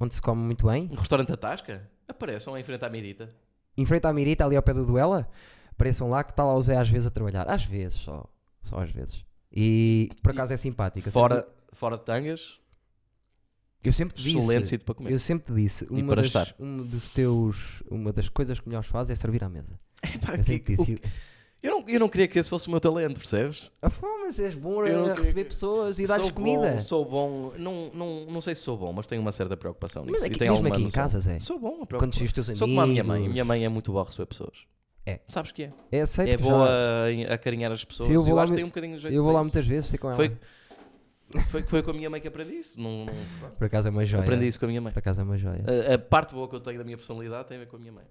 S2: Onde se come muito bem?
S1: Um restaurante da Tasca? Apareçam em frente à Mirita.
S2: Em frente à Mirita, ali ao pé do Duela? Apareçam lá que está lá o Zé às vezes a trabalhar. Às vezes só. Só às vezes. E por acaso é simpática.
S1: Fora, fora de tangas,
S2: Eu sempre disse.
S1: Excelente sítio para comer.
S2: Eu sempre disse. Uma
S1: para
S2: das,
S1: estar.
S2: Um dos teus, uma das coisas que melhores fazes é servir à mesa.
S1: Epá,
S2: Eu sempre
S1: que- o-
S2: disse.
S1: eu, não, eu não queria que esse fosse o meu talento, percebes?
S2: Ah, pô, mas és bom
S1: Eu não
S2: a
S1: queria
S2: receber
S1: que-
S2: pessoas e dar-lhes
S1: Sou bom,
S2: comida.
S1: sou bom, não, não, não sei se sou bom, mas tenho uma certa preocupação nisso.
S2: mas
S1: e
S2: aqui,
S1: tenho
S2: mesmo
S1: alguma
S2: aqui em
S1: noção.
S2: casa, Zé.
S1: Sou bom, a
S2: Quando
S1: preocupação.
S2: chegas os teus amigos.
S1: Sou como a minha mãe. Minha mãe é muito boa a receber pessoas.
S2: É.
S1: Sabes que é?
S2: É, sei,
S1: é
S2: porque
S1: boa
S2: já-
S1: em- a carinhar as pessoas.
S2: Sim, eu
S1: eu
S2: vou lá
S1: acho
S2: mu-
S1: que tem um bocadinho de jeito
S2: Eu vou lá
S1: para isso.
S2: muitas vezes, sei com ela.
S1: Foi, foi, foi com a minha mãe que aprendi isso. Não, não-
S2: Por acaso é uma joia.
S1: aprendi isso com a minha mãe.
S2: Por acaso é uma joia.
S1: A, a parte boa que eu tenho da minha personalidade tem a ver com a minha mãe.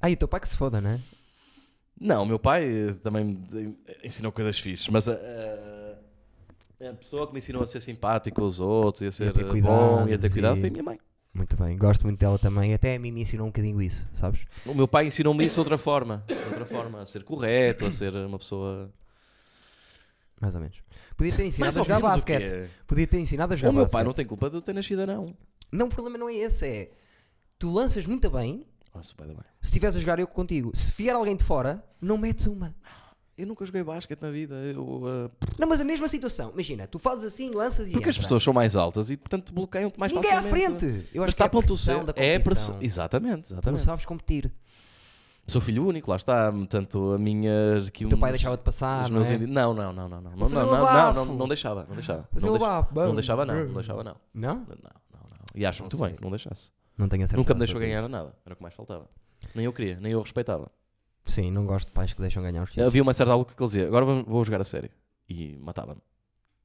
S2: Ah, e o teu pai que se foda, não é?
S1: Não, o meu pai eh, também me ensinou coisas fixes, mas a, a- a pessoa que me ensinou a ser simpático com os outros e a ser
S2: ter
S1: eh, bom
S2: cuidados
S1: e a ter cuidado
S2: e-
S1: foi a minha mãe.
S2: Muito bem, gosto muito dela também. Até a mim me ensinou um bocadinho isso, sabes?
S1: O meu pai ensinou-me isso de outra forma. De outra forma, a ser correto, a ser uma pessoa.
S2: Mais ou menos. Podia ter ensinado
S1: Mais
S2: a
S1: ou
S2: jogar
S1: menos o que
S2: basquete.
S1: é.
S2: Podia ter ensinado a jogar
S1: O meu pai
S2: basquete.
S1: não tem culpa de eu ter nascido, não.
S2: Não, o problema não é esse, é tu lanças muito bem,
S1: Ah, sou pai da mãe.
S2: se estiveres a jogar eu contigo, se vier alguém de fora, não metes uma.
S1: Eu nunca joguei basquete na vida. eu, ah,
S2: Não, mas a mesma situação, imagina, tu fazes assim, lanças e
S1: porque as
S2: entra.
S1: pessoas são mais altas e, portanto, bloqueiam-te mais
S2: Ninguém é à
S1: facilmente.
S2: frente. Eu
S1: Mas
S2: acho que é a
S1: tapam-te o
S2: pressão
S1: céu.
S2: da
S1: É a
S2: competição.
S1: pressão. Exatamente,
S2: Tu não
S1: exatamente.
S2: sabes competir.
S1: Sou filho único, lá está. Portanto, a minha. um Aqui,
S2: O teu pai
S1: uns-
S2: deixava de passar,
S1: os
S2: não
S1: meus
S2: é?
S1: indi- não, não, não, não, não, não, não,
S2: fazer um
S1: não, não,
S2: abafo.
S1: não, não deixava, não deixava,
S2: Fazer
S1: não,
S2: um
S1: deixa-
S2: abafo.
S1: não deixava, não, não deixava, não,
S2: Não?
S1: não, não, não. E acho muito bem que não deixasse.
S2: Não tenho a certeza.
S1: Nunca me deixou
S2: sobre
S1: ganhar
S2: é isso.
S1: nada, era o que mais faltava. Nem eu queria, nem eu respeitava.
S2: Sim, não gosto de pais que deixam ganhar os filhos.
S1: Havia uma certa algo que ele dizia, agora vou, vou jogar a sério. E matava-me.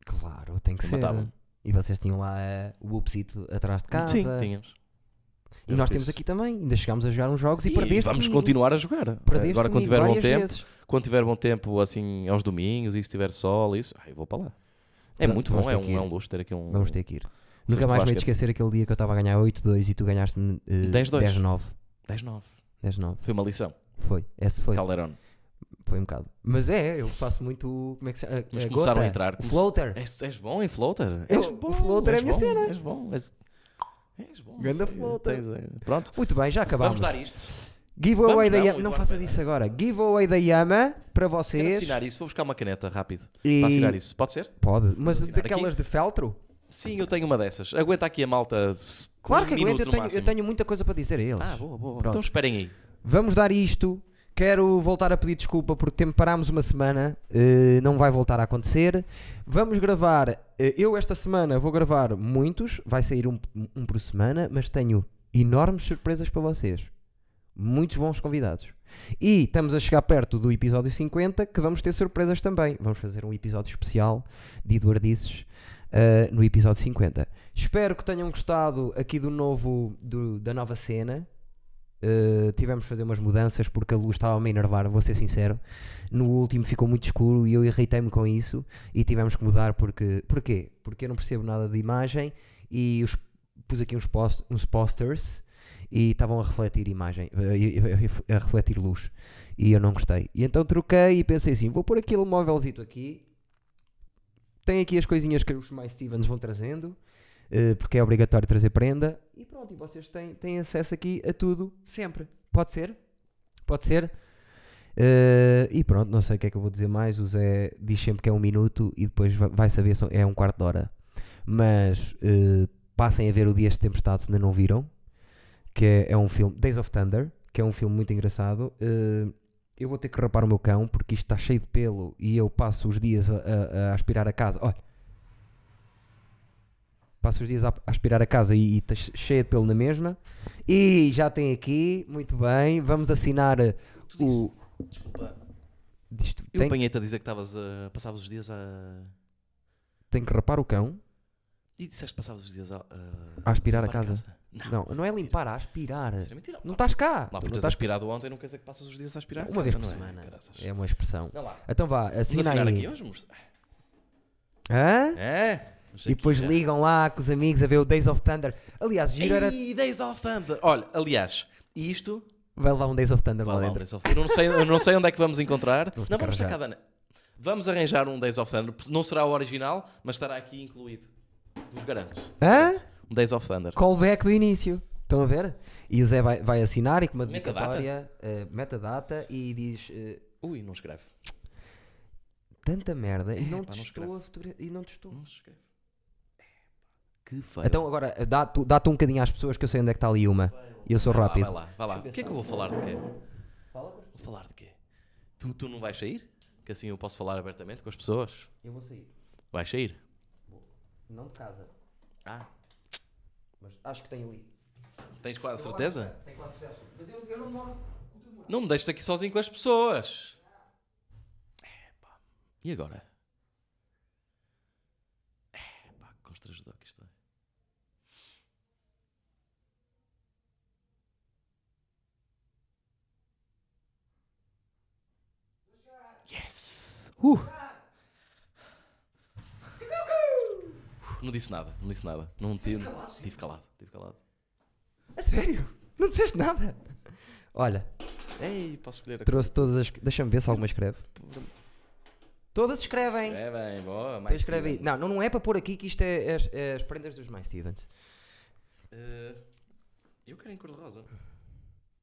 S2: Claro, tem que
S1: Eu
S2: ser.
S1: matava-me.
S2: E vocês tinham lá eh, o upsito atrás de casa.
S1: Sim, tínhamos.
S2: E
S1: Eu
S2: nós
S1: fiz.
S2: temos aqui também. Ainda chegámos a jogar uns jogos e,
S1: E
S2: perdeste.
S1: vamos
S2: comigo.
S1: continuar a jogar.
S2: Perdeste
S1: Agora quando
S2: comigo
S1: tiver bom
S2: várias
S1: tempo,
S2: vezes.
S1: quando tiver bom tempo assim aos domingos e se tiver sol, isso, ai, eu vou para lá. É
S2: Pronto,
S1: muito
S2: vamos
S1: bom, é
S2: ter que
S1: um,
S2: ir.
S1: é um luxo ter aqui um
S2: Vamos ter que ir.
S1: Vocês
S2: Nunca
S1: de
S2: mais me hei de
S1: basquete.
S2: esquecer aquele dia que eu estava a ganhar 8-2 e tu ganhaste uh,
S1: 10-2.
S2: 10-9.
S1: 10-9.
S2: 10-9.
S1: Foi uma lição.
S2: Foi. Esse foi.
S1: Calderón.
S2: Foi um bocado. Mas é, eu faço muito. Como é que se chama?
S1: Mas
S2: A
S1: começaram
S2: gota.
S1: a entrar, É.
S2: O
S1: come-
S2: floater.
S1: És, és bom em floater?
S2: Eu-
S1: és bom.
S2: o floater é
S1: és
S2: a minha
S1: bom,
S2: cena.
S1: És bom. És, és bom.
S2: Ganda
S1: sei,
S2: floater.
S1: tens, eh, pronto.
S2: Muito bem, já acabámos.
S1: Vamos dar isto.
S2: Giveaway
S1: Vamos
S2: da
S1: não,
S2: Yama. Não
S1: Eduardo,
S2: faças
S1: vai.
S2: isso agora. Giveaway da Yama para
S1: Quero
S2: vocês.
S1: assinar isso. Vou buscar uma caneta rápido.
S2: E-
S1: Para assinar isso. Pode ser?
S2: Pode. Mas
S1: assinar
S2: daquelas de feltro?
S1: Sim, eu tenho uma dessas. Aguenta aqui a malta. se-
S2: Claro
S1: um
S2: que aguento.
S1: minuto
S2: Eu
S1: no
S2: tenho, eu
S1: máximo.
S2: tenho muita coisa para dizer a eles.
S1: Ah, boa, boa.
S2: Pronto.
S1: Então esperem aí.
S2: Vamos dar isto. Quero voltar a pedir desculpa porque tempo parámos uma semana, eh, não vai voltar a acontecer. Vamos gravar, eh, eu esta semana vou gravar muitos, vai sair um, um por semana, mas tenho enormes surpresas para vocês. Muitos bons convidados. E estamos a chegar perto do episódio 50 que vamos ter surpresas também. Vamos fazer um episódio especial de Eduardices eh, no episódio 50. Espero que tenham gostado aqui do novo, do- da nova cena. Uh, tivemos de fazer umas mudanças porque a luz estava a me enervar, vou ser sincero. No último ficou muito escuro e eu irritei-me com isso e tivemos que mudar porque. Porquê? Porque eu não percebo nada de imagem e os- pus aqui uns, post, uns posters e estavam a refletir imagem, eh, a, a- a refletir luz e eu não gostei. E então troquei e pensei assim: vou pôr aquele móvelzito aqui. Tem aqui as coisinhas que os mais Stevens vão trazendo eh, porque é obrigatório trazer prenda. E pronto, e vocês têm, têm acesso aqui a tudo, sempre. Pode ser? Pode ser. Eh, e pronto, não sei o que é que eu vou dizer mais. O Zé diz sempre que é um minuto e depois va- vai saber se é um quarto de hora. Mas eh, passem a ver o Dias de Tempestade se ainda não viram, que é, é um filme, Days of Thunder, que é um filme muito engraçado. Eh, eu vou ter que rapar o meu cão porque isto está cheio de pelo e eu passo os dias a, a- a aspirar a casa. Oh, Olha, passo os dias a, a aspirar a casa e está cheia de pelo na mesma. E já tem aqui, muito bem, vamos assinar eh, o.
S1: Desculpa.
S2: Disto-
S1: Eu
S2: tem,
S1: apanhei-te a dizer que estavas a... Passavas os dias a...
S2: tem que rapar o cão,
S1: E disseste que passavas os dias a...
S2: a aspirar a
S1: limpar
S2: casa. Não, não é limpar, a aspirar.
S1: Isso é mentira.
S2: Não estás cá.
S1: Lá
S2: Tu
S1: por
S2: não
S1: teres
S2: estás-
S1: aspirado ontem não quer dizer que passas os dias a aspirar.
S2: Uma vez por
S1: Não é,
S2: semana.
S1: caraças.
S2: É uma expressão.
S1: Olha lá.
S2: Então vá,
S1: Vamos
S2: assina
S1: assinar
S2: aí.
S1: aqui. Vamos mostrar.
S2: Hã?
S1: É. Vamos
S2: E depois
S1: aqui, é.
S2: ligam lá com os amigos a ver o Days of Thunder. Aliás, giro era.
S1: E Days of Thunder. Olha, aliás, isto.
S2: Vai levar um Days of Thunder
S1: Vai
S2: lá
S1: lá um
S2: dentro.
S1: Days of Thunder. Eu não sei, eu não sei onde é que vamos encontrar.
S2: Vou-te
S1: Não vamos
S2: carregar.
S1: sacar da- Vamos arranjar um Days of Thunder. Não será o original, mas estará aqui incluído. Vos garanto.
S2: Hã?
S1: Um Days of Thunder.
S2: Callback do início. Estão a ver? E o Zé vai, vai assinar e com uma
S1: Metadata?
S2: dedicatória, eh, metadata, e diz eh,
S1: Ui, não escreve.
S2: tanta merda e não
S1: pá,
S2: te
S1: não
S2: estou
S1: escreve.
S2: a fotografia. E não te estou.
S1: Não se escreve. Que feio.
S2: Então agora, dá-te dá um bocadinho às pessoas que eu sei onde é que está ali uma. E eu sou
S1: Vai lá,
S2: rápido.
S1: Vai lá, vai lá. O que é que eu vou falar de quê? Vou falar de quê? Tu, tu não vais sair? Que assim eu posso falar abertamente com as pessoas.
S2: Eu vou sair.
S1: Vais sair?
S2: Não de casa,
S1: Ah,
S2: mas acho que tem ali.
S1: tens quase certeza?
S2: Tenho quase certeza. Mas eu, eu não moro.
S1: Não me deixes aqui sozinho com as pessoas. Epá. E agora? Epá, que constrangedor que isto é. é. Yes! Uh. Não disse nada, não disse nada. Não tive,
S2: calado, sim.
S1: tive calado, tive calado.
S2: A sério? Não disseste nada? Olha,
S1: Ei, posso escolher a
S2: trouxe todas as. Deixa-me ver se alguma escreve. Todas escrevem.
S1: É bem, boa.
S2: Então
S1: Mike
S2: escreve aí.
S1: Stevens.
S2: Não, não não é para pôr aqui que isto é, é as- é as prendas dos mais Stevens.
S1: Eh, eu quero em cor-de-rosa.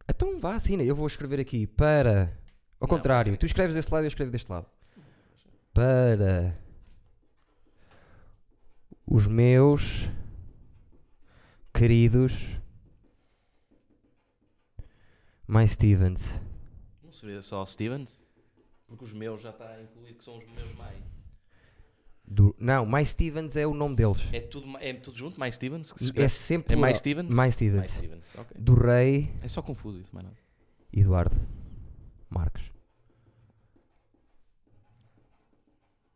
S2: Então vá, assina. Eu vou escrever aqui para.
S1: Não,
S2: Ao contrário,
S1: assim.
S2: tu escreves desse lado e eu escrevo deste lado. Para. Os meus. Queridos. Mais Stevens.
S1: Não seria só Stevens? Porque os meus já está incluído, que são os meus mais.
S2: Do- Não, Mais Stevens é o nome deles.
S1: É tudo, ma- é tudo junto, mais Stevens? Que se
S2: É
S1: escreve?
S2: sempre.
S1: é mais
S2: o-
S1: Stevens?
S2: Mais Stevens.
S1: Mais Stevens, ok.
S2: Do Rei
S1: É só confuso isso, mais nada.
S2: Eduardo Marques.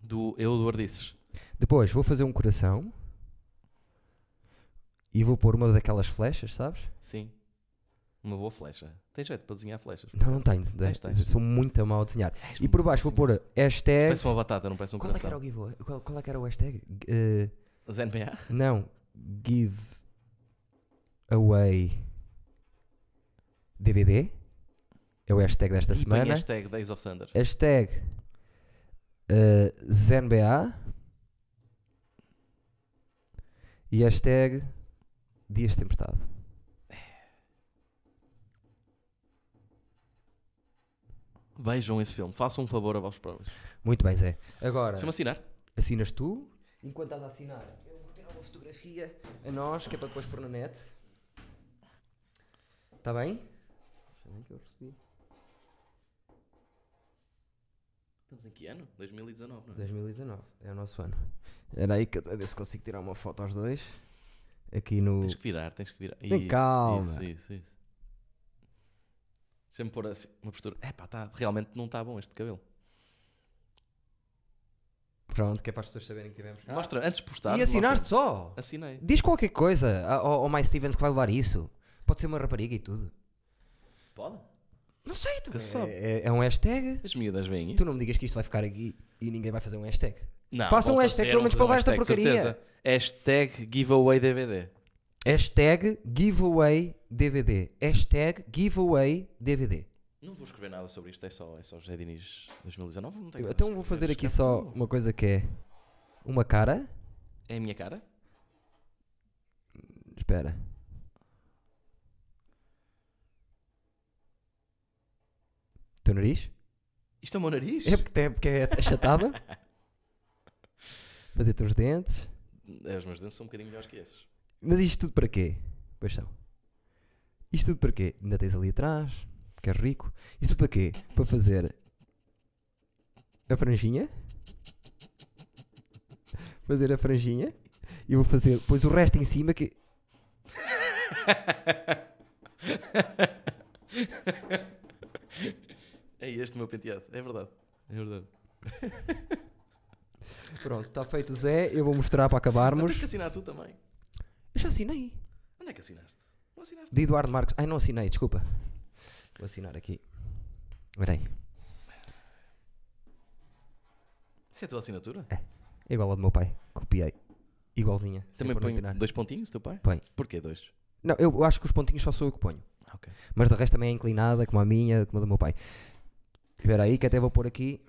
S1: Do Eduardo Disses.
S2: Depois vou fazer um coração. E vou pôr uma daquelas flechas, sabes?
S1: Sim. Uma boa flecha. Tens jeito para desenhar flechas?
S2: Não, não tenho.
S1: Tens, tens.
S2: Sou muito a mal a desenhar.
S1: És
S2: E por baixo vou
S1: muito
S2: pôr
S1: assim. Isso
S2: hashtag.
S1: Parece uma batata, não parece um
S2: Qual é que era
S1: coração.
S2: o giveaway? Qual, qual é que era o hashtag? Eh,
S1: ZNPA?
S2: não. Give away DVD. É o hashtag desta
S1: E põe
S2: semana.
S1: hashtag Days of Thunder.
S2: Hashtag eh, ZenBA e hashtag Dias de Tempestade.
S1: Vejam esse filme. Façam um favor a vós próprios.
S2: Muito bem, Zé. Agora,
S1: Deixa-me assinar.
S2: assinas tu. Enquanto estás a assinar, eu vou tirar uma fotografia a nós, que é para depois pôr na net. Está bem? Deixa eu ver que eu recebi.
S1: Estamos em que ano? 2019, não é?
S2: 2019, é o nosso ano. Era aí que eu a ver se consigo tirar uma foto aos dois. Aqui no.
S1: Tens que virar, tens que virar.
S2: Hum. Tem calma.
S1: Isso, isso, isso. Deixa-me pôr assim, uma postura. Epá, tá, realmente não está bom este cabelo.
S2: Pronto, que é para as pessoas saberem que tivemos. cá.
S1: Mostra, antes de postar.
S2: e assinaste só!
S1: mostra. Assinei.
S2: Diz qualquer coisa a- ao, ao Mike Stevens que vai levar isso. Pode ser uma rapariga e tudo.
S1: Pode?
S2: Não sei, tu
S1: Que sabe.
S2: é, é- é um hashtag.
S1: As miúdas vêm
S2: Tu não me digas que isto vai ficar aqui e ninguém vai fazer um hashtag.
S1: Não,
S2: Façam
S1: vão
S2: um hashtag,
S1: fazer,
S2: pelo menos,
S1: vão
S2: para
S1: fazer um
S2: levar esta
S1: hashtag, de certeza. Hashtag giveaway DVD.
S2: Hashtag giveaway DVD. Hashtag giveaway DVD.
S1: Não vou escrever nada sobre isto, é só, é só José Diniz 2019. Não tenho
S2: Então
S1: nada a escrever,
S2: vou
S1: é
S2: fazer aqui
S1: escreve
S2: só
S1: tu.
S2: uma coisa que é uma cara.
S1: É a minha cara?
S2: Espera. Teu nariz?
S1: Isto é o meu nariz?
S2: É porque, tem- porque é achatada. Fazer teus dentes.
S1: É, Os meus dentes são um bocadinho melhores que esses.
S2: Mas isto tudo para quê? Pois são. Isto tudo para quê? Ainda tens ali atrás, que é rico. Isto tudo para quê? Para fazer a franjinha. Fazer a franjinha. E vou fazer depois o resto em cima que.
S1: É este o meu penteado, é verdade. É verdade.
S2: Pronto, está feito o Zé. Eu vou mostrar para
S1: Mas tens
S2: acabarmos.
S1: que assinar tu também.
S2: Eu já assinei.
S1: Onde é que assinaste? Não assinaste?
S2: De Eduardo Marques. Ai, não assinei, desculpa. Vou assinar aqui. Espera aí.
S1: Isso é a tua assinatura?
S2: É igual ao do meu pai. Copiei. Igualzinha. sem
S1: Também
S2: pôr no
S1: põe
S2: itinerário.
S1: dois pontinhos, teu pai?
S2: Põe.
S1: Porquê dois?
S2: Não, eu acho que os pontinhos só sou eu que ponho.
S1: Ok.
S2: Mas de resto também é inclinada, como a minha, como a do meu pai. Espera aí, que até vou pôr aqui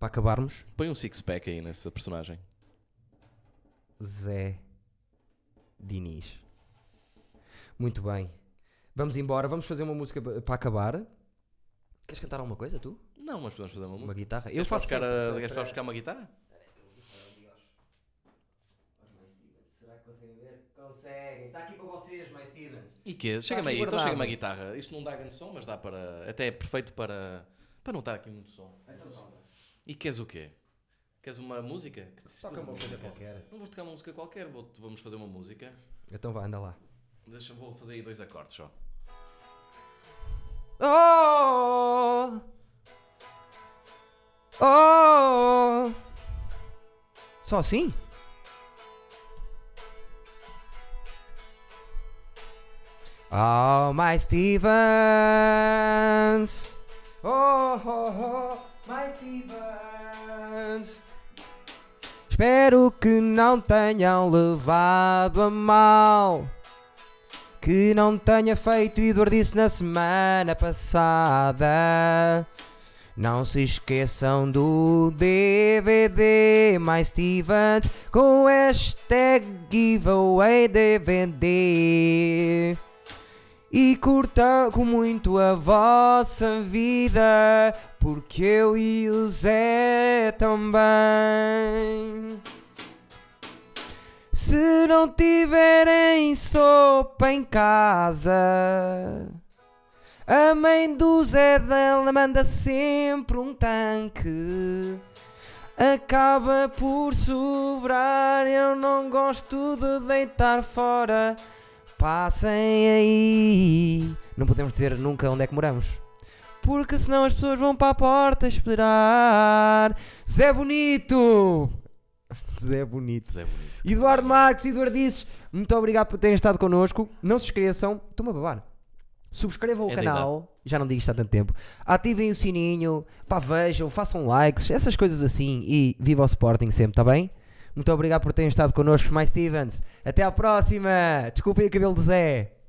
S2: para acabarmos.
S1: Põe um six-pack aí nessa personagem.
S2: Zé Diniz. Muito bem. Vamos embora, vamos fazer uma música pa- para acabar. Queres cantar alguma coisa, tu?
S1: Não, mas podemos fazer uma
S2: Uma
S1: música.
S2: guitarra?
S1: Queres
S2: Eu faço
S1: buscar,
S2: sempre.
S1: a- queres buscar uma guitarra?
S2: Espera aí, que eu vou buscar ali aos- aos mais Stevens. Será que conseguem ver? Conseguem. Está aqui para vocês, mais Stevens.
S1: E que Chega-me aí, então
S2: guardado.
S1: chega-me a guitarra. Isto não dá grande som, mas dá para. Até é perfeito para. Para não estar aqui muito som.
S2: Então solta.
S1: E queres o quê? Queres uma música? Que se-
S2: Toca uma coisa qualquer.
S1: Não vou tocar uma música qualquer, vou, vamos fazer uma música.
S2: Então vá, anda lá.
S1: Deixa, vou fazer aí dois acordes só.
S2: Oh! Oh! Só assim? Oh, my Stevens! Oh, oh, oh, my Stevens! Espero que não tenham levado a mal que não tenha feito Eduardice na semana passada. Não se esqueçam do DVD mais Stevens com hashtag giveaway DVD. E curtam com muito a vossa vida, porque eu e o Zé também. Se não tiverem sopa em casa, a mãe do Zé dela manda sempre um tanque. Acaba por sobrar, eu não gosto de deitar fora. Passem aí. Não podemos dizer nunca onde é que moramos. Porque senão as pessoas vão para a porta esperar. Zé Bonito! Zé Bonito.
S1: Zé bonito.
S2: Eduardo Marques, Eduardices, muito obrigado por terem estado connosco. Não se esqueçam, estou-me a babar. Subscrevam o
S1: É da
S2: canal, já não digo isto há tanto tempo. Ativem o sininho, pá, vejam, façam likes, essas coisas assim. E viva o Sporting sempre, está bem? Muito obrigado por terem estado connosco, mais Stevens. Até à próxima! Desculpem o cabelo do Zé.